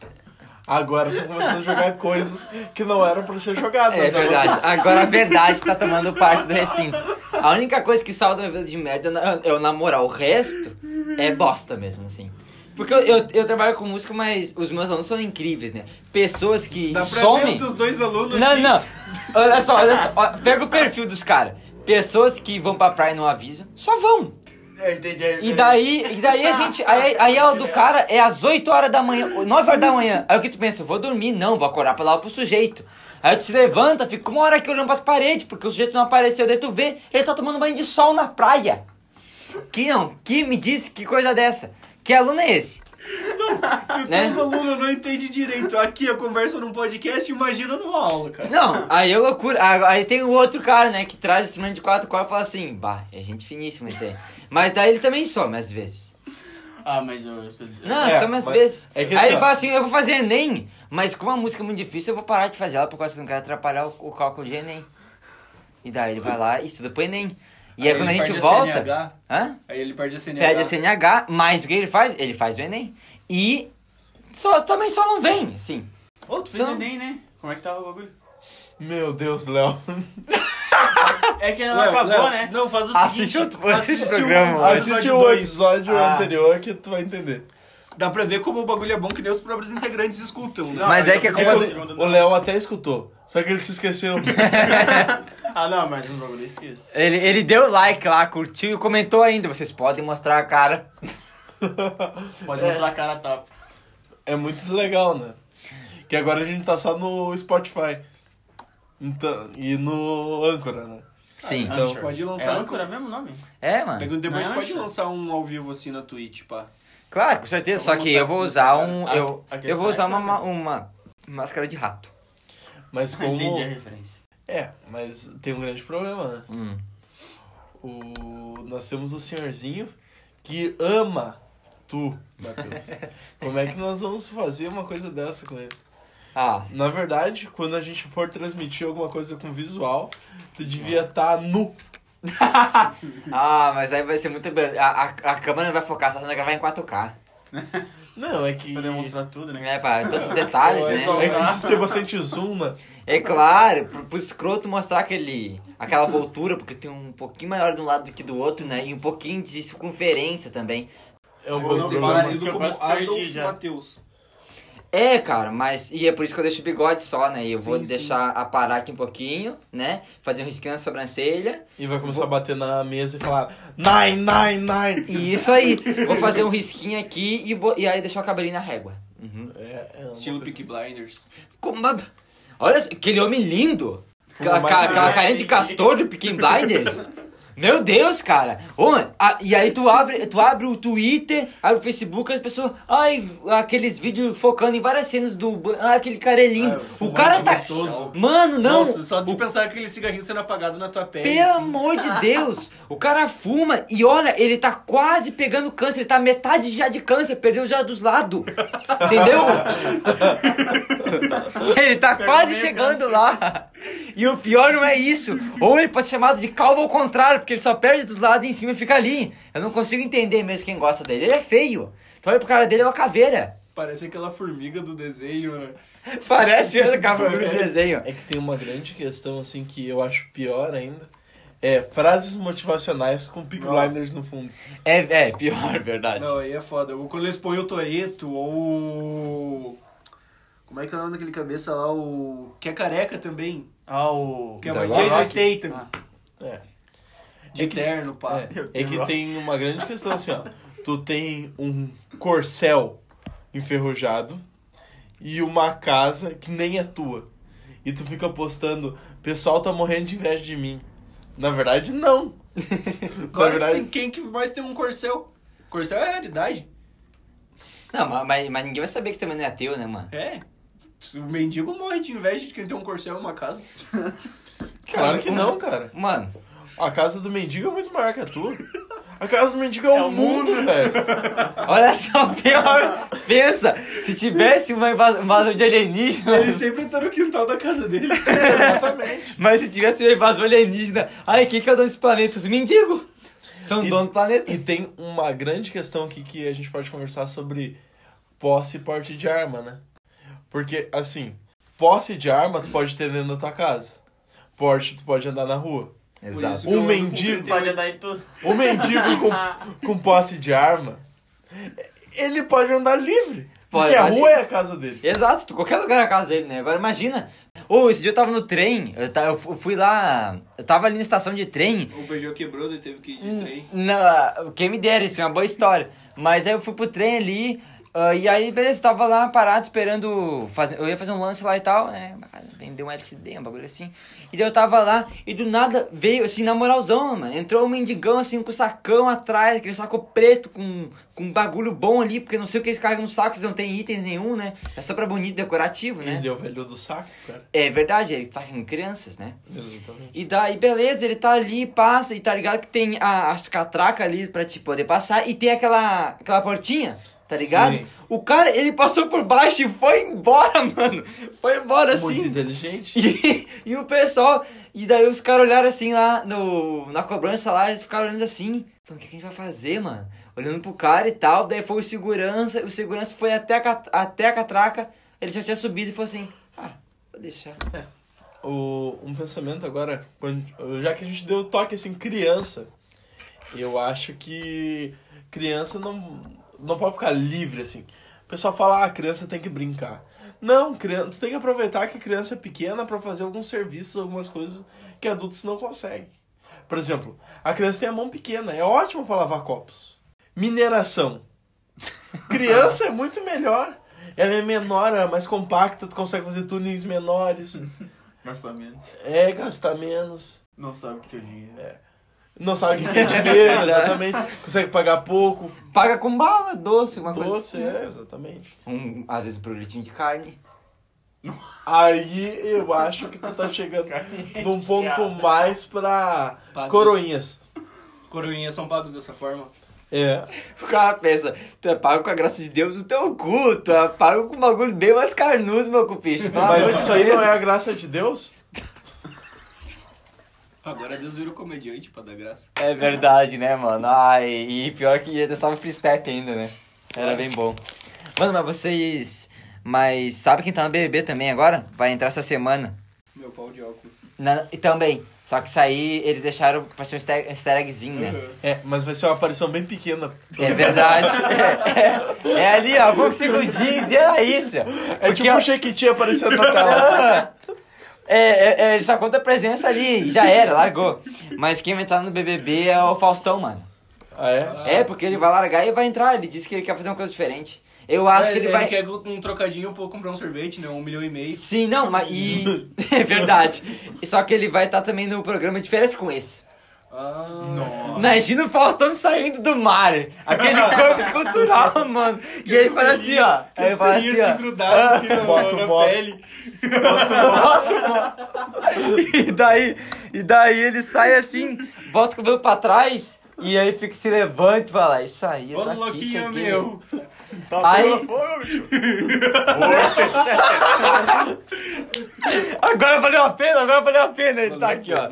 [SPEAKER 3] Agora tô começando a jogar coisas que não eram pra ser jogadas.
[SPEAKER 2] É
[SPEAKER 3] né?
[SPEAKER 2] verdade. Agora a verdade tá tomando parte do recinto. A única coisa que salva da minha vida de merda é na- é eu namorar. O resto é bosta mesmo, assim. Porque eu, eu, eu trabalho com música, mas os meus alunos são incríveis, né? Pessoas que
[SPEAKER 4] Dá pra ver
[SPEAKER 2] somem.
[SPEAKER 4] os dois alunos
[SPEAKER 2] Não,
[SPEAKER 4] aqui.
[SPEAKER 2] não. Olha só, olha só. Ó, Pega o perfil dos caras. Pessoas que vão pra praia e não avisam, só vão.
[SPEAKER 5] É, entendi. é,
[SPEAKER 2] E
[SPEAKER 5] entendi.
[SPEAKER 2] daí, e daí a gente. Aí, aí a aula do cara é às 8 horas da manhã, 9 horas da manhã. Aí o que tu pensa? Eu vou dormir, não, vou acordar pra lá pro sujeito. Aí tu se levanta, fica uma hora aqui olhando pras paredes, porque o sujeito não apareceu, daí tu vê, ele tá tomando banho de sol na praia. Que não, que me disse que coisa dessa? Que aluno é esse?
[SPEAKER 4] Se os
[SPEAKER 2] Né?
[SPEAKER 4] teus alunos não entendem direito aqui a conversa num podcast, imagina numa aula, cara.
[SPEAKER 2] Não, aí é loucura. Ah, Aí tem o outro cara, né, que traz instrumento de quatro cordas e fala assim, bah, é gente finíssima esse aí. Mas daí ele também some às vezes.
[SPEAKER 5] Ah, mas eu, eu sou.
[SPEAKER 2] Não,
[SPEAKER 3] É,
[SPEAKER 2] some às
[SPEAKER 3] mas-
[SPEAKER 2] vezes.
[SPEAKER 3] é que
[SPEAKER 2] aí
[SPEAKER 3] assim,
[SPEAKER 2] ele
[SPEAKER 3] ó.
[SPEAKER 2] fala assim, eu vou fazer Enem, mas como a música é muito difícil, eu vou parar de fazer ela por causa que eu não quero atrapalhar o, o cálculo de Enem. E daí ele vai lá e estuda pro Enem. E aí,
[SPEAKER 4] ele
[SPEAKER 2] quando a gente
[SPEAKER 4] perde
[SPEAKER 2] volta...
[SPEAKER 4] CNH,
[SPEAKER 2] Hã?
[SPEAKER 4] aí ele perde a CNH.
[SPEAKER 2] Pede a CNH, mas o que ele faz? Ele faz o Enem. E só, também só não vem, assim.
[SPEAKER 5] Ô, tu fez
[SPEAKER 2] Só-
[SPEAKER 5] Enem, né? Como é que tava o bagulho?
[SPEAKER 3] Meu Deus, Léo.
[SPEAKER 5] É que ela
[SPEAKER 4] Léo,
[SPEAKER 5] acabou,
[SPEAKER 4] Léo,
[SPEAKER 5] né?
[SPEAKER 4] Não, faz o
[SPEAKER 2] Assiste
[SPEAKER 4] seguinte. um
[SPEAKER 2] outro- assiste um. o programa,
[SPEAKER 4] o
[SPEAKER 2] mano.
[SPEAKER 3] Assiste
[SPEAKER 4] episódio
[SPEAKER 3] o
[SPEAKER 4] 2.
[SPEAKER 3] episódio
[SPEAKER 5] Ah.
[SPEAKER 3] anterior que tu vai entender.
[SPEAKER 4] Dá pra ver como o bagulho é bom que nem os próprios integrantes escutam, né?
[SPEAKER 5] Não,
[SPEAKER 2] Mas é que é
[SPEAKER 5] eu-
[SPEAKER 2] como-
[SPEAKER 5] eu-
[SPEAKER 2] Ele-
[SPEAKER 5] segundo
[SPEAKER 3] O
[SPEAKER 5] não.
[SPEAKER 3] Léo até escutou, só que ele se esqueceu.
[SPEAKER 5] Ah, não, mas no bagulho eu esqueço.
[SPEAKER 2] Ele, ele deu like lá, curtiu e comentou ainda. Vocês podem mostrar a cara.
[SPEAKER 5] Pode mostrar a cara a tapa.
[SPEAKER 3] É muito legal, né? Que agora a gente tá só no Spotify. Então, e no Âncora, né?
[SPEAKER 2] Sim.
[SPEAKER 5] Ah,
[SPEAKER 4] a gente
[SPEAKER 5] sure.
[SPEAKER 4] pode
[SPEAKER 5] É
[SPEAKER 4] lançar.
[SPEAKER 5] âncora mesmo o nome?
[SPEAKER 2] É, mano.
[SPEAKER 4] Depois a gente
[SPEAKER 5] Não,
[SPEAKER 4] pode
[SPEAKER 5] acho.
[SPEAKER 4] lançar um ao vivo assim na Twitch, pá.
[SPEAKER 2] Claro, com certeza.
[SPEAKER 5] Então
[SPEAKER 4] Eu
[SPEAKER 2] Só
[SPEAKER 4] vou
[SPEAKER 2] que eu
[SPEAKER 4] mostrar
[SPEAKER 2] vou
[SPEAKER 4] pra
[SPEAKER 2] usar
[SPEAKER 4] você,
[SPEAKER 2] um.
[SPEAKER 5] cara.
[SPEAKER 2] Eu,
[SPEAKER 5] A- a
[SPEAKER 2] eu
[SPEAKER 5] questão
[SPEAKER 2] vou usar
[SPEAKER 5] é
[SPEAKER 2] uma,
[SPEAKER 5] que-
[SPEAKER 2] uma, máscara de rato.
[SPEAKER 3] Mas como.
[SPEAKER 5] Ah, Entendi a referência.
[SPEAKER 3] É, mas tem um grande problema, né?
[SPEAKER 2] Hum.
[SPEAKER 3] O... Nós temos o senhorzinho que ama tu, Matheus. como é que nós vamos fazer uma coisa dessa com ele?
[SPEAKER 2] Ah,
[SPEAKER 3] Na verdade, quando a gente for transmitir alguma coisa com visual, tu devia estar tá nu.
[SPEAKER 2] ah, mas aí vai ser muito. be- A, a, a câmera não vai focar, só se não gravar em 4K.
[SPEAKER 3] Não, é que.
[SPEAKER 5] Pra demonstrar tudo, né?
[SPEAKER 2] É, pra todos os detalhes,
[SPEAKER 3] é,
[SPEAKER 5] Pessoal,
[SPEAKER 2] né?
[SPEAKER 3] é que se tem bastante zoom, né?
[SPEAKER 2] É claro, pro, pro escroto mostrar aquele, aquela voltura, porque tem um pouquinho maior de um lado do que do outro, né? E um pouquinho de circunferência também.
[SPEAKER 3] É um
[SPEAKER 5] Eu
[SPEAKER 3] bom
[SPEAKER 5] não
[SPEAKER 4] Você
[SPEAKER 5] lembro,
[SPEAKER 3] problema.
[SPEAKER 5] mas
[SPEAKER 4] parecido
[SPEAKER 5] que eu
[SPEAKER 4] como
[SPEAKER 5] quase perdi
[SPEAKER 4] Adolf
[SPEAKER 5] já.
[SPEAKER 4] Matheus.
[SPEAKER 2] É, cara, mas. E é por isso que eu deixo o bigode só, né? E eu vou
[SPEAKER 4] Sim, sim.
[SPEAKER 2] deixar aparar aqui um pouquinho, né? Fazer um risquinho na sobrancelha.
[SPEAKER 3] E vai começar a bater na mesa e falar: Nine, nine, nine!
[SPEAKER 2] E isso aí. vou fazer um risquinho aqui e, vou- e aí deixar o cabelinho na régua. Uhum.
[SPEAKER 3] É, é uma
[SPEAKER 4] Estilo
[SPEAKER 3] coisa-
[SPEAKER 4] Peaky Blinders.
[SPEAKER 2] Como- mas- Olha, só, aquele homem lindo. Aquela,
[SPEAKER 3] mais
[SPEAKER 2] ca-
[SPEAKER 5] que
[SPEAKER 2] aquela
[SPEAKER 5] ele.
[SPEAKER 2] carinha de castor do Peaky Blinders. Meu Deus, cara. Ô, a- e aí tu abre, tu abre o Twitter, abre o Facebook, as pessoas... Ai, aqueles vídeos focando em várias cenas do... ban- Ah, aquele cara é lindo.
[SPEAKER 4] Ah,
[SPEAKER 2] o cara
[SPEAKER 4] fumante
[SPEAKER 2] tá...
[SPEAKER 4] gostoso.
[SPEAKER 2] Mano, não.
[SPEAKER 4] Nossa, só de pensar aquele cigarrinho sendo apagado na tua
[SPEAKER 5] É
[SPEAKER 4] pele.
[SPEAKER 2] Pelo
[SPEAKER 4] assim.
[SPEAKER 2] amor de Deus! O cara fuma e olha, ele tá quase pegando câncer, ele tá metade já de câncer, perdeu já dos lados. Entendeu? ele tá
[SPEAKER 5] Pegou
[SPEAKER 2] quase
[SPEAKER 5] meio
[SPEAKER 2] chegando
[SPEAKER 5] câncer.
[SPEAKER 2] lá. E o pior não é isso. Ou ele pode ser chamado de calvo ao contrário, porque ele só perde dos lados e em cima fica ali. Eu não consigo entender mesmo quem gosta dele. Ele é feio. Tu olha pro cara dele, é uma caveira.
[SPEAKER 4] Parece aquela formiga do desenho, né?
[SPEAKER 2] Parece o cabelo do desenho.
[SPEAKER 3] É que tem uma grande questão, assim, que eu acho pior ainda. É frases motivacionais com Peaky
[SPEAKER 5] Nossa.
[SPEAKER 3] Blinders no fundo.
[SPEAKER 2] É, é pior, verdade.
[SPEAKER 4] Não, aí é foda. Ou quando eles põem o Toreto, ou. o- Como é que é o nome daquele cabeça lá? O. Que é careca também.
[SPEAKER 5] Ah, o.
[SPEAKER 4] Que é
[SPEAKER 2] The
[SPEAKER 4] o
[SPEAKER 2] Rock.
[SPEAKER 4] Jason Statham.
[SPEAKER 5] Ah.
[SPEAKER 3] É.
[SPEAKER 4] De terno, pá.
[SPEAKER 3] É, é que tem uma grande questão, assim, ó. Tu tem um corcel enferrujado e uma casa que nem é tua. E tu fica postando, pessoal tá morrendo de inveja de mim. Na verdade, não. Na
[SPEAKER 4] Claro que
[SPEAKER 3] verdade,
[SPEAKER 4] sim, quem que mais tem um corcel? Corcel é a realidade.
[SPEAKER 2] Não, mas- mas, mas ninguém vai saber que também não é teu, né, mano?
[SPEAKER 4] É. O mendigo morre de inveja de quem tem um corcel em uma casa.
[SPEAKER 3] claro que não, cara.
[SPEAKER 2] Mano,
[SPEAKER 3] A casa do mendigo é muito maior que a tua. A casa do mendigo é, o mundo, velho.
[SPEAKER 2] Olha só, pior. Pensa, se tivesse uma invas- invasão de
[SPEAKER 4] Ele
[SPEAKER 2] alienígena.
[SPEAKER 4] sempre tá no quintal da casa dele.
[SPEAKER 3] Exatamente.
[SPEAKER 2] Mas se tivesse uma invasão alienígena. Ai, quem que é o dono desse planeta? Os mendigos. São
[SPEAKER 3] E-
[SPEAKER 2] dono do planeta.
[SPEAKER 3] E tem uma grande questão aqui que a gente pode conversar sobre posse e porte de arma, né? Porque, assim, posse de arma tu pode ter dentro da tua casa. Porte tu pode andar na rua.
[SPEAKER 4] Por isso que
[SPEAKER 3] Um
[SPEAKER 4] eu ando com
[SPEAKER 3] mendigo.
[SPEAKER 4] 38.
[SPEAKER 5] Pode andar em tudo.
[SPEAKER 3] O mendigo com, com posse de arma, ele pode andar livre.
[SPEAKER 2] Pode
[SPEAKER 3] porque a
[SPEAKER 2] andar
[SPEAKER 3] rua é a casa dele.
[SPEAKER 2] Exato, tu- qualquer lugar é a casa dele, né? Agora imagina. Ô, esse dia eu tava no trem, eu, ta- eu fu- fui lá. Eu tava ali na estação de trem.
[SPEAKER 4] O Peugeot quebrou,
[SPEAKER 2] Hum.
[SPEAKER 4] daí teve que ir de trem.
[SPEAKER 2] Não, quem me dera, isso é uma boa história. Mas aí eu fui pro trem ali Ah, e aí, beleza, tava lá parado esperando. Fazer, eu ia fazer um lance lá e tal, né? Ah, Vender um LCD, um bagulho assim. E daí eu tava lá e do nada veio, assim, na moralzão, mano. Entrou um mendigão, assim, com sacão atrás, aquele saco preto com, com um bagulho bom ali, porque não sei o que eles carregam no saco, eles não tem itens nenhum, né? É só pra bonito, decorativo, né?
[SPEAKER 3] Ele é o velho do saco, cara.
[SPEAKER 2] É verdade, ele tá com crianças, né?
[SPEAKER 3] Exatamente.
[SPEAKER 2] E daí, beleza, ele tá ali, passa, e tá ligado que tem a- as catracas ali pra te poder passar, e tem aquela, aquela portinha, tá ligado?
[SPEAKER 3] Sim.
[SPEAKER 2] O cara, ele passou por baixo e foi embora, mano. Foi embora
[SPEAKER 3] Muito
[SPEAKER 2] assim.
[SPEAKER 3] inteligente.
[SPEAKER 2] E, e o pessoal, e daí os caras olharam assim lá no, na cobrança lá, eles ficaram olhando assim, falando, o que que a gente vai fazer, mano? Olhando pro cara e tal, daí foi o segurança, o segurança foi até a, cat- até a catraca, ele já tinha subido e falou assim, ah, vou deixar.
[SPEAKER 3] O, um pensamento agora, quando- já que a gente deu toque assim, criança, eu acho que criança não, não pode ficar livre assim. O pessoal fala, ah, a criança tem que brincar. Não, criança, tu tem que aproveitar que a criança é pequena pra fazer alguns serviços, algumas coisas que adultos não conseguem. Por exemplo, a criança tem a mão pequena, é ótima pra lavar copos. Mineração. Criança é muito melhor. Ela é menor, ela é mais compacta, tu consegue fazer tunings menores.
[SPEAKER 6] Gastar
[SPEAKER 5] né?
[SPEAKER 6] menos.
[SPEAKER 3] É, gastar menos.
[SPEAKER 6] Não sabe o que é dinheiro.
[SPEAKER 3] Não sabe o que é dinheiro, exatamente. Consegue pagar pouco.
[SPEAKER 2] Paga com bala, doce, uma coisa
[SPEAKER 3] Doce,
[SPEAKER 2] assim.
[SPEAKER 3] é, exatamente.
[SPEAKER 2] Um, às vezes um broletinho de carne.
[SPEAKER 3] Aí eu acho que tu tá chegando num ponto mais pra
[SPEAKER 4] Padres.
[SPEAKER 3] coroinhas.
[SPEAKER 4] Coroinhas são pagos dessa forma.
[SPEAKER 3] É.
[SPEAKER 2] O cara pensa, tu é pago com a graça de Deus do teu cu, tu é pago com um bagulho bem mais carnudo, meu cupicho. Pelo amor
[SPEAKER 3] Mas
[SPEAKER 2] de
[SPEAKER 3] isso aí
[SPEAKER 2] Deus.
[SPEAKER 3] não é a graça de Deus?
[SPEAKER 4] Agora Deus virou comediante pra dar graça.
[SPEAKER 2] É verdade, né, mano? Ai, e pior que ainda estava free step ainda, né? Era bem bom. Mano, mas vocês. Mas sabe quem tá no BBB também agora? Vai entrar essa semana.
[SPEAKER 4] Meu pau de óculos.
[SPEAKER 2] Na- e também. Só que isso aí eles deixaram pra ser um easter, um easter eggzinho, né?
[SPEAKER 3] É, mas vai ser uma aparição bem pequena.
[SPEAKER 2] É verdade. É, é, é ali, ó, alguns segundinhos e era isso.
[SPEAKER 3] É
[SPEAKER 2] Porque
[SPEAKER 3] tipo
[SPEAKER 2] eu-
[SPEAKER 3] um Shekitinha aparecendo na tela.
[SPEAKER 2] É, é, é, ele só conta a presença ali, e já era, largou. Mas quem vai entrar no BBB é o Faustão, mano.
[SPEAKER 3] Ah, é?
[SPEAKER 2] é, porque ele vai largar e vai entrar. Ele disse que ele quer fazer uma coisa diferente. Eu acho
[SPEAKER 4] É,
[SPEAKER 2] que ele, vai.
[SPEAKER 4] quer um trocadinho pra comprar um sorvete, né? Um milhão e meio.
[SPEAKER 2] Sim, não, mas. E... é verdade. Só que ele vai estar também no programa de férias com esse.
[SPEAKER 4] Ah,
[SPEAKER 6] Nossa.
[SPEAKER 2] Imagina o Faustão saindo do mar. Aquele corpo escultural, mano. E ele fala assim, ó.
[SPEAKER 4] que
[SPEAKER 2] Ele fala assim,
[SPEAKER 4] experiência
[SPEAKER 2] ó. um
[SPEAKER 4] grudada assim na,
[SPEAKER 3] Bota o
[SPEAKER 4] na
[SPEAKER 3] bota.
[SPEAKER 4] pele.
[SPEAKER 2] E daí, e daí ele sai assim, bota o cabelo pra trás e aí fica se levanta e fala, "Ah, isso aí, eu
[SPEAKER 4] Ô,
[SPEAKER 2] tô Tá aqui,
[SPEAKER 4] louquinho
[SPEAKER 2] cheguei."
[SPEAKER 4] meu.
[SPEAKER 6] Tá
[SPEAKER 2] Aí-
[SPEAKER 6] pela fome, bicho. Oito e sete.
[SPEAKER 2] Agora valeu a pena, agora valeu a pena, ele tá aqui, ó.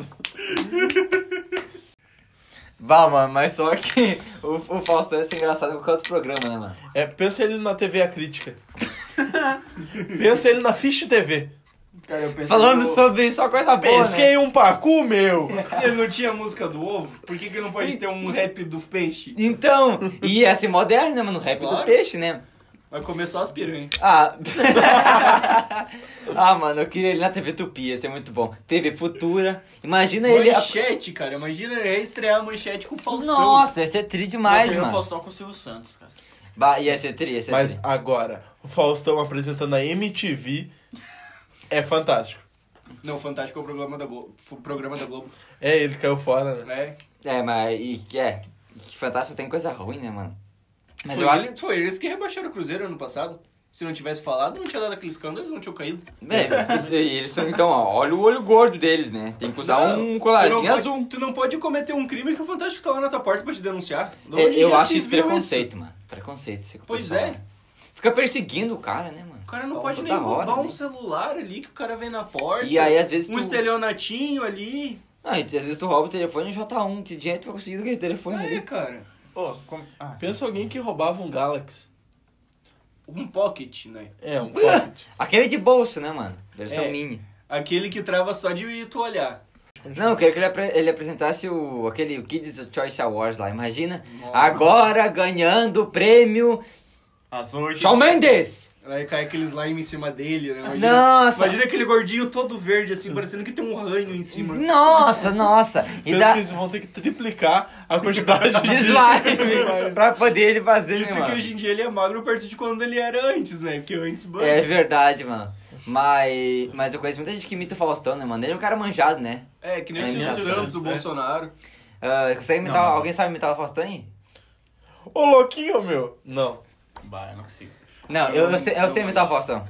[SPEAKER 2] Vá, mano, mas só que o, o Faustão ia ser engraçado em qualquer outro programa, né, mano?
[SPEAKER 3] É, pensa ele na TV A Crítica. pensa ele na Fish TV.
[SPEAKER 6] Cara, eu pensei
[SPEAKER 2] Falando
[SPEAKER 6] no-
[SPEAKER 2] sobre só coisa boa, né?
[SPEAKER 3] Pesquei um pacu, meu!
[SPEAKER 4] Ele não tinha a música do ovo? Por que, que não pode ter um rap do peixe?
[SPEAKER 2] Então, e ia ser moderno, né, mano? O rap do
[SPEAKER 4] Claro.
[SPEAKER 2] peixe, né?
[SPEAKER 4] Vai comer só as piranhas.
[SPEAKER 2] Ah. ah, mano, eu queria ele na TV Tupi, ia ser muito bom. TV Futura. Imagina ele.
[SPEAKER 4] Manchete, cara. Imagina reestrear a manchete com o Faustão.
[SPEAKER 2] Nossa, ia ser tri demais,
[SPEAKER 6] Eu o
[SPEAKER 2] mano.
[SPEAKER 6] Faustão com o Silvio Santos, cara.
[SPEAKER 2] Bah, ia ser tri, ia ser
[SPEAKER 3] Mas
[SPEAKER 2] tri.
[SPEAKER 3] agora, o Faustão apresentando a MTV é fantástico.
[SPEAKER 4] Não, Fantástico é o programa da Globo. O programa da Globo.
[SPEAKER 3] É, ele caiu fora, né?
[SPEAKER 4] É.
[SPEAKER 2] É, mas e que é. Que fantástico tem coisa ruim, né, mano? Mas
[SPEAKER 4] foi,
[SPEAKER 2] eu acho.
[SPEAKER 4] eles, foi eles que rebaixaram o Cruzeiro ano passado. Se não tivesse falado, não tinha dado aquele escândalo, eles não tinham caído.
[SPEAKER 2] Bem, eles- eles são. Então, ó, olha o olho gordo deles, né? Tem que usar
[SPEAKER 4] Não,
[SPEAKER 2] um
[SPEAKER 4] tu
[SPEAKER 2] colarzinho
[SPEAKER 4] não
[SPEAKER 2] azul.
[SPEAKER 4] Pode, tu não pode cometer um crime que o Fantástico tá lá na tua porta pra te denunciar. De
[SPEAKER 2] É,
[SPEAKER 4] onde
[SPEAKER 2] eu
[SPEAKER 4] já
[SPEAKER 2] acho
[SPEAKER 4] se
[SPEAKER 2] isso
[SPEAKER 4] viu
[SPEAKER 2] preconceito, mano. Preconceito. esse
[SPEAKER 4] Pois
[SPEAKER 2] pessoal,
[SPEAKER 4] é.
[SPEAKER 2] né? Fica perseguindo o cara, né, mano?
[SPEAKER 4] O cara não
[SPEAKER 6] Só
[SPEAKER 4] pode nem
[SPEAKER 2] toda hora,
[SPEAKER 4] roubar um
[SPEAKER 2] né?
[SPEAKER 4] celular ali que o cara vem na porta.
[SPEAKER 2] E aí, às vezes,
[SPEAKER 4] um
[SPEAKER 2] tu-
[SPEAKER 4] estelionatinho ali.
[SPEAKER 2] Não, e às vezes tu rouba o telefone e J1, que dinheiro tu vai conseguir aquele telefone
[SPEAKER 4] É,
[SPEAKER 2] ali.
[SPEAKER 4] cara.
[SPEAKER 6] Ô, como... Ah,
[SPEAKER 3] Pensa alguém que roubava um Galaxy.
[SPEAKER 4] Um pocket, né?
[SPEAKER 3] É, um pocket.
[SPEAKER 2] Aquele de bolso, né, mano? Versão
[SPEAKER 4] É.
[SPEAKER 2] mini.
[SPEAKER 4] Aquele que trava só de tu olhar.
[SPEAKER 2] Não, eu queria que ele, apre- ele apresentasse o, aquele Kids Choice Awards lá, imagina.
[SPEAKER 4] Nossa.
[SPEAKER 2] Agora ganhando o prêmio
[SPEAKER 6] Às oito.
[SPEAKER 2] Shawn Mendes!
[SPEAKER 4] Aí cai aquele slime em cima dele, né? Imagina,
[SPEAKER 2] Nossa!
[SPEAKER 4] imagina aquele gordinho todo verde, assim, parecendo que tem um ranho em cima.
[SPEAKER 2] Nossa, nossa! E
[SPEAKER 3] Pensa
[SPEAKER 2] dá
[SPEAKER 3] que eles vão ter que triplicar a quantidade de...
[SPEAKER 2] slime pra poder ele fazer, né,
[SPEAKER 4] Isso que
[SPEAKER 2] mano?
[SPEAKER 4] hoje em dia ele é magro perto de quando ele era antes, né? Porque antes, mano.
[SPEAKER 2] É verdade, mano. Mas, mas eu conheço muita gente que imita o Faustão, né, mano? Ele é um cara manjado, né?
[SPEAKER 4] É, que nem o
[SPEAKER 2] É,
[SPEAKER 4] Silvio
[SPEAKER 2] imitação,
[SPEAKER 4] Santos, o
[SPEAKER 3] é.
[SPEAKER 4] Bolsonaro.
[SPEAKER 2] Ah, consegue imitar,
[SPEAKER 6] Não, não.
[SPEAKER 2] alguém sabe imitar o Faustão aí?
[SPEAKER 3] Ô, louquinho, meu! Não.
[SPEAKER 6] Bah, eu não consigo.
[SPEAKER 2] Não, eu, eu, sei, eu sei imitar o Faustão.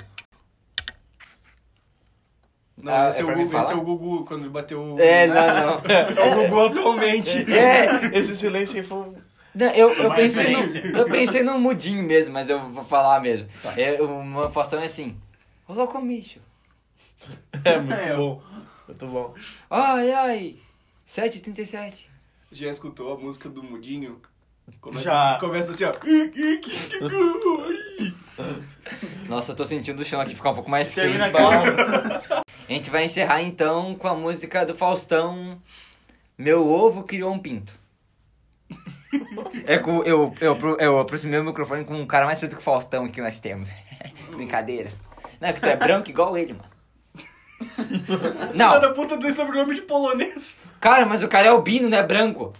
[SPEAKER 4] Não,
[SPEAKER 2] Ah,
[SPEAKER 4] esse,
[SPEAKER 2] é
[SPEAKER 4] é o
[SPEAKER 2] pra mim
[SPEAKER 4] Gugu, esse
[SPEAKER 2] falar?
[SPEAKER 4] é o Gugu, quando ele bateu.
[SPEAKER 2] É, não, não.
[SPEAKER 4] É o Gugu atualmente.
[SPEAKER 2] É,
[SPEAKER 3] Esse silêncio aí foi... um
[SPEAKER 2] não, eu, eu
[SPEAKER 6] É Uma
[SPEAKER 2] pensei
[SPEAKER 6] referência. Tá.
[SPEAKER 2] no, eu pensei no mudinho mesmo, mas eu vou falar mesmo. É, o meu Faustão é assim, ô louco bicho,
[SPEAKER 3] É, muito bom. Muito bom.
[SPEAKER 2] ai, ai, 7h37.
[SPEAKER 4] Já escutou a música do Mudinho? Começa,
[SPEAKER 6] Já.
[SPEAKER 4] começa assim, ó.
[SPEAKER 2] Nossa, eu tô sentindo o chão aqui ficar um pouco mais
[SPEAKER 6] Termina
[SPEAKER 2] quente. mano. A gente vai encerrar então com a música do Faustão. Meu ovo criou um pinto. É com, eu, eu, apro- eu aproximei o microfone com um cara mais feito que o Faustão que nós temos. Brincadeira. Não, é que tu é branco igual ele, mano.
[SPEAKER 4] Filha
[SPEAKER 2] Não,
[SPEAKER 4] da puta tem sobrenome de polonês.
[SPEAKER 2] cara, mas o cara é albino, não é branco.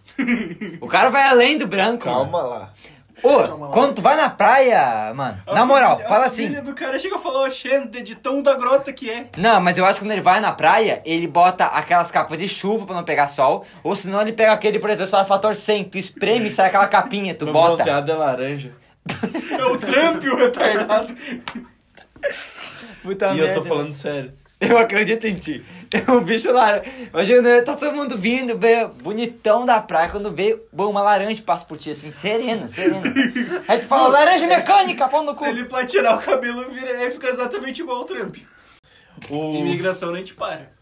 [SPEAKER 2] O cara vai além do branco.
[SPEAKER 3] Calma lá.
[SPEAKER 5] Calma
[SPEAKER 2] Ô,
[SPEAKER 5] lá.
[SPEAKER 2] quando tu vai na praia, mano,
[SPEAKER 4] A
[SPEAKER 2] na moral,
[SPEAKER 4] família-
[SPEAKER 2] fala
[SPEAKER 4] A
[SPEAKER 2] assim.
[SPEAKER 4] filha do cara chega a falar, ó, gente, de tão da grota que é.
[SPEAKER 2] Não, mas eu acho que quando ele vai na praia, ele bota aquelas capas de chuva pra não pegar sol, ou senão ele pega aquele protetor solar fator 100, tu espreme e sai aquela capinha, tu
[SPEAKER 3] Meu
[SPEAKER 2] bota.
[SPEAKER 3] bronzeado é laranja.
[SPEAKER 4] É o Trump, o retardado.
[SPEAKER 2] Puta
[SPEAKER 3] e eu
[SPEAKER 4] né?
[SPEAKER 3] tô falando sério.
[SPEAKER 2] Eu acredito em ti. O bicho lá, imagina, tá todo mundo vindo, bem, bonitão da praia, quando vê, bom, uma laranja passa por ti, assim, serena, serena. Aí tu fala, laranja mecânica, pau no cu.
[SPEAKER 4] Se ele platinar o cabelo, vira, é, fica exatamente igual ao Trump.
[SPEAKER 3] O...
[SPEAKER 4] Imigração nem te para.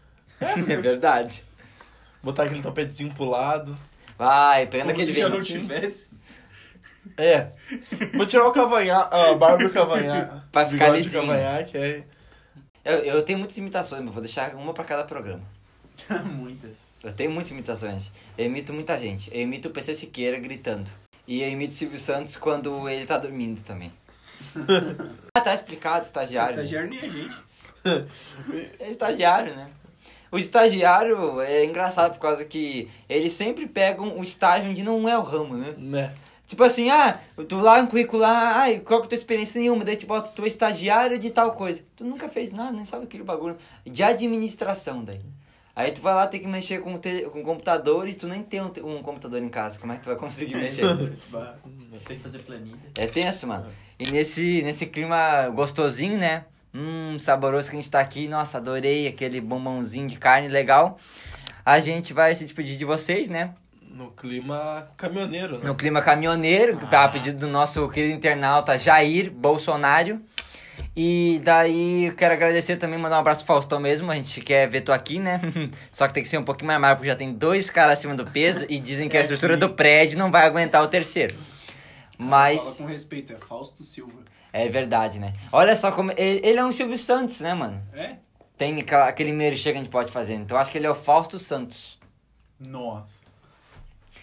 [SPEAKER 2] É verdade.
[SPEAKER 3] Botar aquele topetezinho pro lado.
[SPEAKER 2] Vai, pegando
[SPEAKER 4] Como
[SPEAKER 2] aquele
[SPEAKER 4] se já não
[SPEAKER 2] ventinho.
[SPEAKER 4] tivesse.
[SPEAKER 3] É. Vou tirar o cavanhaque, a barba e o cavanhaque.
[SPEAKER 2] Pra ficar
[SPEAKER 3] Bigode e
[SPEAKER 2] lisinho.
[SPEAKER 3] cavanhaque, aí.
[SPEAKER 2] Eu, eu tenho muitas imitações, mas vou deixar uma pra cada programa.
[SPEAKER 6] Muitas.
[SPEAKER 2] Eu tenho muitas imitações. Eu imito muita gente. Eu imito o PC Siqueira gritando. E eu imito o Silvio Santos quando ele tá dormindo também. ah, tá explicado, estagiário.
[SPEAKER 4] Estagiário nem a gente.
[SPEAKER 2] É estagiário, né? O estagiário é engraçado por causa que eles sempre pegam o estágio onde não é o ramo, né?
[SPEAKER 3] Né?
[SPEAKER 2] Tipo assim, ah, tu lá no curricular, ai, qual que é a tua experiência nenhuma? Daí te bota, tu é estagiário de tal coisa. Tu nunca fez nada, nem sabe aquele bagulho. De administração, daí. Aí tu vai lá, tem que mexer com, te- com computador e tu nem tem um, te- um computador em casa. Como é que tu vai conseguir mexer?
[SPEAKER 6] Bah, Tem que fazer planilha.
[SPEAKER 2] é tenso, mano. E nesse, nesse clima gostosinho, né? Hum, saboroso que a gente tá aqui. Nossa, adorei aquele bombonzinho de carne, legal. A gente vai se despedir de vocês, né?
[SPEAKER 3] No clima caminhoneiro, né?
[SPEAKER 2] No clima caminhoneiro, que tá a pedido do nosso querido internauta Jair Bolsonaro. E daí eu quero agradecer também, mandar um abraço pro Faustão mesmo. A gente quer ver tu aqui, né? Só que tem que ser um pouquinho mais magro, porque já tem dois caras acima do peso e dizem que a estrutura do prédio não vai aguentar o terceiro.
[SPEAKER 4] Fala
[SPEAKER 2] Mas
[SPEAKER 4] com respeito, é Fausto Silva.
[SPEAKER 2] é verdade, né? Olha só como. Ele, ele é um Silvio Santos, né, mano?
[SPEAKER 4] É?
[SPEAKER 2] Tem aquela- aquele merchan que a gente pode fazer. Então eu acho que ele é o Fausto Santos.
[SPEAKER 6] Nossa.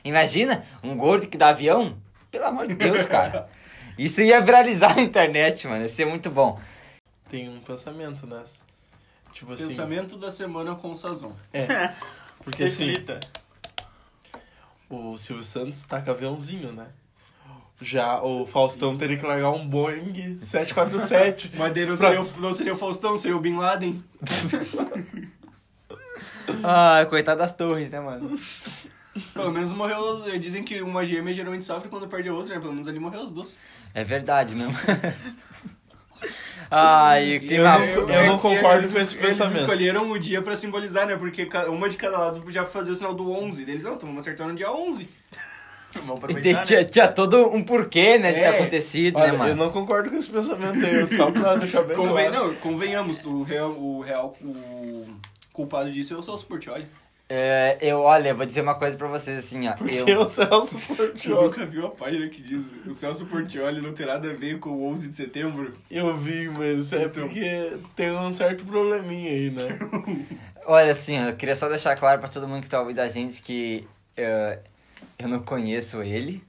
[SPEAKER 2] Imagina um gordo que dá avião? Pelo amor de Deus, cara. Isso ia viralizar na internet, mano. Isso é muito bom.
[SPEAKER 3] Tem um pensamento nessa. Tipo assim. é.
[SPEAKER 4] Pensamento da semana com o Sazon.
[SPEAKER 3] Porque assim,
[SPEAKER 6] Reflita.
[SPEAKER 3] o Silvio Santos tá com aviãozinho, né? Já o Faustão teria que largar um Boeing 747.
[SPEAKER 4] Madeira não
[SPEAKER 3] Pra-
[SPEAKER 4] seria, o, não seria o Faustão, seria o Bin Laden.
[SPEAKER 2] Ah, coitado das torres, né, mano?
[SPEAKER 4] Pelo menos morreu. eh, Dizem que uma gêmea geralmente sofre quando perde a outra, né? Pelo menos ali morreu as duas.
[SPEAKER 2] É verdade mesmo. Ai, o clima.
[SPEAKER 3] eu- eu- não concordo com esse pensamento.
[SPEAKER 4] Eles escolheram o dia pra simbolizar, né? Porque ca- uma de cada lado podia fazer o sinal do 11. Deles, não, estamos acertando no dia 11.
[SPEAKER 6] Vamos
[SPEAKER 2] E de-
[SPEAKER 6] aproveitar,
[SPEAKER 2] tinha,
[SPEAKER 6] né?
[SPEAKER 2] tinha todo um porquê, né, de ter
[SPEAKER 4] É.
[SPEAKER 2] acontecido,
[SPEAKER 3] Olha,
[SPEAKER 2] né,
[SPEAKER 3] eu
[SPEAKER 2] mano?
[SPEAKER 3] não concordo com esse pensamento aí, só pra deixar bem
[SPEAKER 4] Conven-
[SPEAKER 3] claro.
[SPEAKER 4] não, convenhamos, o real, o real o culpado disso é o Celso Portioli.
[SPEAKER 2] É, eu, olha, eu vou dizer uma coisa pra vocês assim, ó.
[SPEAKER 3] Porque
[SPEAKER 2] Eu,
[SPEAKER 3] o Celso
[SPEAKER 4] Tu
[SPEAKER 3] Portiolli,
[SPEAKER 4] nunca viu a página que diz o Celso Portioli não tem nada a ver com o 11 de setembro?
[SPEAKER 3] eu vi, mas é
[SPEAKER 4] Então.
[SPEAKER 3] porque tem um certo probleminha aí, né?
[SPEAKER 2] olha, assim, ó, eu queria só deixar claro pra todo mundo que tá ouvindo a gente que eh, eu não conheço ele.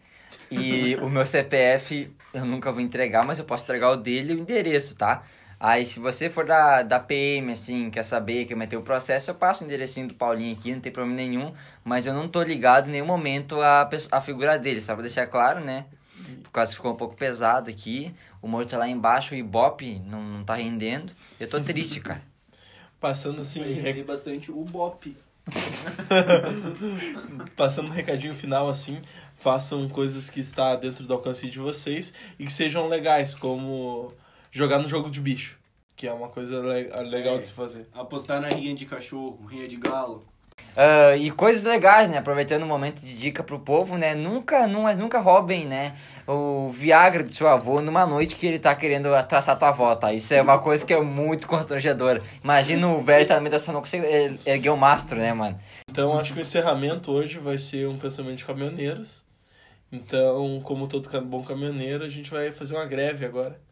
[SPEAKER 2] E o meu CPF eu nunca vou entregar, mas eu posso entregar o dele e o endereço, tá? Aí se você for da, da PM, assim, quer saber, quer meter o processo, eu passo o enderecinho do Paulinho aqui, não tem problema nenhum. Mas eu não tô ligado em nenhum momento à, pesso- à figura dele, só pra deixar claro, né? Por causa que ficou um pouco pesado aqui. O morto tá lá embaixo, o Ibope não, não tá rendendo. Eu tô triste, cara.
[SPEAKER 3] Passando assim,
[SPEAKER 4] Eu errei
[SPEAKER 3] rec-
[SPEAKER 4] bastante o Bop.
[SPEAKER 3] passando um recadinho final assim, façam coisas que está dentro do alcance de vocês e que sejam legais, como jogar no jogo de bicho, que é uma coisa le- legal de se fazer.
[SPEAKER 4] Apostar na rinha de cachorro, rinha de galo.
[SPEAKER 2] Ah, e coisas legais, né? Aproveitando o momento de dica pro povo, né? Nunca, nu- mas nunca roubem, né? O Viagra do seu avô numa noite que ele tá querendo traçar tua avó, tá? Isso é uma coisa que é muito constrangedora. Imagina o velho tá no meio da sua consegue er- erguer o mastro, né, mano?
[SPEAKER 3] Então acho que o encerramento hoje vai ser um pensamento de caminhoneiros. Então, como todo ca- bom caminhoneiro, a gente vai fazer uma greve agora.